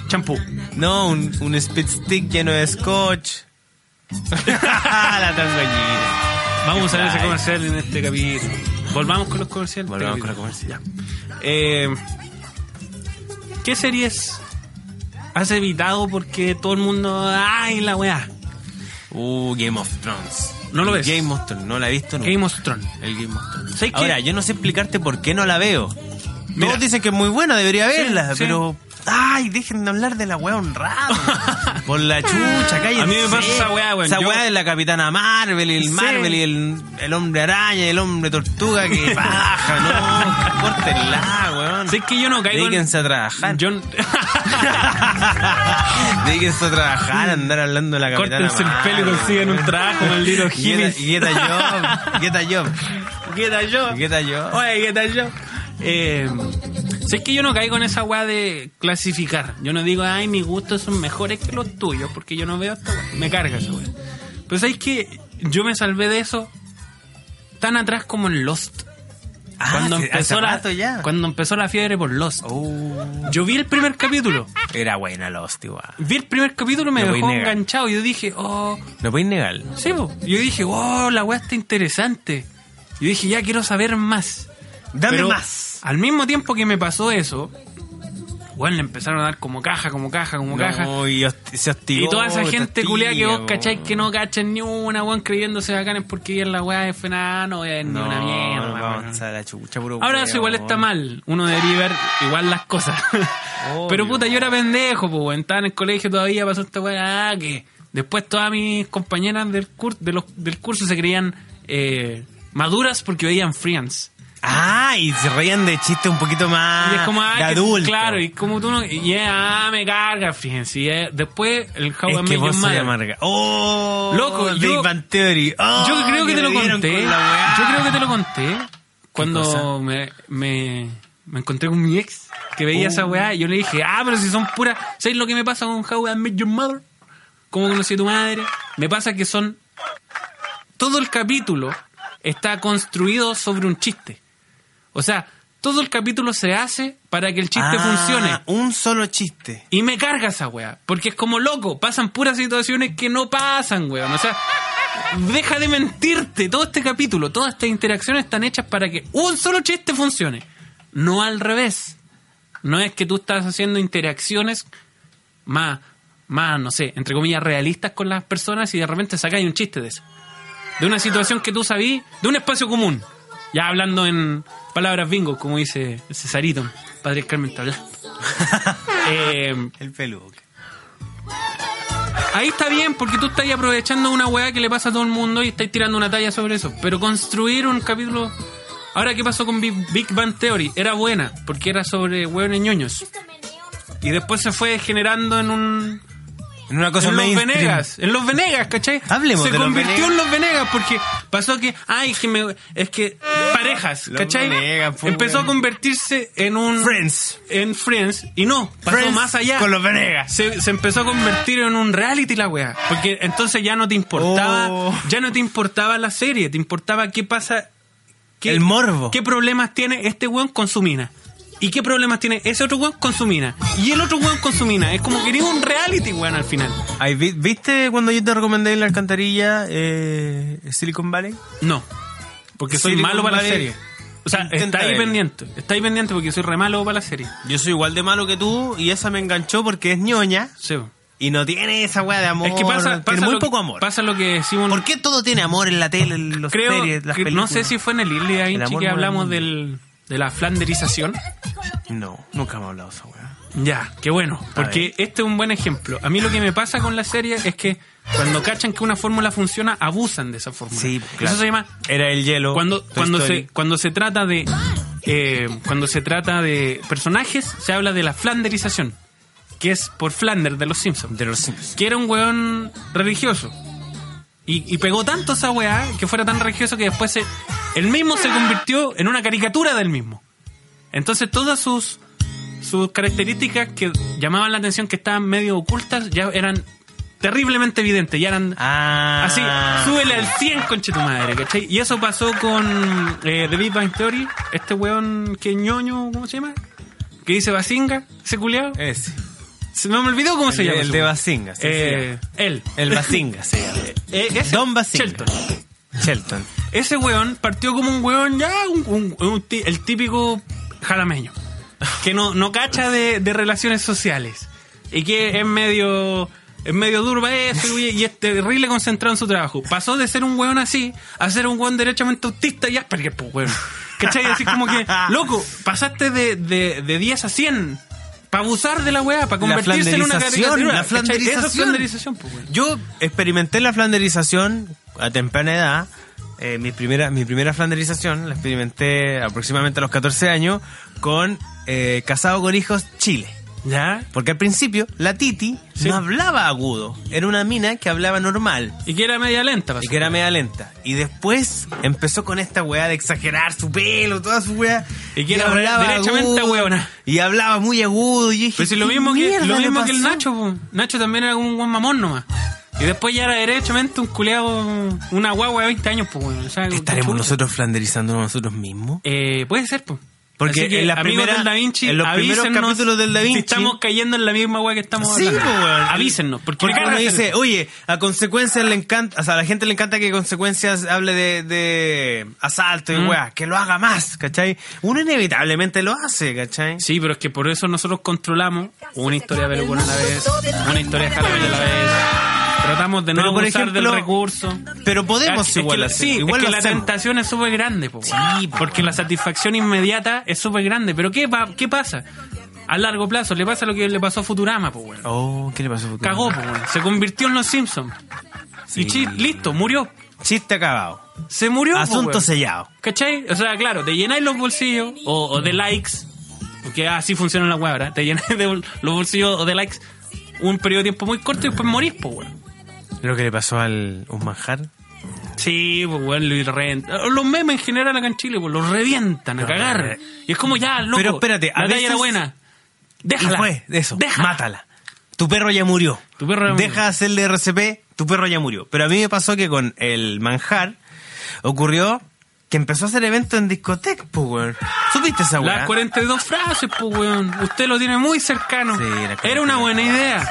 [SPEAKER 4] champú.
[SPEAKER 3] no, un, un spit stick lleno de scotch. la tangollina.
[SPEAKER 4] Vamos a usar ese
[SPEAKER 3] Ay.
[SPEAKER 4] comercial en este capítulo. Volvamos con los comerciales.
[SPEAKER 3] Volvamos
[SPEAKER 4] Este
[SPEAKER 3] con la
[SPEAKER 4] capítulo.
[SPEAKER 3] comercial.
[SPEAKER 4] Eh, ¿Qué series has evitado porque todo el mundo... ¡Ay, la weá!
[SPEAKER 3] Uh, Game of Thrones.
[SPEAKER 4] ¿No lo ves?
[SPEAKER 3] Game of Thrones, no la he visto nunca.
[SPEAKER 4] Game of Thrones.
[SPEAKER 3] El Game of Thrones.
[SPEAKER 4] ¿Sabes qué?
[SPEAKER 3] Ahora, yo no sé explicarte por qué no la veo.
[SPEAKER 4] Mira.
[SPEAKER 3] Todos dicen que es muy buena, debería verla,
[SPEAKER 4] sí.
[SPEAKER 3] pero. Ay, dejen de hablar de la weá honrada. por la chucha, cállense.
[SPEAKER 4] A mí me pasa esa weá, weón.
[SPEAKER 3] Esa
[SPEAKER 4] Yo-
[SPEAKER 3] weá de la capitana Marvel, y el
[SPEAKER 4] Sí.
[SPEAKER 3] Marvel, y el, el hombre araña, y el hombre tortuga que baja, no. Córtenla, weón.
[SPEAKER 4] ¿Sabes que yo no caigo en...
[SPEAKER 3] Dedíquense a trabajar.
[SPEAKER 4] John...
[SPEAKER 3] Dedíquense a trabajar, a andar hablando de la capitana
[SPEAKER 4] Córtense el
[SPEAKER 3] Marvel.
[SPEAKER 4] pelo y consigan un trabajo, maldito
[SPEAKER 3] Get
[SPEAKER 4] hippies.
[SPEAKER 3] a- get a job, get a job,
[SPEAKER 4] ¿Qué tal yo?
[SPEAKER 3] get a job.
[SPEAKER 4] Oye, ¿qué tal yo? Eh, si es que yo no caigo en esa weá de clasificar. Yo no digo, ay, mis gustos son mejores que los tuyos, porque yo no veo esta weá. Me carga esa weá. Pero ¿sabes que yo me salvé de eso tan atrás como en Lost.
[SPEAKER 3] Ah,
[SPEAKER 4] Cuando,
[SPEAKER 3] hace-
[SPEAKER 4] empezó
[SPEAKER 3] hace
[SPEAKER 4] la,
[SPEAKER 3] rato ya.
[SPEAKER 4] cuando empezó la fiebre por Lost.
[SPEAKER 3] Uh,
[SPEAKER 4] Yo vi el primer capítulo.
[SPEAKER 3] era buena Lost igual.
[SPEAKER 4] Vi el primer capítulo, me
[SPEAKER 3] No voy
[SPEAKER 4] dejó
[SPEAKER 3] a negar.
[SPEAKER 4] enganchado. Yo dije, oh,
[SPEAKER 3] No podéis negarlo.
[SPEAKER 4] sí, po. yo dije, oh, la weá está interesante. Yo dije, ya quiero saber más.
[SPEAKER 3] Dame
[SPEAKER 4] Pero
[SPEAKER 3] más.
[SPEAKER 4] Al mismo tiempo que me pasó eso, Bueno, le empezaron a dar como caja, como caja, como caja.
[SPEAKER 3] No, y hosti- se hostigó.
[SPEAKER 4] Y toda esa
[SPEAKER 3] esta
[SPEAKER 4] gente
[SPEAKER 3] tía,
[SPEAKER 4] culiada que vos
[SPEAKER 3] po.
[SPEAKER 4] cacháis que no cachan ni una, weón, creyéndose bacanes porque bien la weá de FNA, no es ni
[SPEAKER 3] No,
[SPEAKER 4] una mierda,
[SPEAKER 3] no,
[SPEAKER 4] weón.
[SPEAKER 3] vamos a la chucha, puro
[SPEAKER 4] Ahora
[SPEAKER 3] huevo,
[SPEAKER 4] eso igual está
[SPEAKER 3] weón.
[SPEAKER 4] mal. Uno debería ver igual las cosas.
[SPEAKER 3] Obvio.
[SPEAKER 4] Pero puta, yo era pendejo, pues, weón. Estaba en el colegio todavía, pasó esta weá. Ah, que después todas mis compañeras del, cur- de los- del curso se creían eh, maduras porque veían Friends.
[SPEAKER 3] Ah, y se reían de chistes un poquito más
[SPEAKER 4] y es como, ah,
[SPEAKER 3] de
[SPEAKER 4] que-
[SPEAKER 3] adulto.
[SPEAKER 4] claro, y como tú no. Y yeah, ah, me carga, fíjense. y, eh, después el How I
[SPEAKER 3] es que
[SPEAKER 4] Met Your
[SPEAKER 3] vos soy
[SPEAKER 4] Mother.
[SPEAKER 3] amarga. ¡Oh!
[SPEAKER 4] Loco,
[SPEAKER 3] Big
[SPEAKER 4] yo-
[SPEAKER 3] Bang Theory. Oh,
[SPEAKER 4] Yo creo que
[SPEAKER 3] me
[SPEAKER 4] te lo
[SPEAKER 3] dieron
[SPEAKER 4] conté.
[SPEAKER 3] con la weá.
[SPEAKER 4] Yo creo que te lo conté.
[SPEAKER 3] cosa?
[SPEAKER 4] Cuando me, me, me encontré con mi ex que veía esa weá, yo le dije, ah, pero si son puras. ¿Sabes lo que me pasa con How I Met Your Mother? ¿Cómo conocí a tu madre? Me pasa que son. Todo el capítulo está construido sobre un chiste. O sea, todo el capítulo se hace para que el chiste
[SPEAKER 3] Ah,
[SPEAKER 4] funcione.
[SPEAKER 3] Un solo chiste.
[SPEAKER 4] Y me carga esa weá. Porque es como loco. Pasan puras situaciones que no pasan, weón. O sea, deja de mentirte. Todo este capítulo, todas estas interacciones están hechas para que un solo chiste funcione. No al revés. No es que tú estás haciendo interacciones más, más no sé, entre comillas, realistas con las personas y de repente sacáis un chiste de eso. De una situación que tú sabí, de un espacio común. Ya hablando en palabras bingo, como dice Cesarito, Padre Carmen Tablán. Eh,
[SPEAKER 3] El peluque.
[SPEAKER 4] Ahí está bien porque tú estás aprovechando una weá que le pasa a todo el mundo y estás tirando una talla sobre eso. Pero construir un capítulo... Ahora, ¿qué pasó con Big, Big Bang Theory? Era buena porque era sobre hueones ñoños. Y después se fue generando en un...
[SPEAKER 3] En una cosa
[SPEAKER 4] en los
[SPEAKER 3] mainstream.
[SPEAKER 4] Venegas, en los Venegas, ¿cachai?
[SPEAKER 3] Hablemos
[SPEAKER 4] Se
[SPEAKER 3] de los
[SPEAKER 4] convirtió
[SPEAKER 3] Venegas.
[SPEAKER 4] en los Venegas porque pasó que, ay, que me, es que parejas,
[SPEAKER 3] Los
[SPEAKER 4] ¿cachai?
[SPEAKER 3] Venegas, pues,
[SPEAKER 4] Empezó
[SPEAKER 3] weón.
[SPEAKER 4] a convertirse en un
[SPEAKER 3] Friends.
[SPEAKER 4] en Friends y no, pasó
[SPEAKER 3] Friends
[SPEAKER 4] más allá.
[SPEAKER 3] Con los Venegas.
[SPEAKER 4] se, se empezó a convertir en un reality la weá. Porque entonces ya no te importaba,
[SPEAKER 3] Oh.
[SPEAKER 4] ya no te importaba la serie, te importaba qué pasa, qué,
[SPEAKER 3] El morbo.
[SPEAKER 4] qué problemas tiene este weón con su mina. Y qué problemas tiene ese otro weón con su mina. Y el otro weón con su mina. Es como quería un reality, weón, al final.
[SPEAKER 3] Ay, vi- ¿Viste cuando yo te recomendé la alcantarilla eh, Silicon Valley?
[SPEAKER 4] No. Porque soy
[SPEAKER 3] Silicon
[SPEAKER 4] malo para la
[SPEAKER 3] Valley.
[SPEAKER 4] serie. O sea,
[SPEAKER 3] Intenta
[SPEAKER 4] está ahí
[SPEAKER 3] verla.
[SPEAKER 4] pendiente. Está ahí pendiente porque soy re malo para la serie.
[SPEAKER 3] Yo soy igual de malo que tú y esa me enganchó porque es ñoña
[SPEAKER 4] Sí. weón.
[SPEAKER 3] y no tiene esa weá de amor.
[SPEAKER 4] Es que pasa,
[SPEAKER 3] tiene
[SPEAKER 4] pasa
[SPEAKER 3] muy
[SPEAKER 4] lo-
[SPEAKER 3] poco amor.
[SPEAKER 4] Pasa lo que decimos.
[SPEAKER 3] ¿Por qué todo tiene amor en la tele, en las
[SPEAKER 4] creo
[SPEAKER 3] series, las
[SPEAKER 4] que- no
[SPEAKER 3] películas?
[SPEAKER 4] sé si fue en el Early
[SPEAKER 3] El
[SPEAKER 4] Dainchi
[SPEAKER 3] amor
[SPEAKER 4] que
[SPEAKER 3] mueve el
[SPEAKER 4] hablamos
[SPEAKER 3] mundo.
[SPEAKER 4] del, de la flanderización.
[SPEAKER 3] No, nunca hemos hablado de esa weá.
[SPEAKER 4] Ya, qué bueno, porque este es un buen ejemplo. A mí lo que me pasa con la serie es que cuando cachan que una fórmula funciona, abusan de esa fórmula.
[SPEAKER 3] Sí, claro.
[SPEAKER 4] Eso se llama
[SPEAKER 3] Era el hielo.
[SPEAKER 4] cuando
[SPEAKER 3] Toy
[SPEAKER 4] cuando
[SPEAKER 3] Story.
[SPEAKER 4] se cuando se trata de eh, cuando se trata de personajes se habla de la flanderización, que es por Flanders de los Simpsons.
[SPEAKER 3] De los Simpsons.
[SPEAKER 4] que era un weón religioso. Y, y pegó tanto esa weá que fuera tan religioso que después se- él mismo se convirtió en una caricatura del mismo. Entonces todas sus, sus características que llamaban la atención, que estaban medio ocultas, ya eran terriblemente evidentes, ya eran
[SPEAKER 3] Ah.
[SPEAKER 4] así, súbele al 100, conche tu madre, ¿cachai? Y eso pasó con eh, The Big Bang Theory, este weón que ñoño, ¿cómo se llama? Que dice Basinga, ese culiao.
[SPEAKER 3] Ese.
[SPEAKER 4] Se- no me olvidó cómo se
[SPEAKER 3] El-
[SPEAKER 4] llama.
[SPEAKER 3] el
[SPEAKER 4] ese
[SPEAKER 3] de
[SPEAKER 4] weón.
[SPEAKER 3] Basinga, sí,
[SPEAKER 4] Eh, él.
[SPEAKER 3] El Basinga se llama.
[SPEAKER 4] Eh, ese-
[SPEAKER 3] Don Basinga.
[SPEAKER 4] Shelton.
[SPEAKER 3] Shelton.
[SPEAKER 4] Ese weón partió como un weón ya, un- un- un ti- el típico jalameño. Que no, no cacha de, de relaciones sociales. Y que es medio. Es medio duro para eso y, y es terrible concentrado en su trabajo. Pasó de ser un weón así a ser un weón derechamente autista y Asperger, pues weón. ¿Cachai? Así como que, loco, pasaste de, de, de 10 a 100 para abusar de la weá, para convertirse en una
[SPEAKER 3] flanderización,
[SPEAKER 4] caricatura.
[SPEAKER 3] la
[SPEAKER 4] ¿cachai? Eso es
[SPEAKER 3] flanderización.
[SPEAKER 4] flanderización, pues weón.
[SPEAKER 3] Yo experimenté la flanderización a temprana edad. Eh, mi, primera, mi primera flanderización la experimenté aproximadamente a los 14 años con eh, Casado con Hijos Chile.
[SPEAKER 4] ¿Ya?
[SPEAKER 3] Porque al principio la Titi
[SPEAKER 4] Sí.
[SPEAKER 3] no hablaba agudo. Era una mina que hablaba normal.
[SPEAKER 4] Y que era media lenta, pasó.
[SPEAKER 3] Y que era media lenta. Y después empezó con esta weá de exagerar su pelo, toda su weá.
[SPEAKER 4] Y que era derechamente weona.
[SPEAKER 3] Y hablaba muy agudo. Y yo dije,
[SPEAKER 4] Pues es lo
[SPEAKER 3] "¿Qué
[SPEAKER 4] mismo que,
[SPEAKER 3] mierda
[SPEAKER 4] lo
[SPEAKER 3] le
[SPEAKER 4] mismo que el
[SPEAKER 3] pasó?".
[SPEAKER 4] Nacho, po. Nacho también era como un buen mamón nomás. Y después ya era derechamente un culeado, una guagua de 20 años, pues, weón. O sea,
[SPEAKER 3] ¿Estaremos
[SPEAKER 4] chucha.
[SPEAKER 3] nosotros flanderizando nosotros mismos?
[SPEAKER 4] Eh, puede ser, pues.
[SPEAKER 3] Porque
[SPEAKER 4] Así que,
[SPEAKER 3] en, las
[SPEAKER 4] amigos
[SPEAKER 3] primeras-
[SPEAKER 4] del Da Vinci,
[SPEAKER 3] en los primeros
[SPEAKER 4] avísennos
[SPEAKER 3] capítulos del Da Vinci.
[SPEAKER 4] Si estamos cayendo en la misma weá que estamos
[SPEAKER 3] Sí,
[SPEAKER 4] hablando.
[SPEAKER 3] po, weón.
[SPEAKER 4] Avísennos. Porque,
[SPEAKER 3] Porque uno
[SPEAKER 4] me
[SPEAKER 3] dice, oye, a consecuencias le encanta, o sea, a la gente le encanta que consecuencias hable de, de asalto y
[SPEAKER 4] Mm.
[SPEAKER 3] weá, que lo haga más, ¿cachai? Uno inevitablemente lo hace, ¿cachai?
[SPEAKER 4] Sí, pero es que por eso nosotros controlamos una historia peruana a la vez, una historia jalapeña a la vez. Tratamos de no
[SPEAKER 3] Pero, por
[SPEAKER 4] abusar
[SPEAKER 3] ejemplo,
[SPEAKER 4] del recurso.
[SPEAKER 3] Pero podemos
[SPEAKER 4] Es que
[SPEAKER 3] igual
[SPEAKER 4] la-
[SPEAKER 3] hacer,
[SPEAKER 4] sí,
[SPEAKER 3] igual
[SPEAKER 4] es que
[SPEAKER 3] lo
[SPEAKER 4] la
[SPEAKER 3] hacemos.
[SPEAKER 4] tentación es súper grande, po,
[SPEAKER 3] Sí, po.
[SPEAKER 4] porque la satisfacción inmediata es súper grande. Pero ¿qué, pa- ¿qué pasa? A largo plazo le pasa lo que le pasó a Futurama, pues bueno.
[SPEAKER 3] Oh, ¿qué le pasó?
[SPEAKER 4] Cagó, po, weón. se convirtió en los Simpsons. Y chi- listo, murió.
[SPEAKER 3] Chiste acabado.
[SPEAKER 4] Se murió. po,
[SPEAKER 3] Asunto
[SPEAKER 4] pues, weón.
[SPEAKER 3] sellado.
[SPEAKER 4] ¿Cachai? O sea, claro, te llenáis los bolsillos o, o de likes, porque así funciona la weá, ¿verdad? Te llenáis de bol- los bolsillos o de likes un periodo de tiempo muy corto y después morís, pues, weón.
[SPEAKER 3] Lo que le pasó al un manjar.
[SPEAKER 4] Sí, pues, weón, lo revientan. Los memes en general acá en Chile, pues, los revientan a cagar. Y es como ya, loco.
[SPEAKER 3] Pero espérate, a
[SPEAKER 4] la talla era
[SPEAKER 3] veces-
[SPEAKER 4] buena.
[SPEAKER 3] Y
[SPEAKER 4] Déjala.
[SPEAKER 3] fue de eso.
[SPEAKER 4] Déjala.
[SPEAKER 3] Mátala. Tu perro ya murió.
[SPEAKER 4] Tu perro ya murió.
[SPEAKER 3] Deja de hacerle RCP, tu perro ya murió. Pero a mí me pasó que con el manjar ocurrió que empezó a hacer eventos en discotecas, pues, weón. ¿Supiste esa weá?
[SPEAKER 4] Las 42 frases, pues, weón. Usted lo tiene muy cercano.
[SPEAKER 3] Sí, la 42.
[SPEAKER 4] Era una buena idea.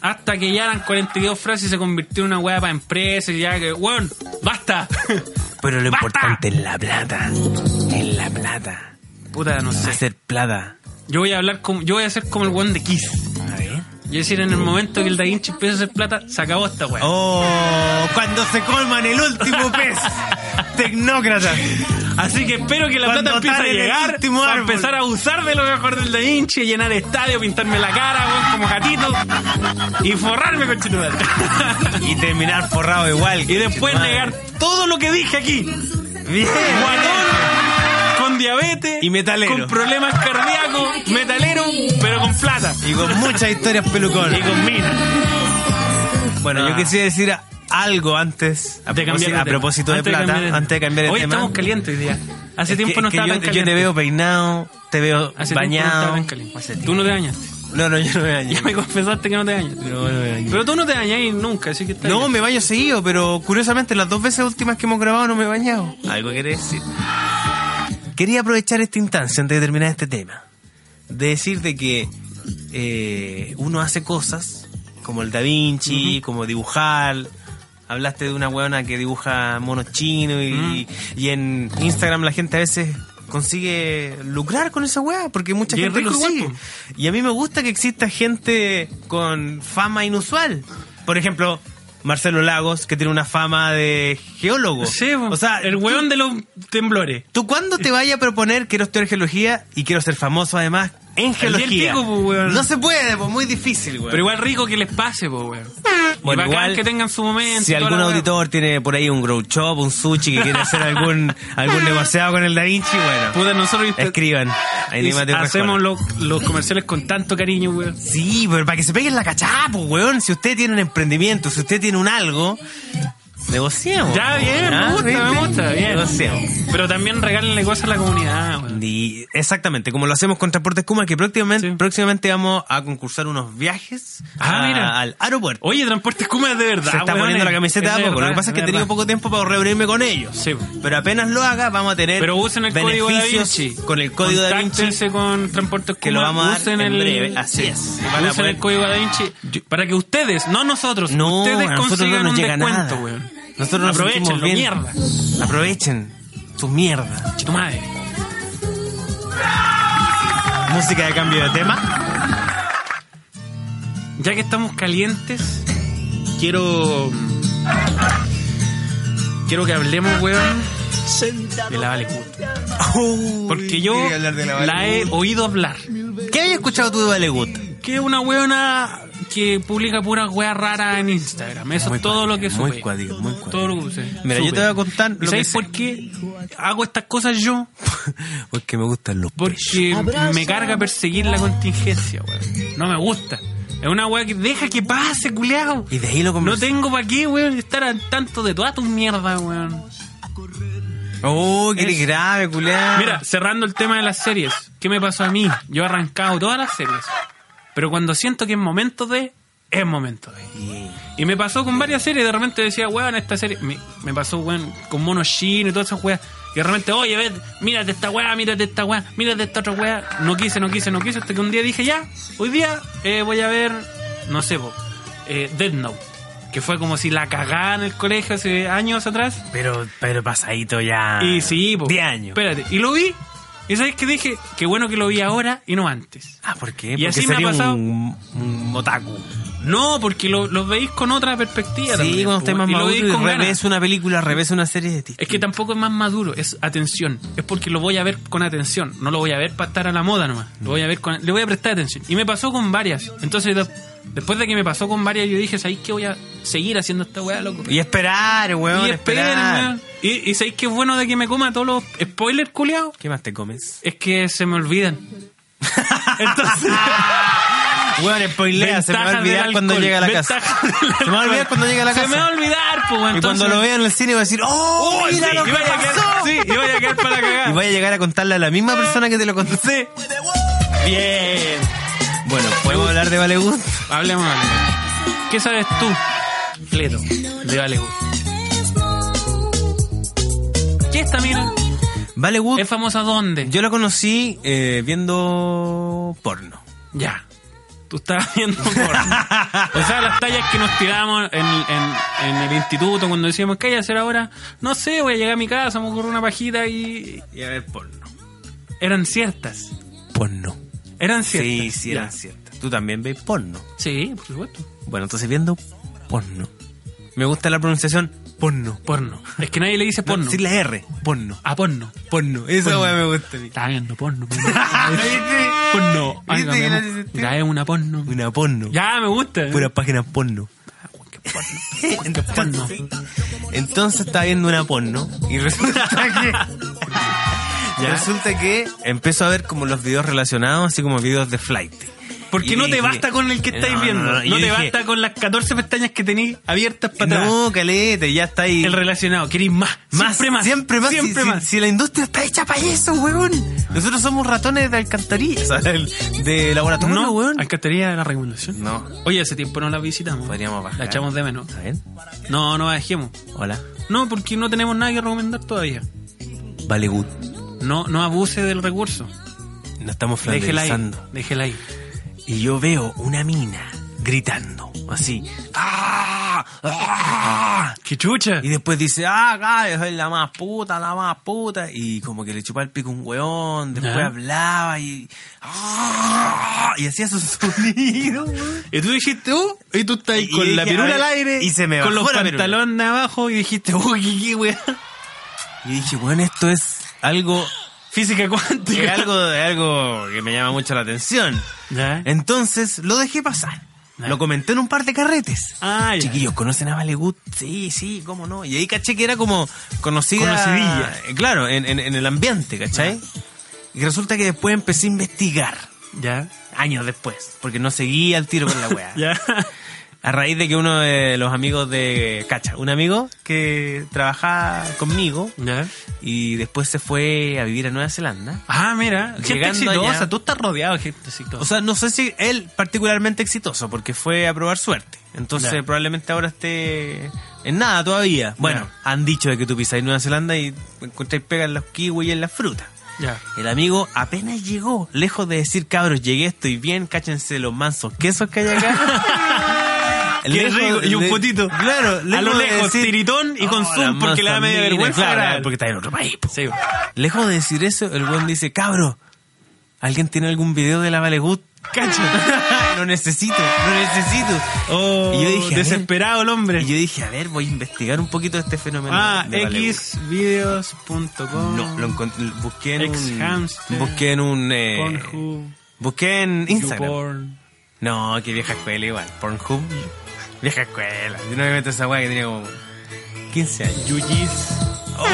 [SPEAKER 4] Hasta que ya eran 42 frases y se convirtió en una weá para empresas y ya que, weón, basta.
[SPEAKER 3] Pero lo
[SPEAKER 4] ¡Basta!
[SPEAKER 3] importante es la plata. Es la plata.
[SPEAKER 4] Puta, no sé.
[SPEAKER 3] Hacer plata.
[SPEAKER 4] Yo voy a hablar como, yo voy a ser como el weón de Kiss.
[SPEAKER 3] A ver.
[SPEAKER 4] Y decir, en el momento que el Da Vinci empieza a hacer plata, se acabó esta weá.
[SPEAKER 3] Oh, cuando se colman el último pez. Tecnócrata.
[SPEAKER 4] Así que espero que la
[SPEAKER 3] Cuando
[SPEAKER 4] plata empiece a
[SPEAKER 3] talen el
[SPEAKER 4] llegar
[SPEAKER 3] último
[SPEAKER 4] para
[SPEAKER 3] árbol.
[SPEAKER 4] empezar a abusar de lo mejor del Da Vinci, llenar estadio, pintarme la cara, weón, como gatito y forrarme con chitural.
[SPEAKER 3] Y terminar forrado igual.
[SPEAKER 4] y después
[SPEAKER 3] Madre.
[SPEAKER 4] negar todo lo que dije aquí.
[SPEAKER 3] Bien.
[SPEAKER 4] Guatón, con diabetes
[SPEAKER 3] Y metalero.
[SPEAKER 4] con problemas cardíacos, metalero, pero con plata
[SPEAKER 3] Y con muchas historias pelucón.
[SPEAKER 4] y con mina.
[SPEAKER 3] Bueno, yo
[SPEAKER 4] Ah.
[SPEAKER 3] quisiera decir a- algo antes, a,
[SPEAKER 4] de
[SPEAKER 3] propósito,
[SPEAKER 4] cambiar de
[SPEAKER 3] a
[SPEAKER 4] tema.
[SPEAKER 3] propósito de
[SPEAKER 4] Antes
[SPEAKER 3] plata,
[SPEAKER 4] cambiar de-
[SPEAKER 3] antes de cambiar el
[SPEAKER 4] Hoy
[SPEAKER 3] tema.
[SPEAKER 4] estamos calientes hoy día. Hace
[SPEAKER 3] Es
[SPEAKER 4] tiempo
[SPEAKER 3] que-
[SPEAKER 4] no
[SPEAKER 3] es que
[SPEAKER 4] estaba tan
[SPEAKER 3] yo, yo
[SPEAKER 4] caliente.
[SPEAKER 3] te veo peinado, te veo
[SPEAKER 4] Hace tiempo no estaba
[SPEAKER 3] bañado.
[SPEAKER 4] tan caliente. Tú no te bañaste.
[SPEAKER 3] no, no, yo no me baño.
[SPEAKER 4] Ya me confesaste que no te bañas. Pero tú no te bañas nunca, así que está
[SPEAKER 3] No,
[SPEAKER 4] bien.
[SPEAKER 3] me baño seguido, pero curiosamente las dos veces últimas que hemos grabado no me he bañado. Algo quiere decir. Quería aprovechar esta instancia antes de terminar este tema. De decir de que eh, uno hace cosas como el Da Vinci, como dibujar. Hablaste de una huevona que dibuja monos chinos y, y en Instagram la gente a veces consigue lucrar con esa hueá porque mucha
[SPEAKER 4] Y es
[SPEAKER 3] gente lo
[SPEAKER 4] rico igual,
[SPEAKER 3] sigue.
[SPEAKER 4] po.
[SPEAKER 3] Y a mí me gusta que exista gente con fama inusual. Por ejemplo, Marcelo Lagos, que tiene una fama de geólogo.
[SPEAKER 4] Sí,
[SPEAKER 3] o sea,
[SPEAKER 4] el weón de los temblores.
[SPEAKER 3] ¿Tú cuándo te vayas a proponer quiero estudiar geología y quiero ser famoso además en geología?
[SPEAKER 4] pico, pues, weón.
[SPEAKER 3] No se puede, pues muy difícil, weón.
[SPEAKER 4] Pero igual rico que les pase, po, weón.
[SPEAKER 3] Bueno,
[SPEAKER 4] y bacán
[SPEAKER 3] igual,
[SPEAKER 4] que tengan su momento.
[SPEAKER 3] si
[SPEAKER 4] y toda
[SPEAKER 3] algún
[SPEAKER 4] la weá.
[SPEAKER 3] auditor tiene por ahí un grow shop, un sushi que quiere hacer algún algún negociado con el Da Vinci, bueno,
[SPEAKER 4] Puta, nosotros inter-
[SPEAKER 3] escriban.
[SPEAKER 4] y
[SPEAKER 3] Ahí
[SPEAKER 4] hacemos los, los comerciales con tanto cariño, weón.
[SPEAKER 3] Sí, pero para que se peguen la cachapa, pues, weón. Si usted tiene un emprendimiento, si usted tiene un algo, negociemos.
[SPEAKER 4] Ya, bien, me
[SPEAKER 3] Ah,
[SPEAKER 4] gusta,
[SPEAKER 3] ¿viste?
[SPEAKER 4] me gusta, bien.
[SPEAKER 3] Negociemos.
[SPEAKER 4] Pero también regálenle cosas a la comunidad, weón.
[SPEAKER 3] Y exactamente, como lo hacemos con Transportes Kuma, que próximamente,
[SPEAKER 4] Sí.
[SPEAKER 3] próximamente vamos a concursar unos viajes
[SPEAKER 4] Ah,
[SPEAKER 3] a-
[SPEAKER 4] mira.
[SPEAKER 3] al aeropuerto.
[SPEAKER 4] Oye, Transportes Kuma es de verdad.
[SPEAKER 3] Se está
[SPEAKER 4] weón,
[SPEAKER 3] poniendo
[SPEAKER 4] es-
[SPEAKER 3] la camiseta
[SPEAKER 4] es
[SPEAKER 3] de a poco. Lo que
[SPEAKER 4] verdad,
[SPEAKER 3] pasa es que he tenido
[SPEAKER 4] verdad.
[SPEAKER 3] poco tiempo para reunirme con ellos.
[SPEAKER 4] Sí, po.
[SPEAKER 3] Pero apenas lo haga, vamos a tener
[SPEAKER 4] Pero usen el código Da
[SPEAKER 3] beneficios
[SPEAKER 4] Vinci.
[SPEAKER 3] con el código Da Vinci
[SPEAKER 4] Contáctense con Transportes Kuma.
[SPEAKER 3] que lo vamos a dar
[SPEAKER 4] usen
[SPEAKER 3] en
[SPEAKER 4] el-
[SPEAKER 3] breve. Así es. Van a
[SPEAKER 4] Usen
[SPEAKER 3] poder-
[SPEAKER 4] el código Da Vinci para que ustedes, no nosotros,
[SPEAKER 3] No,
[SPEAKER 4] ustedes
[SPEAKER 3] a nosotros
[SPEAKER 4] consigan
[SPEAKER 3] no nos
[SPEAKER 4] un
[SPEAKER 3] llega
[SPEAKER 4] descuento,
[SPEAKER 3] nada.
[SPEAKER 4] weón.
[SPEAKER 3] Nosotros nos sentimos
[SPEAKER 4] Aprovechenlo,
[SPEAKER 3] bien.
[SPEAKER 4] mierda.
[SPEAKER 3] Aprovechen sus mierdas.
[SPEAKER 4] Che, tu madre.
[SPEAKER 3] Música de cambio de tema.
[SPEAKER 4] Ya que estamos calientes, quiero. Quiero que hablemos, weón, de la Vale Good. Porque yo la, he oído hablar.
[SPEAKER 3] ¿Qué habías escuchado tú de Vale Good?
[SPEAKER 4] Que es una weona que publica puras weas raras en Instagram. Eso es todo lo que
[SPEAKER 3] Muy
[SPEAKER 4] sube.
[SPEAKER 3] cuático, muy cuático.
[SPEAKER 4] Todo lo que supe.
[SPEAKER 3] Mira, yo te voy a contar lo
[SPEAKER 4] ¿Y
[SPEAKER 3] que
[SPEAKER 4] sabes
[SPEAKER 3] sé.
[SPEAKER 4] por qué hago estas cosas yo?
[SPEAKER 3] Porque me gustan los
[SPEAKER 4] Porque me carga perseguir la contingencia, weón. No me gusta. Es una weá que deja que pase, culeado.
[SPEAKER 3] Y de ahí lo
[SPEAKER 4] No
[SPEAKER 3] conversamos.
[SPEAKER 4] tengo para qué, weón, estar al tanto de todas tus mierdas, weón.
[SPEAKER 3] Oh, qué
[SPEAKER 4] Es-
[SPEAKER 3] grave, culiá.
[SPEAKER 4] Mira, cerrando el tema de las series, ¿qué me pasó a mí? Yo he arrancado todas las series, pero cuando siento que es momento de, es momento de. Y me pasó con varias series, de repente decía, weón, esta serie, me, me pasó, weón, con Mono Shin y todas esas weas. Y de repente, oye, ves, mírate esta weá, mírate esta weá, mírate esta otra weá. No quise, no quise, no quise, hasta que un día dije, ya, hoy día eh, voy a ver, no sé, po, eh, Death Note. Que fue como si la cagaba en el colegio hace años atrás.
[SPEAKER 3] Pero, pero pasadito ya.
[SPEAKER 4] Y sí, po.
[SPEAKER 3] 10 Ah, años.
[SPEAKER 4] Espérate, y lo vi. ¿Y sabes qué dije? Qué bueno que lo vi ahora y no antes.
[SPEAKER 3] ah, ¿por qué?
[SPEAKER 4] Y
[SPEAKER 3] Porque
[SPEAKER 4] así me ha
[SPEAKER 3] sería
[SPEAKER 4] pasado-
[SPEAKER 3] un, un otaku.
[SPEAKER 4] No, porque lo- los veis con otra perspectiva también.
[SPEAKER 3] Sí, cuando
[SPEAKER 4] po,
[SPEAKER 3] estés más
[SPEAKER 4] y lo
[SPEAKER 3] maduro
[SPEAKER 4] veis
[SPEAKER 3] y
[SPEAKER 4] con ganas.
[SPEAKER 3] revés una película, revés una serie de
[SPEAKER 4] Es que tampoco es más maduro, es atención. Es porque lo voy a ver con atención. No lo voy a ver para estar a la moda nomás. Lo voy a ver con- le voy a prestar atención. Y me pasó con varias. Entonces, de- después de que me pasó con varias, yo dije, ¿sabéis que voy a seguir haciendo esta weá, loco?
[SPEAKER 3] Y esperar, weón,
[SPEAKER 4] Y
[SPEAKER 3] esperar.
[SPEAKER 4] esperen, weón. Y, y sabéis que es bueno de que me coma todos los spoilers culiados.
[SPEAKER 3] ¿Qué más te comes?
[SPEAKER 4] Es que se me olvidan. Entonces,
[SPEAKER 3] Weón, spoilea, se me va a
[SPEAKER 4] ventajas
[SPEAKER 3] olvidar
[SPEAKER 4] del
[SPEAKER 3] cuando
[SPEAKER 4] alcohol,
[SPEAKER 3] llega a la casa.
[SPEAKER 4] ventajas del
[SPEAKER 3] Se me va a olvidar
[SPEAKER 4] alcohol.
[SPEAKER 3] cuando llegue a la
[SPEAKER 4] Se me va a
[SPEAKER 3] casa.
[SPEAKER 4] olvidar, pues, weón.
[SPEAKER 3] Y cuando lo
[SPEAKER 4] Entonces-
[SPEAKER 3] vea en el cine va a decir, ¡Oh,
[SPEAKER 4] Oh,
[SPEAKER 3] mira
[SPEAKER 4] sí,
[SPEAKER 3] lo
[SPEAKER 4] y
[SPEAKER 3] que
[SPEAKER 4] vaya a quedar-
[SPEAKER 3] pasó!
[SPEAKER 4] sí, y vaya a quedar para la cagada.
[SPEAKER 3] Y vaya a llegar a contarle a la misma persona que te lo contó. Bien. Bueno, ¿podemos hablar de Vale Gusto?
[SPEAKER 4] Hablemos, hablemos. ¿Qué sabes tú, Fleto, de Vale Good? ¿Qué esta mina?
[SPEAKER 3] Vale Gusto,
[SPEAKER 4] ¿Es famosa dónde?
[SPEAKER 3] yo la conocí eh, viendo porno.
[SPEAKER 4] Ya. Tú estabas viendo porno. O sea, las tallas que nos tirábamos en, en- en el instituto cuando decíamos, ¿qué hay que hacer ahora? No sé, voy a llegar a mi casa, me ocurre una pajita y...
[SPEAKER 3] Y a ver porno.
[SPEAKER 4] Eran ciertas.
[SPEAKER 3] Porno.
[SPEAKER 4] Eran ciertas.
[SPEAKER 3] Sí, sí,
[SPEAKER 4] Ya.
[SPEAKER 3] era cierto. Tú también ves porno.
[SPEAKER 4] Sí, por supuesto.
[SPEAKER 3] Bueno, entonces viendo porno. Me gusta la pronunciación porno.
[SPEAKER 4] Porno. Es que nadie le dice
[SPEAKER 3] No,
[SPEAKER 4] porno.
[SPEAKER 3] Sin la R. Porno.
[SPEAKER 4] A porno.
[SPEAKER 3] Porno. Esa
[SPEAKER 4] Porno.
[SPEAKER 3] weá me gusta a mí.
[SPEAKER 4] Estaba viendo porno. porno. porno. Ay,
[SPEAKER 3] ¿Viste que no
[SPEAKER 4] cambiamos.
[SPEAKER 3] hace sentido?
[SPEAKER 4] Ya es una porno.
[SPEAKER 3] Una porno.
[SPEAKER 4] Ya, me gusta.
[SPEAKER 3] Pura página porno. Entonces, entonces estaba viendo una porno y resulta que resulta que empiezo a ver como los videos relacionados, así como videos de flight.
[SPEAKER 4] Porque
[SPEAKER 3] Y
[SPEAKER 4] no
[SPEAKER 3] dije-
[SPEAKER 4] te basta con el que estáis
[SPEAKER 3] No, no,
[SPEAKER 4] viendo.
[SPEAKER 3] no,
[SPEAKER 4] No,
[SPEAKER 3] yo
[SPEAKER 4] te
[SPEAKER 3] dije-
[SPEAKER 4] basta con las 14 pestañas que tenéis abiertas para atrás.
[SPEAKER 3] No, calete, ya está ahí.
[SPEAKER 4] El relacionado, queréis más. siempre más.
[SPEAKER 3] Siempre más.
[SPEAKER 4] Siempre
[SPEAKER 3] si,
[SPEAKER 4] más.
[SPEAKER 3] Si, si la industria está hecha para eso, weón. Nosotros somos ratones de alcantarilla, o sea, del- de laboratorio,
[SPEAKER 4] no,
[SPEAKER 3] weón.
[SPEAKER 4] Alcantarilla de la recomendación.
[SPEAKER 3] No.
[SPEAKER 4] Oye, hace tiempo no la visitamos.
[SPEAKER 3] Podríamos bajar.
[SPEAKER 4] La echamos de menos.
[SPEAKER 3] A ver,
[SPEAKER 4] No, no la dejemos.
[SPEAKER 3] hola.
[SPEAKER 4] No, porque no tenemos nada que recomendar todavía.
[SPEAKER 3] Vale, good.
[SPEAKER 4] No, no abuse del recurso.
[SPEAKER 3] No estamos
[SPEAKER 4] Déjela ahí.
[SPEAKER 3] flanderizando.
[SPEAKER 4] Déjela ahí.
[SPEAKER 3] y yo veo una mina gritando, así. ¡Ah! ¡Ah!
[SPEAKER 4] ¡Qué chucha!
[SPEAKER 3] Y después dice, ah, cabrón, soy la más puta, la más puta. Y como que le chupaba el pico a un weón, después
[SPEAKER 4] Ya.
[SPEAKER 3] hablaba y... ¡Ah! Y hacía sus sonidos. weón.
[SPEAKER 4] Y tú dijiste, uh, y tú estás ahí
[SPEAKER 3] Y
[SPEAKER 4] con
[SPEAKER 3] dije,
[SPEAKER 4] la
[SPEAKER 3] a
[SPEAKER 4] pirula
[SPEAKER 3] ver,
[SPEAKER 4] al aire,
[SPEAKER 3] y se me
[SPEAKER 4] con los
[SPEAKER 3] bajó la pirula.
[SPEAKER 4] pantalones abajo, y dijiste, uy, qué, qué weá.
[SPEAKER 3] Y dije, bueno, esto es algo...
[SPEAKER 4] Física
[SPEAKER 3] es
[SPEAKER 4] cuántica.
[SPEAKER 3] algo, es algo que me llama mucho la atención.
[SPEAKER 4] Ya.
[SPEAKER 3] Entonces lo dejé pasar. Lo comenté en un par de carretes.
[SPEAKER 4] Ah, ya.
[SPEAKER 3] Chiquillos, ¿conocen a Vale Good? Sí, sí, cómo no. Y ahí caché que era como conocida.
[SPEAKER 4] Conocidilla. Ah.
[SPEAKER 3] eh, Claro, en, en- en el ambiente, ¿cachai? Y resulta que después empecé a investigar,
[SPEAKER 4] Ya.
[SPEAKER 3] años después, porque no seguía el tiro con la weá.
[SPEAKER 4] Ya.
[SPEAKER 3] A raíz de que uno de los amigos de Cacha, un amigo que trabajaba conmigo
[SPEAKER 4] Ya.
[SPEAKER 3] y después se fue a vivir a Nueva Zelanda.
[SPEAKER 4] Ah, mira, gente
[SPEAKER 3] Llegando
[SPEAKER 4] exitosa.
[SPEAKER 3] allá.
[SPEAKER 4] Tú estás rodeado de gente exitosa.
[SPEAKER 3] O sea, no sé si él particularmente exitoso, porque fue a probar suerte. Entonces,
[SPEAKER 4] Ya.
[SPEAKER 3] probablemente ahora esté en nada todavía. Bueno, han dicho de que tú pisáis Nueva Zelanda y encontráis pega en los kiwis y en las frutas.
[SPEAKER 4] ya.
[SPEAKER 3] El amigo apenas llegó, lejos de decir, cabros, llegué, estoy bien, cáchense los mansos quesos que hay acá.
[SPEAKER 4] Qué rico, y un
[SPEAKER 3] le-
[SPEAKER 4] fotito.
[SPEAKER 3] Claro,
[SPEAKER 4] A lo
[SPEAKER 3] de
[SPEAKER 4] lejos,
[SPEAKER 3] decir,
[SPEAKER 4] tiritón y con
[SPEAKER 3] "Oh,
[SPEAKER 4] zoom,
[SPEAKER 3] la
[SPEAKER 4] porque le da
[SPEAKER 3] mansa
[SPEAKER 4] media
[SPEAKER 3] mina",
[SPEAKER 4] vergüenza.
[SPEAKER 3] Claro, porque está en otro país. po.
[SPEAKER 4] Sí.
[SPEAKER 3] Lejos de decir eso, el buen dice, cabro, ¿alguien tiene algún video de la Valegut? Cacho. lo necesito, lo necesito.
[SPEAKER 4] Oh,
[SPEAKER 3] Y yo dije, a ver.
[SPEAKER 4] desesperado el hombre.
[SPEAKER 3] Y yo dije, a ver, voy a investigar un poquito este fenómeno.
[SPEAKER 4] ah,
[SPEAKER 3] de Vale Gut.
[SPEAKER 4] xvideos.com.
[SPEAKER 3] No, lo encontré, busqué en un...
[SPEAKER 4] Ex-hamster.
[SPEAKER 3] Busqué en un... eh,
[SPEAKER 4] Pornhub,
[SPEAKER 3] busqué en Instagram.
[SPEAKER 4] YouPorn.
[SPEAKER 3] No, que vieja escuela igual. Pornhub. Vieja escuela. Yo no me meto esa weá que tenía como 15 años. Oh,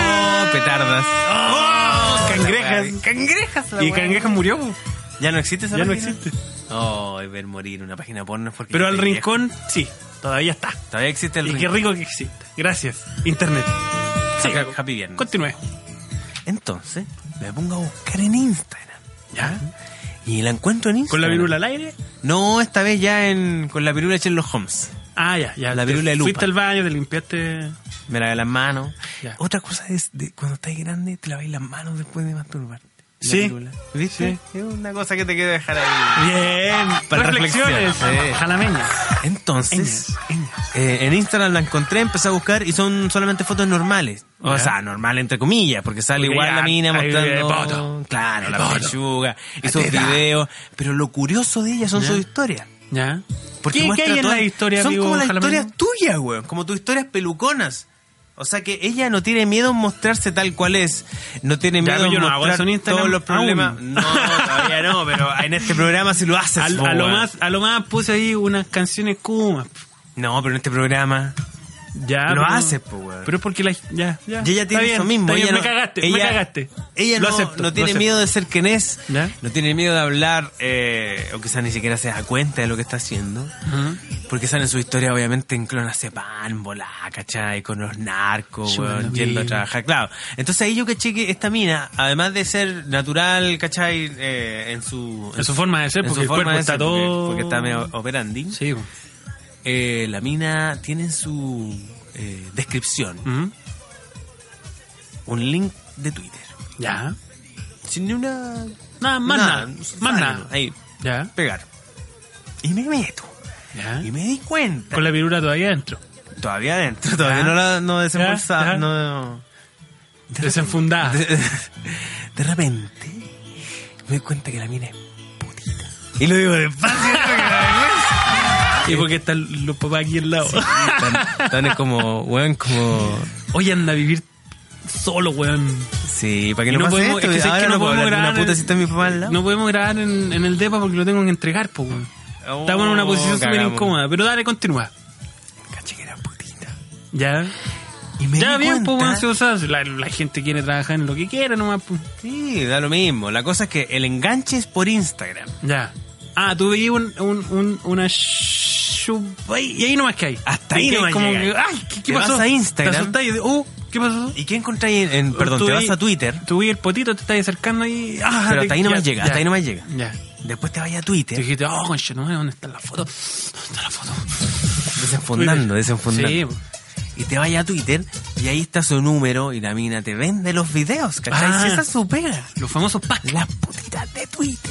[SPEAKER 3] petardas. Oh,
[SPEAKER 4] Ah, cangrejas.
[SPEAKER 3] la weá. Cangrejas, la
[SPEAKER 4] Y
[SPEAKER 3] weá.
[SPEAKER 4] Cangrejas murió, po.
[SPEAKER 3] Ya no existe esa
[SPEAKER 4] ya no
[SPEAKER 3] página?
[SPEAKER 4] existe.
[SPEAKER 3] Oh, y ver morir una página porno es porque.
[SPEAKER 4] Pero al
[SPEAKER 3] vieja.
[SPEAKER 4] rincón, sí, todavía está.
[SPEAKER 3] Todavía existe el
[SPEAKER 4] Y qué
[SPEAKER 3] rincón.
[SPEAKER 4] rico que exista. Gracias, Internet. Sí,
[SPEAKER 3] Happy- Happy Viernes.
[SPEAKER 4] continúe.
[SPEAKER 3] Entonces, me pongo a buscar en Instagram.
[SPEAKER 4] ¿Ya?
[SPEAKER 3] Y la encuentro en
[SPEAKER 4] ¿Con
[SPEAKER 3] Instagram.
[SPEAKER 4] la virula al aire?
[SPEAKER 3] No, esta vez ya en, con la virula de Sherlock Holmes.
[SPEAKER 4] Ah, ya, ya.
[SPEAKER 3] La
[SPEAKER 4] Te
[SPEAKER 3] virula de lupa.
[SPEAKER 4] Fuiste al baño, te limpiaste.
[SPEAKER 3] Me lavé las manos.
[SPEAKER 4] Ya.
[SPEAKER 3] Otra cosa es de cuando estás grande, te laváis las manos después de masturbarte. La
[SPEAKER 4] Sí.
[SPEAKER 3] pirula. ¿Viste? Es una cosa que te quiero dejar ahí.
[SPEAKER 4] Bien.
[SPEAKER 3] Para
[SPEAKER 4] Reflexiones.
[SPEAKER 3] reflexionar. Sí.
[SPEAKER 4] Jalameñas.
[SPEAKER 3] Entonces, eh, en Instagram la encontré, empecé a buscar y son solamente fotos normales. O
[SPEAKER 4] Ya.
[SPEAKER 3] sea, normal entre comillas, porque sale
[SPEAKER 4] Porque
[SPEAKER 3] igual
[SPEAKER 4] ya
[SPEAKER 3] la mina
[SPEAKER 4] hay
[SPEAKER 3] mostrando.
[SPEAKER 4] el poto.
[SPEAKER 3] Claro,
[SPEAKER 4] El
[SPEAKER 3] la
[SPEAKER 4] poto.
[SPEAKER 3] pechuga y
[SPEAKER 4] La
[SPEAKER 3] sus
[SPEAKER 4] teta.
[SPEAKER 3] videos. Pero lo curioso de ellas son
[SPEAKER 4] Ya.
[SPEAKER 3] sus historias.
[SPEAKER 4] Ya.
[SPEAKER 3] Porque
[SPEAKER 4] ¿Qué, qué
[SPEAKER 3] muestra
[SPEAKER 4] hay en
[SPEAKER 3] todas-
[SPEAKER 4] la historia,
[SPEAKER 3] Son
[SPEAKER 4] amigo
[SPEAKER 3] como las
[SPEAKER 4] jalameño?
[SPEAKER 3] historias tuyas, güey. Como tus historias peluconas. O sea que ella no tiene miedo en mostrarse tal cual es. No tiene
[SPEAKER 4] Ya,
[SPEAKER 3] miedo
[SPEAKER 4] pero yo
[SPEAKER 3] en
[SPEAKER 4] no hago
[SPEAKER 3] mostrar
[SPEAKER 4] eso en Instagram
[SPEAKER 3] todos los problemas.
[SPEAKER 4] aún.
[SPEAKER 3] No, todavía no, pero en este programa sí lo haces.
[SPEAKER 4] Al-
[SPEAKER 3] po,
[SPEAKER 4] a, lo
[SPEAKER 3] güey.
[SPEAKER 4] más, a lo más puse ahí unas canciones Kuma.
[SPEAKER 3] No, pero en este programa.
[SPEAKER 4] Ya.
[SPEAKER 3] Lo
[SPEAKER 4] Ah, pero-
[SPEAKER 3] haces, po, weón.
[SPEAKER 4] Pero es porque la. Ya, ya.
[SPEAKER 3] Y ella tiene
[SPEAKER 4] Está
[SPEAKER 3] eso
[SPEAKER 4] bien,
[SPEAKER 3] mismo.
[SPEAKER 4] está bien,
[SPEAKER 3] ella
[SPEAKER 4] me
[SPEAKER 3] no-
[SPEAKER 4] cagaste, me
[SPEAKER 3] ella-
[SPEAKER 4] cagaste.
[SPEAKER 3] Ella
[SPEAKER 4] Lo
[SPEAKER 3] no,
[SPEAKER 4] acepto,
[SPEAKER 3] no
[SPEAKER 4] lo
[SPEAKER 3] tiene
[SPEAKER 4] acepto.
[SPEAKER 3] miedo de ser quien es.
[SPEAKER 4] ¿Ya?
[SPEAKER 3] No tiene miedo de hablar, eh, o quizás ni siquiera se da cuenta de lo que está haciendo.
[SPEAKER 4] Ajá.
[SPEAKER 3] Porque salen su historia, obviamente, en clonazepam, volá, ¿cachai? Con los narcos,
[SPEAKER 4] Chuta,
[SPEAKER 3] weón,
[SPEAKER 4] la
[SPEAKER 3] yendo a
[SPEAKER 4] mina.
[SPEAKER 3] trabajar. Claro. Entonces ahí yo caché que esta mina, además de ser natural, ¿cachai? Eh, en su...
[SPEAKER 4] En su forma de ser,
[SPEAKER 3] en
[SPEAKER 4] porque
[SPEAKER 3] su
[SPEAKER 4] el
[SPEAKER 3] forma
[SPEAKER 4] cuerpo
[SPEAKER 3] de
[SPEAKER 4] está
[SPEAKER 3] ser, porque-
[SPEAKER 4] todo-
[SPEAKER 3] Porque, está medio operandi.
[SPEAKER 4] Sí, po.
[SPEAKER 3] Eh, la mina tiene en su eh, descripción
[SPEAKER 4] Ujú.
[SPEAKER 3] un link de Twitter.
[SPEAKER 4] Ya.
[SPEAKER 3] Sin ni una.
[SPEAKER 4] Nada, más nada. Más
[SPEAKER 3] sale,
[SPEAKER 4] nada.
[SPEAKER 3] Ahí,
[SPEAKER 4] Ya.
[SPEAKER 3] pegar. Y me meto.
[SPEAKER 4] Ya.
[SPEAKER 3] Y me di cuenta.
[SPEAKER 4] Con la virula todavía adentro.
[SPEAKER 3] Todavía adentro, todavía no la no desembolsa.
[SPEAKER 4] Ya, ya.
[SPEAKER 3] No,
[SPEAKER 4] Desenfundada.
[SPEAKER 3] de, de repente, me doy cuenta que la mina es putita. Y lo digo despacio, porque la
[SPEAKER 4] Y porque están los papás aquí al lado.
[SPEAKER 3] vergüenza. Tan- tan es como, weón, como.
[SPEAKER 4] Hoy anda a vivir solo, weón.
[SPEAKER 3] Sí, para que
[SPEAKER 4] Y
[SPEAKER 3] no,
[SPEAKER 4] no
[SPEAKER 3] pase
[SPEAKER 4] podemos-
[SPEAKER 3] esto.
[SPEAKER 4] es que sé
[SPEAKER 3] ahora
[SPEAKER 4] que
[SPEAKER 3] no
[SPEAKER 4] no
[SPEAKER 3] puedo hablar
[SPEAKER 4] podemos
[SPEAKER 3] de una
[SPEAKER 4] grabar
[SPEAKER 3] puta
[SPEAKER 4] en-
[SPEAKER 3] si está mi papá al lado.
[SPEAKER 4] No podemos grabar en, en el DEPA porque lo tengo que entregar, po, weón.
[SPEAKER 3] Oh,
[SPEAKER 4] Estamos en una posición súper
[SPEAKER 3] cagamos.
[SPEAKER 4] incómoda. Pero dale, continúa.
[SPEAKER 3] Caché que era putita.
[SPEAKER 4] Ya.
[SPEAKER 3] Y me
[SPEAKER 4] ya
[SPEAKER 3] di
[SPEAKER 4] bien,
[SPEAKER 3] cuenta,
[SPEAKER 4] pues, weón. si, o sea, la, la gente quiere trabajar en lo que quiera nomás, po.
[SPEAKER 3] Sí, da lo mismo. La cosa es que el enganche es por Instagram.
[SPEAKER 4] Ya. Ah, tú veías un, un, un, una... shu- ahí- Y ahí nomás que hay.
[SPEAKER 3] Hasta ahí
[SPEAKER 4] Y que
[SPEAKER 3] nomás
[SPEAKER 4] como
[SPEAKER 3] llega.
[SPEAKER 4] que, Ay, ¿qué,
[SPEAKER 3] Te
[SPEAKER 4] qué pasó?
[SPEAKER 3] vas a Instagram.
[SPEAKER 4] Te asustás y de- oh, ¿qué pasó?
[SPEAKER 3] ¿Y qué encontráis en, en- perdón,
[SPEAKER 4] Tú
[SPEAKER 3] te
[SPEAKER 4] ahí-
[SPEAKER 3] vas a Twitter,
[SPEAKER 4] Tú veías el potito, te estás acercando y... Ah,
[SPEAKER 3] pero
[SPEAKER 4] te-
[SPEAKER 3] hasta ahí nomás
[SPEAKER 4] Ah, ya,
[SPEAKER 3] llega,
[SPEAKER 4] ya.
[SPEAKER 3] hasta ahí nomás llega.
[SPEAKER 4] Ya.
[SPEAKER 3] Después te vas a
[SPEAKER 4] Te
[SPEAKER 3] Twitter,
[SPEAKER 4] dijiste, oh, concha, no, ¿dónde está la foto? ¿Dónde está la foto?
[SPEAKER 3] desenfundando, desenfundando.
[SPEAKER 4] Sí, pues. po.
[SPEAKER 3] Y te vas a Twitter y ahí está su número y la mina te vende los videos, ¿cachai?
[SPEAKER 4] Ah.
[SPEAKER 3] Si esa es su pega.
[SPEAKER 4] los famosos packs.
[SPEAKER 3] Las putitas de Twitter.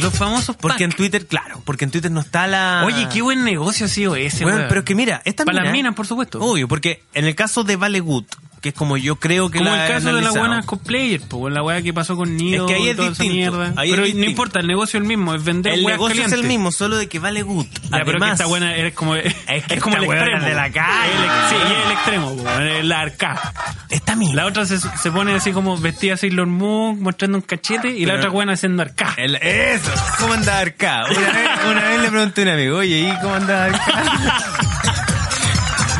[SPEAKER 4] Los famosos
[SPEAKER 3] Porque en
[SPEAKER 4] packs.
[SPEAKER 3] Twitter, claro, porque en Twitter no está la...
[SPEAKER 4] Oye, qué buen negocio ha sido ese,
[SPEAKER 3] Bueno,
[SPEAKER 4] weón.
[SPEAKER 3] pero es que mira, esta
[SPEAKER 4] Para las minas, por supuesto.
[SPEAKER 3] Obvio, porque en el caso de Vale Good, que es como yo creo que
[SPEAKER 4] Como
[SPEAKER 3] la
[SPEAKER 4] el
[SPEAKER 3] he
[SPEAKER 4] caso de la
[SPEAKER 3] analizado,
[SPEAKER 4] buena cosplayer, po, la weá que pasó con Nido
[SPEAKER 3] Es que ahí
[SPEAKER 4] y
[SPEAKER 3] es
[SPEAKER 4] toda
[SPEAKER 3] distinto,
[SPEAKER 4] esa mierda.
[SPEAKER 3] ahí es
[SPEAKER 4] Pero no
[SPEAKER 3] distinto.
[SPEAKER 4] importa, el negocio es el mismo, es vender
[SPEAKER 3] El
[SPEAKER 4] weas
[SPEAKER 3] negocio es
[SPEAKER 4] calientes.
[SPEAKER 3] el mismo, solo de que Vale Good.
[SPEAKER 4] Ya, pero que
[SPEAKER 3] Además,
[SPEAKER 4] esta buena es como, es
[SPEAKER 3] que
[SPEAKER 4] como
[SPEAKER 3] esta
[SPEAKER 4] el
[SPEAKER 3] weona
[SPEAKER 4] extremo.
[SPEAKER 3] es de la calle.
[SPEAKER 4] El ex- sí, es el extremo, po, el arca.
[SPEAKER 3] esta mina.
[SPEAKER 4] La otra se, se pone así como vestida Sailor Moon, mostrando un cachete, y la
[SPEAKER 3] Pero-
[SPEAKER 4] otra buena haciendo arca.
[SPEAKER 3] El- eso, ¿cómo anda acá? Una vez, una vez le pregunté a un amigo, oye, ¿y cómo anda acá?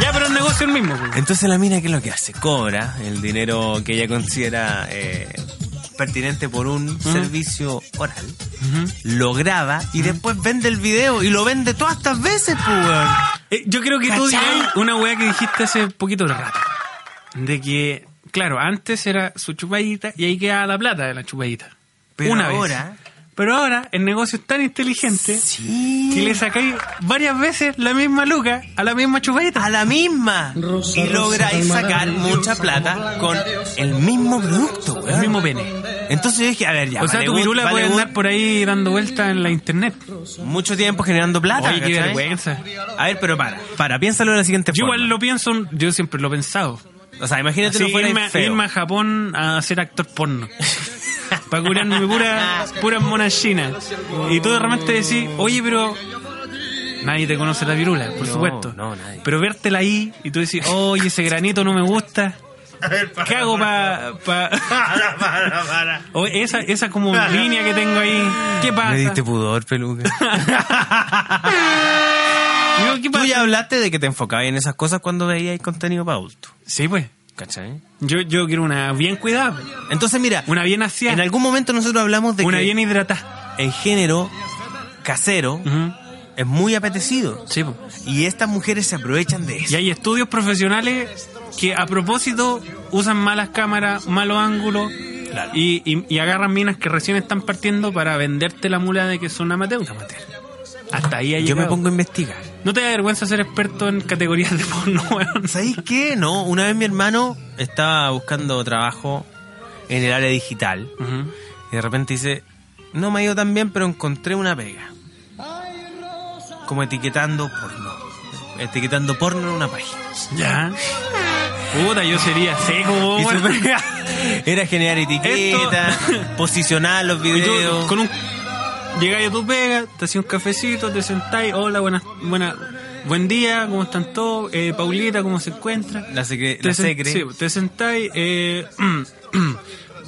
[SPEAKER 4] Ya, pero el negocio es el mismo. po.
[SPEAKER 3] Entonces la mina, ¿qué es lo que hace? Cobra el dinero que ella considera eh, pertinente por un servicio oral,
[SPEAKER 4] Ujú.
[SPEAKER 3] lo graba y después vende el video y lo vende todas estas veces, pues. weón.
[SPEAKER 4] Eh, yo creo que tú
[SPEAKER 3] ¿Cachai?
[SPEAKER 4] dirás una weá que dijiste hace poquito de rato. De que, claro, antes era su chupadita y ahí quedaba la plata de la chupadita.
[SPEAKER 3] Pero
[SPEAKER 4] una
[SPEAKER 3] ahora-
[SPEAKER 4] vez. Pero ahora el negocio es tan inteligente
[SPEAKER 3] Sí.
[SPEAKER 4] que le sacáis varias veces la misma luca a la misma chupadita.
[SPEAKER 3] A la misma. y lográis sacar mucha plata con el mismo producto, weón.
[SPEAKER 4] El mismo pene.
[SPEAKER 3] Entonces yo dije, a ver, ya.
[SPEAKER 4] o
[SPEAKER 3] Ah,
[SPEAKER 4] sea,
[SPEAKER 3] Vale
[SPEAKER 4] tu
[SPEAKER 3] Good,
[SPEAKER 4] pirula
[SPEAKER 3] Vale
[SPEAKER 4] puede
[SPEAKER 3] Good,
[SPEAKER 4] andar por ahí dando vueltas en la internet.
[SPEAKER 3] mucho tiempo generando plata.
[SPEAKER 4] Oye, qué
[SPEAKER 3] ¿cachai?
[SPEAKER 4] vergüenza.
[SPEAKER 3] A ver, pero para, para, piénsalo de la siguiente
[SPEAKER 4] Yo
[SPEAKER 3] forma.
[SPEAKER 4] igual lo pienso, yo siempre lo he pensado.
[SPEAKER 3] O sea, imagínate
[SPEAKER 4] Sí,
[SPEAKER 3] no fuera
[SPEAKER 4] irme,
[SPEAKER 3] feo.
[SPEAKER 4] irme a Japón a ser actor porno. Para curarme puras puras monas chinas. Y tú de repente decís, oye, pero. Nadie te conoce la virula, por
[SPEAKER 3] No,
[SPEAKER 4] supuesto.
[SPEAKER 3] no, nadie.
[SPEAKER 4] Pero vértela ahí y tú decís, oye, ese granito no me gusta. ¿Qué hago para.? Pa...
[SPEAKER 6] Para, para, para.
[SPEAKER 4] O esa, esa como línea que tengo ahí. ¿Qué pasa?
[SPEAKER 3] Me diste pudor, peluca.
[SPEAKER 4] Digo, ¿qué
[SPEAKER 3] Tú
[SPEAKER 4] pasa?
[SPEAKER 3] ya hablaste de que te enfocabas en esas cosas cuando veías contenido para adultos.
[SPEAKER 4] Sí, pues.
[SPEAKER 3] ¿Cachai?
[SPEAKER 4] Yo, yo quiero una bien cuidada,
[SPEAKER 3] Entonces, mira,
[SPEAKER 4] una bien hacía,
[SPEAKER 3] en algún momento nosotros hablamos de
[SPEAKER 4] una
[SPEAKER 3] que
[SPEAKER 4] bien hidratada.
[SPEAKER 3] el género casero
[SPEAKER 4] Ujú.
[SPEAKER 3] es muy apetecido.
[SPEAKER 4] Sí, pues.
[SPEAKER 3] Y estas mujeres se aprovechan de eso.
[SPEAKER 4] Y hay estudios profesionales que a propósito usan malas cámaras, malos ángulos y, y- y agarran minas que recién están partiendo para venderte la mula de que son amateur. Hasta ahí ha
[SPEAKER 3] Yo me
[SPEAKER 4] llegado.
[SPEAKER 3] pongo a investigar.
[SPEAKER 4] No te da vergüenza ser experto en categorías de porno, weón.
[SPEAKER 3] ¿Sabéis qué? No, una vez mi hermano estaba buscando trabajo en el área digital
[SPEAKER 4] Ujú.
[SPEAKER 3] y de repente dice, no me ha ido tan bien, pero encontré una pega. Como etiquetando porno. Etiquetando porno en una página.
[SPEAKER 4] Ya. ¿Ah? Puta, yo sería seco,
[SPEAKER 3] Y
[SPEAKER 4] weón.
[SPEAKER 3] su pega era generar etiquetas, posicionar los
[SPEAKER 4] Y tú,
[SPEAKER 3] videos.
[SPEAKER 4] con un... Llegáis a tu pega, te hacías un cafecito, te sentáis, hola, buenas, buena, buen día, ¿cómo están todos? Eh, Paulita, ¿cómo se encuentra?
[SPEAKER 3] La, secre-
[SPEAKER 4] te,
[SPEAKER 3] la
[SPEAKER 4] sen-
[SPEAKER 3] secre.
[SPEAKER 4] sí, te sentáis, eh,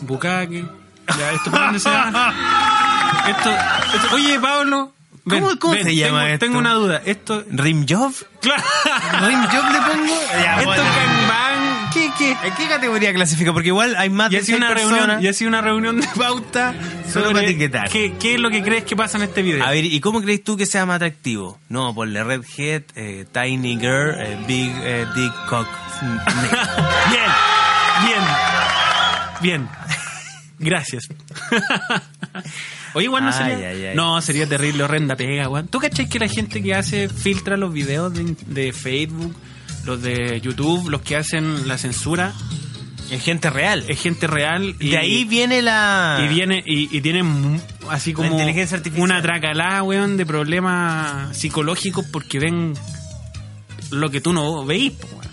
[SPEAKER 4] bucaque, ya, esto para dónde se va. Esto, esto- oye, Pablo, ven,
[SPEAKER 3] ¿Cómo- cómo
[SPEAKER 4] ven,
[SPEAKER 3] se llama
[SPEAKER 4] tengo,
[SPEAKER 3] esto?
[SPEAKER 4] Tengo una duda, esto,
[SPEAKER 3] ¿Rim job?
[SPEAKER 4] claro,
[SPEAKER 3] ¿Rim job le pongo?
[SPEAKER 6] Ya,
[SPEAKER 4] esto
[SPEAKER 6] bueno.
[SPEAKER 4] canbán, ¿qué, qué?
[SPEAKER 3] ¿En qué categoría clasifica? Porque igual hay más
[SPEAKER 4] Y
[SPEAKER 3] de
[SPEAKER 4] así
[SPEAKER 3] seis
[SPEAKER 4] una
[SPEAKER 3] personas.
[SPEAKER 4] reunión, y así una reunión de pauta
[SPEAKER 3] Solo
[SPEAKER 4] sobre
[SPEAKER 3] para etiquetar.
[SPEAKER 4] ¿qué, qué es lo que crees que pasa en este video.
[SPEAKER 3] A ver, ¿y cómo crees tú que sea más atractivo? No, ponle Redhead, eh, Tiny Girl, eh, Big eh, Dick Cock.
[SPEAKER 4] Bien, bien, bien. Gracias. Oye, igual no
[SPEAKER 3] Ay,
[SPEAKER 4] sería.
[SPEAKER 3] ay, ay.
[SPEAKER 4] No, sería terrible, horrenda pega, weón. ¿Tú cachai que la gente que hace filtra los videos de, de Facebook, los de YouTube, los que hacen la censura,
[SPEAKER 3] Es gente real.
[SPEAKER 4] es gente real? Y,
[SPEAKER 3] de ahí viene la...
[SPEAKER 4] Y viene, y, y tienen mu- así como.
[SPEAKER 3] inteligencia artificial.
[SPEAKER 4] Una tracalada, weón, de problemas psicológicos porque ven lo que tú no veís, po, weón.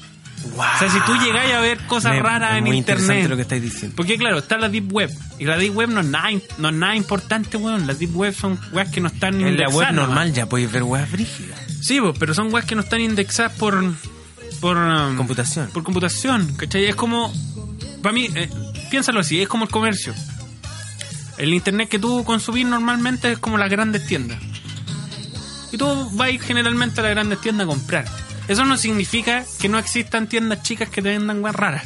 [SPEAKER 3] Wow.
[SPEAKER 4] O sea, si tú llegáis a ver cosas
[SPEAKER 3] Me-
[SPEAKER 4] raras
[SPEAKER 3] es
[SPEAKER 4] en
[SPEAKER 3] muy interesante
[SPEAKER 4] internet.
[SPEAKER 3] lo que estáis diciendo.
[SPEAKER 4] Porque claro, está la Deep Web. Y la Deep Web no es nada, no es nada importante, weón. Las Deep Web son weas que no están
[SPEAKER 3] En la web
[SPEAKER 4] indexadas,
[SPEAKER 3] normal ya podéis ver webs brígidas.
[SPEAKER 4] nomás. Sí, po, pero son weas que no están indexadas por. por. um,
[SPEAKER 3] Computación.
[SPEAKER 4] por computación, ¿cachai? Es como. Para mí, eh, piénsalo así, es como el comercio. El internet que tú consumís normalmente es como las grandes tiendas. Y tú vas generalmente a las grandes tiendas a comprar. Eso no significa que no existan tiendas chicas que te vendan weas raras.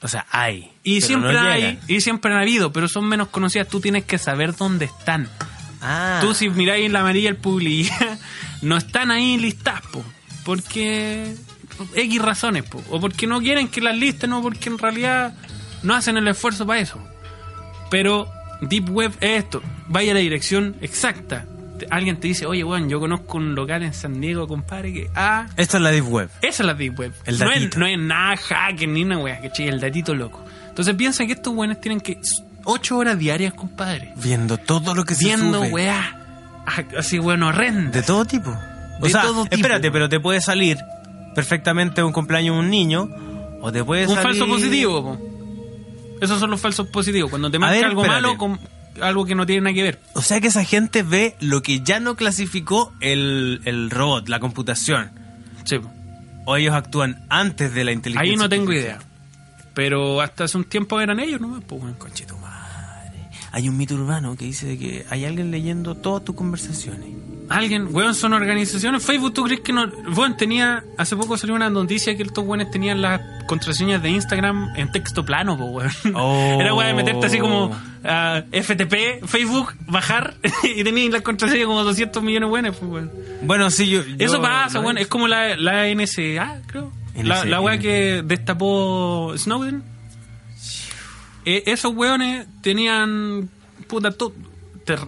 [SPEAKER 3] O sea, hay.
[SPEAKER 4] Y
[SPEAKER 3] pero
[SPEAKER 4] siempre
[SPEAKER 3] no
[SPEAKER 4] hay,
[SPEAKER 3] llegan.
[SPEAKER 4] y siempre han habido, pero son menos conocidas. Tú tienes que saber dónde están.
[SPEAKER 3] Ah.
[SPEAKER 4] Tú si miráis en la amarilla el publicidad, no están ahí listadas, po, porque X razones, po, o porque no quieren que las listen, o porque en realidad no hacen el esfuerzo para eso. Pero Deep Web es esto, vaya a la dirección exacta. Te- Alguien te dice, oye, weón, yo conozco un local en San Diego, compadre, que... Ah,
[SPEAKER 3] Esta es la deep web.
[SPEAKER 4] esa es la Deep Web.
[SPEAKER 3] El
[SPEAKER 4] no, es,
[SPEAKER 3] datito.
[SPEAKER 4] no es nada hacker ni una wea, ¿cachai? El datito loco. Entonces piensa que estos weones tienen que... 8 horas diarias, compadre
[SPEAKER 3] Viendo todo lo que se
[SPEAKER 4] viendo
[SPEAKER 3] sube.
[SPEAKER 4] weá a- así weón horrenda
[SPEAKER 3] De todo tipo. O
[SPEAKER 4] De
[SPEAKER 3] sea,
[SPEAKER 4] todo tipo.
[SPEAKER 3] espérate, pero te puede salir perfectamente un cumpleaños de un niño o te puede
[SPEAKER 4] un
[SPEAKER 3] salir...
[SPEAKER 4] falso positivo po. esos son los falsos positivos cuando te
[SPEAKER 3] A
[SPEAKER 4] marca
[SPEAKER 3] ver,
[SPEAKER 4] algo
[SPEAKER 3] espérate.
[SPEAKER 4] malo con algo que no tiene nada que ver
[SPEAKER 3] O sea que esa gente ve lo que ya no clasificó el, el robot, la computación.
[SPEAKER 4] Sí, po.
[SPEAKER 3] O ellos actúan antes de la inteligencia.
[SPEAKER 4] ahí no tengo
[SPEAKER 3] artificial.
[SPEAKER 4] idea pero hasta hace un tiempo eran ellos nomás po, weón.
[SPEAKER 3] Conchetumare. Hay un mito urbano que dice de que hay alguien leyendo todas tus conversaciones.
[SPEAKER 4] alguien weón son organizaciones Facebook tú crees que no weón tenía hace poco salió una noticia que estos weones tenían las contraseñas de Instagram en texto plano po, weón.
[SPEAKER 3] Oh.
[SPEAKER 4] era weón de meterte así como ah, FTP Facebook bajar y tenías las contraseñas como 200 millones de weones po, weón.
[SPEAKER 3] Bueno, sí, yo... yo-
[SPEAKER 4] Eso pasa, bueno, es como la, la NSA, creo. La,
[SPEAKER 3] NSA.
[SPEAKER 4] la weá que destapó Snowden. Eh, esos weones tenían. Puta, to- ter-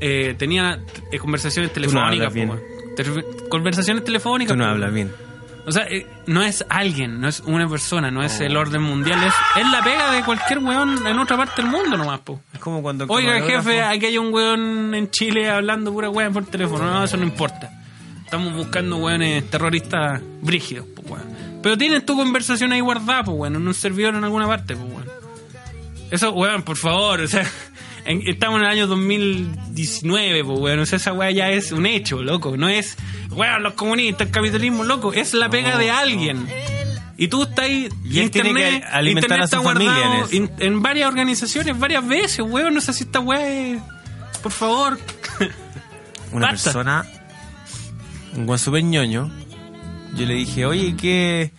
[SPEAKER 4] eh, tenía eh, conversaciones telefónicas,
[SPEAKER 3] hablas bien.
[SPEAKER 4] po, weón. Ter- conversaciones telefónicas.
[SPEAKER 3] Tú no
[SPEAKER 4] po,
[SPEAKER 3] hablas
[SPEAKER 4] weón.
[SPEAKER 3] bien.
[SPEAKER 4] O sea, eh, no es alguien, no es una persona, no es
[SPEAKER 3] Oh.
[SPEAKER 4] el orden mundial, es, es la pega de cualquier weón en otra parte del mundo nomás, po.
[SPEAKER 3] Es como cuando...
[SPEAKER 4] Oiga,
[SPEAKER 3] camarógrafo-
[SPEAKER 4] jefe, aquí hay un weón en Chile hablando pura weón por teléfono. No, eso no importa. Estamos buscando weones terroristas brígidos, pues weón. Pero tienes tu conversación ahí guardada, pues weón, en un servidor en alguna parte, pues weón. Eso, weón, por favor, o sea, en- estamos en el año 2019, pues weón. O sea, esa weá ya es un hecho, loco. No es, weón, los comunistas, el capitalismo, loco. Es la pega de alguien. Y tú estás ahí,
[SPEAKER 3] Y él tiene que alimentar a su familia en eso.
[SPEAKER 4] in- en varias organizaciones, varias veces, weón. No sé si esta weá es- Por favor.
[SPEAKER 3] una
[SPEAKER 4] Basta.
[SPEAKER 3] persona, un buen súper ñoño, yo le dije, oye, ¿qué,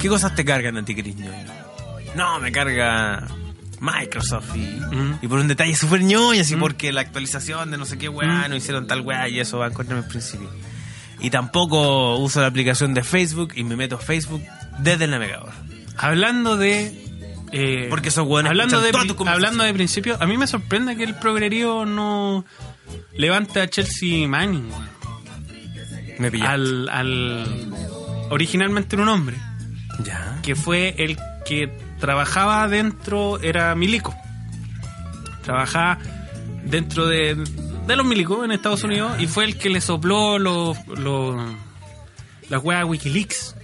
[SPEAKER 3] qué cosas te cargan a ti, que eres ñoño? No, me carga Microsoft y, y por un detalle súper ñoño, así porque la actualización de no sé qué weá, no hicieron tal weá y eso va en contra de mis principios. Y tampoco uso la aplicación de Facebook y me meto a Facebook desde el navegador.
[SPEAKER 4] Hablando de. eh,
[SPEAKER 3] Porque esos weones
[SPEAKER 4] hablando
[SPEAKER 3] escuchan
[SPEAKER 4] de,
[SPEAKER 3] todas
[SPEAKER 4] pri-
[SPEAKER 3] tus conversaciones.
[SPEAKER 4] hablando de principio, a mí me sorprende que el progrerío no levante a Chelsea Manning, weón.
[SPEAKER 3] Me pillaste.
[SPEAKER 4] al, al originalmente era un hombre
[SPEAKER 3] Ya.
[SPEAKER 4] que fue el que trabajaba dentro era milico trabajaba dentro de, de los milicos en Estados Unidos y fue el que le sopló los los- las weas Wikileaks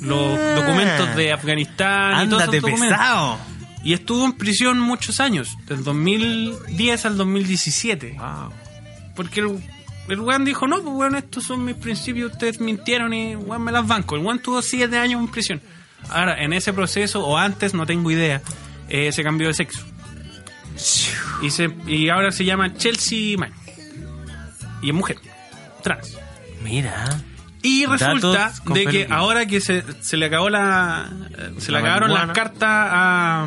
[SPEAKER 4] los documentos de Afganistán y todos
[SPEAKER 3] Ah. Ándate
[SPEAKER 4] esos documentos.
[SPEAKER 3] pesado.
[SPEAKER 4] y estuvo en prisión muchos años del 2010 al 2017 porque el, el weón dijo, no, pues weón, estos son mis principios, ustedes mintieron y weón me las banco. El weón tuvo siete años en prisión. Ahora, en ese proceso, o antes, no tengo idea, eh, se cambió de sexo. Y, se, y ahora se llama Chelsea Man. Y es mujer, trans.
[SPEAKER 3] Mira.
[SPEAKER 4] Y resulta
[SPEAKER 3] Datos
[SPEAKER 4] de que
[SPEAKER 3] confirmados.
[SPEAKER 4] ahora que se, se le acabó la. eh, Se le
[SPEAKER 3] La
[SPEAKER 4] acabaron las
[SPEAKER 3] marihuana.
[SPEAKER 4] cartas a.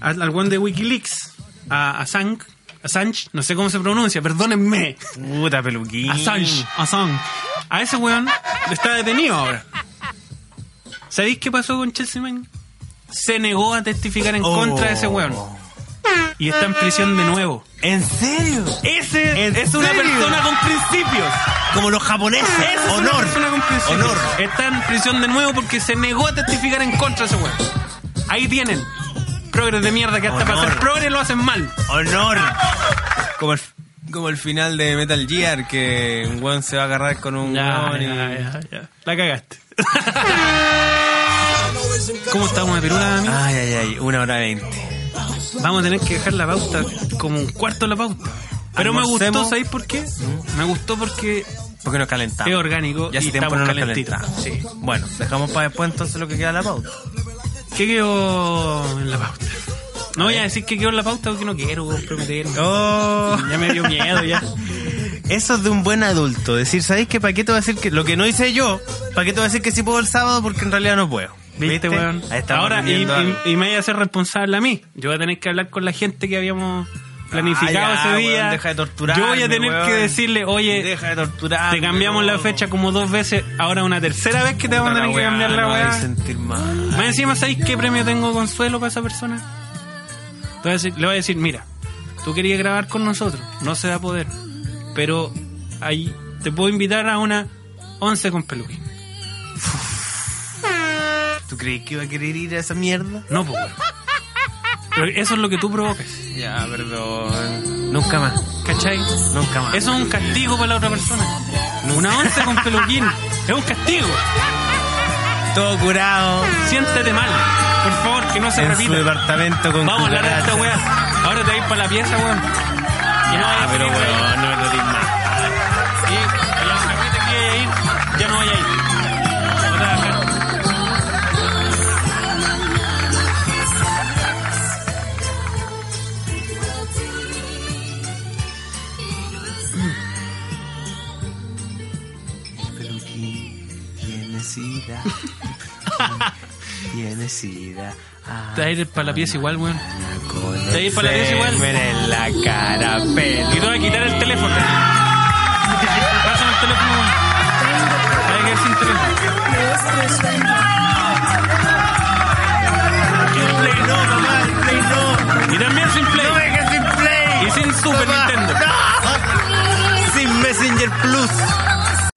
[SPEAKER 4] a- al weón de Wikileaks, a, a Sang. Assange, no sé cómo se pronuncia, perdónenme.
[SPEAKER 3] Puta peluquín.
[SPEAKER 4] Assange, Assange. A ese weón está detenido ahora. ¿Sabéis qué pasó con Chelsea Man? Se negó a testificar en
[SPEAKER 3] Oh.
[SPEAKER 4] contra de ese weón. Y está en prisión de nuevo.
[SPEAKER 3] ¿En serio?
[SPEAKER 4] Ese
[SPEAKER 3] ¿En
[SPEAKER 4] es una
[SPEAKER 3] serio?
[SPEAKER 4] persona con principios.
[SPEAKER 3] Como los japoneses.
[SPEAKER 4] Esa es una
[SPEAKER 3] Honor.
[SPEAKER 4] persona con principios.
[SPEAKER 3] Honor.
[SPEAKER 4] Está en prisión de nuevo porque se negó a testificar en contra de ese weón. Ahí tienen. Progres de mierda que hasta para
[SPEAKER 3] Honor.
[SPEAKER 4] hacer progres lo hacen mal.
[SPEAKER 3] Honor. Como el, como el final de Metal Gear, que un weón se va a agarrar con un weón y-
[SPEAKER 4] La cagaste. ¿Cómo estamos de pirula, amigo?
[SPEAKER 3] Ay, ay, ay, una hora veinte.
[SPEAKER 4] Vamos a tener que dejar la pauta como un cuarto de la pauta. Pero me
[SPEAKER 3] Almorcemos.
[SPEAKER 4] gustó, ¿sabéis por qué? Me gustó porque
[SPEAKER 3] Porque nos calentamos.
[SPEAKER 4] es orgánico
[SPEAKER 3] Ya
[SPEAKER 4] y
[SPEAKER 3] hace tiempo
[SPEAKER 4] estamos
[SPEAKER 3] no nos
[SPEAKER 4] calentitos.
[SPEAKER 3] calentamos.
[SPEAKER 4] Sí.
[SPEAKER 3] Bueno, dejamos para después entonces lo que queda de la pauta.
[SPEAKER 4] ¿Qué quedó en la pauta? No voy a decir que quedó en la pauta porque no quiero comprometer.
[SPEAKER 3] Oh.
[SPEAKER 4] Ya me dio miedo ya.
[SPEAKER 3] Eso es de un buen adulto. Decir, ¿sabéis qué? ¿Para qué te voy a decir que lo que no hice yo? ¿Para qué te voy a decir que sí puedo el sábado? Porque en realidad no puedo.
[SPEAKER 4] ¿Viste, weón?
[SPEAKER 3] Ahí estamos
[SPEAKER 4] Ahora, y,
[SPEAKER 3] aprendiendo algo.
[SPEAKER 4] y- y me voy a hacer responsable a mí. Yo voy a tener que hablar con la gente que habíamos planificado
[SPEAKER 3] Ah, ya,
[SPEAKER 4] ese día.
[SPEAKER 3] weón, deja de torturarme,
[SPEAKER 4] Yo voy a tener
[SPEAKER 3] weón.
[SPEAKER 4] que decirle, oye,
[SPEAKER 3] Deja de torturar.
[SPEAKER 4] te cambiamos la fecha como dos veces. Ahora una tercera vez que te vamos a tener que cambiar la
[SPEAKER 3] voy a
[SPEAKER 4] weá.
[SPEAKER 3] sentir mal.
[SPEAKER 4] Más encima, ¿sabéis qué premio tengo consuelo para esa persona? Te voy a decir- le voy a decir, mira, tú querías grabar con nosotros, no se da poder, pero ahí te puedo invitar a una 11 con peluquín.
[SPEAKER 3] ¿Tú crees que iba a querer ir a esa mierda?
[SPEAKER 4] No, pues, weón. Pero Eso es lo que tú provocas,
[SPEAKER 3] Ya, perdón. Nunca más.
[SPEAKER 4] ¿cachai?
[SPEAKER 3] Nunca más.
[SPEAKER 4] Eso es un castigo para la otra persona. Una 11 con peluquín es un castigo.
[SPEAKER 3] Todo curado.
[SPEAKER 4] Siéntete mal, por favor, que no se
[SPEAKER 3] en su
[SPEAKER 4] repita.
[SPEAKER 3] departamento con
[SPEAKER 4] Vamos a hablar de
[SPEAKER 3] cucarachas.
[SPEAKER 4] esta weá. Ahora te vais para la pieza, weón. Ya no
[SPEAKER 3] Ah,
[SPEAKER 4] vayas
[SPEAKER 3] pero
[SPEAKER 4] a ir,
[SPEAKER 3] weón, no me lo digas más.
[SPEAKER 4] Sí, y aunque a mí te quiera ir, ya no voy a ir. No te vas a dejar.
[SPEAKER 3] Peluquín tiene sida. Tiene sida.
[SPEAKER 4] Te vas a ir para la pieza igual, weón.
[SPEAKER 3] Con
[SPEAKER 4] Te
[SPEAKER 3] el
[SPEAKER 4] ir para la pieza igual.
[SPEAKER 3] semen en la cara, pelu.
[SPEAKER 4] Y te voy a quitar el teléfono. Pásame el teléfono, weón. Te vas a quedar sin teléfono.
[SPEAKER 3] No, mamá, el play no.
[SPEAKER 4] Y también sin Play.
[SPEAKER 3] No me dejes sin play.
[SPEAKER 4] Y sin Super
[SPEAKER 3] Mamá,
[SPEAKER 4] Nintendo.
[SPEAKER 3] no. Sin Messenger Plus.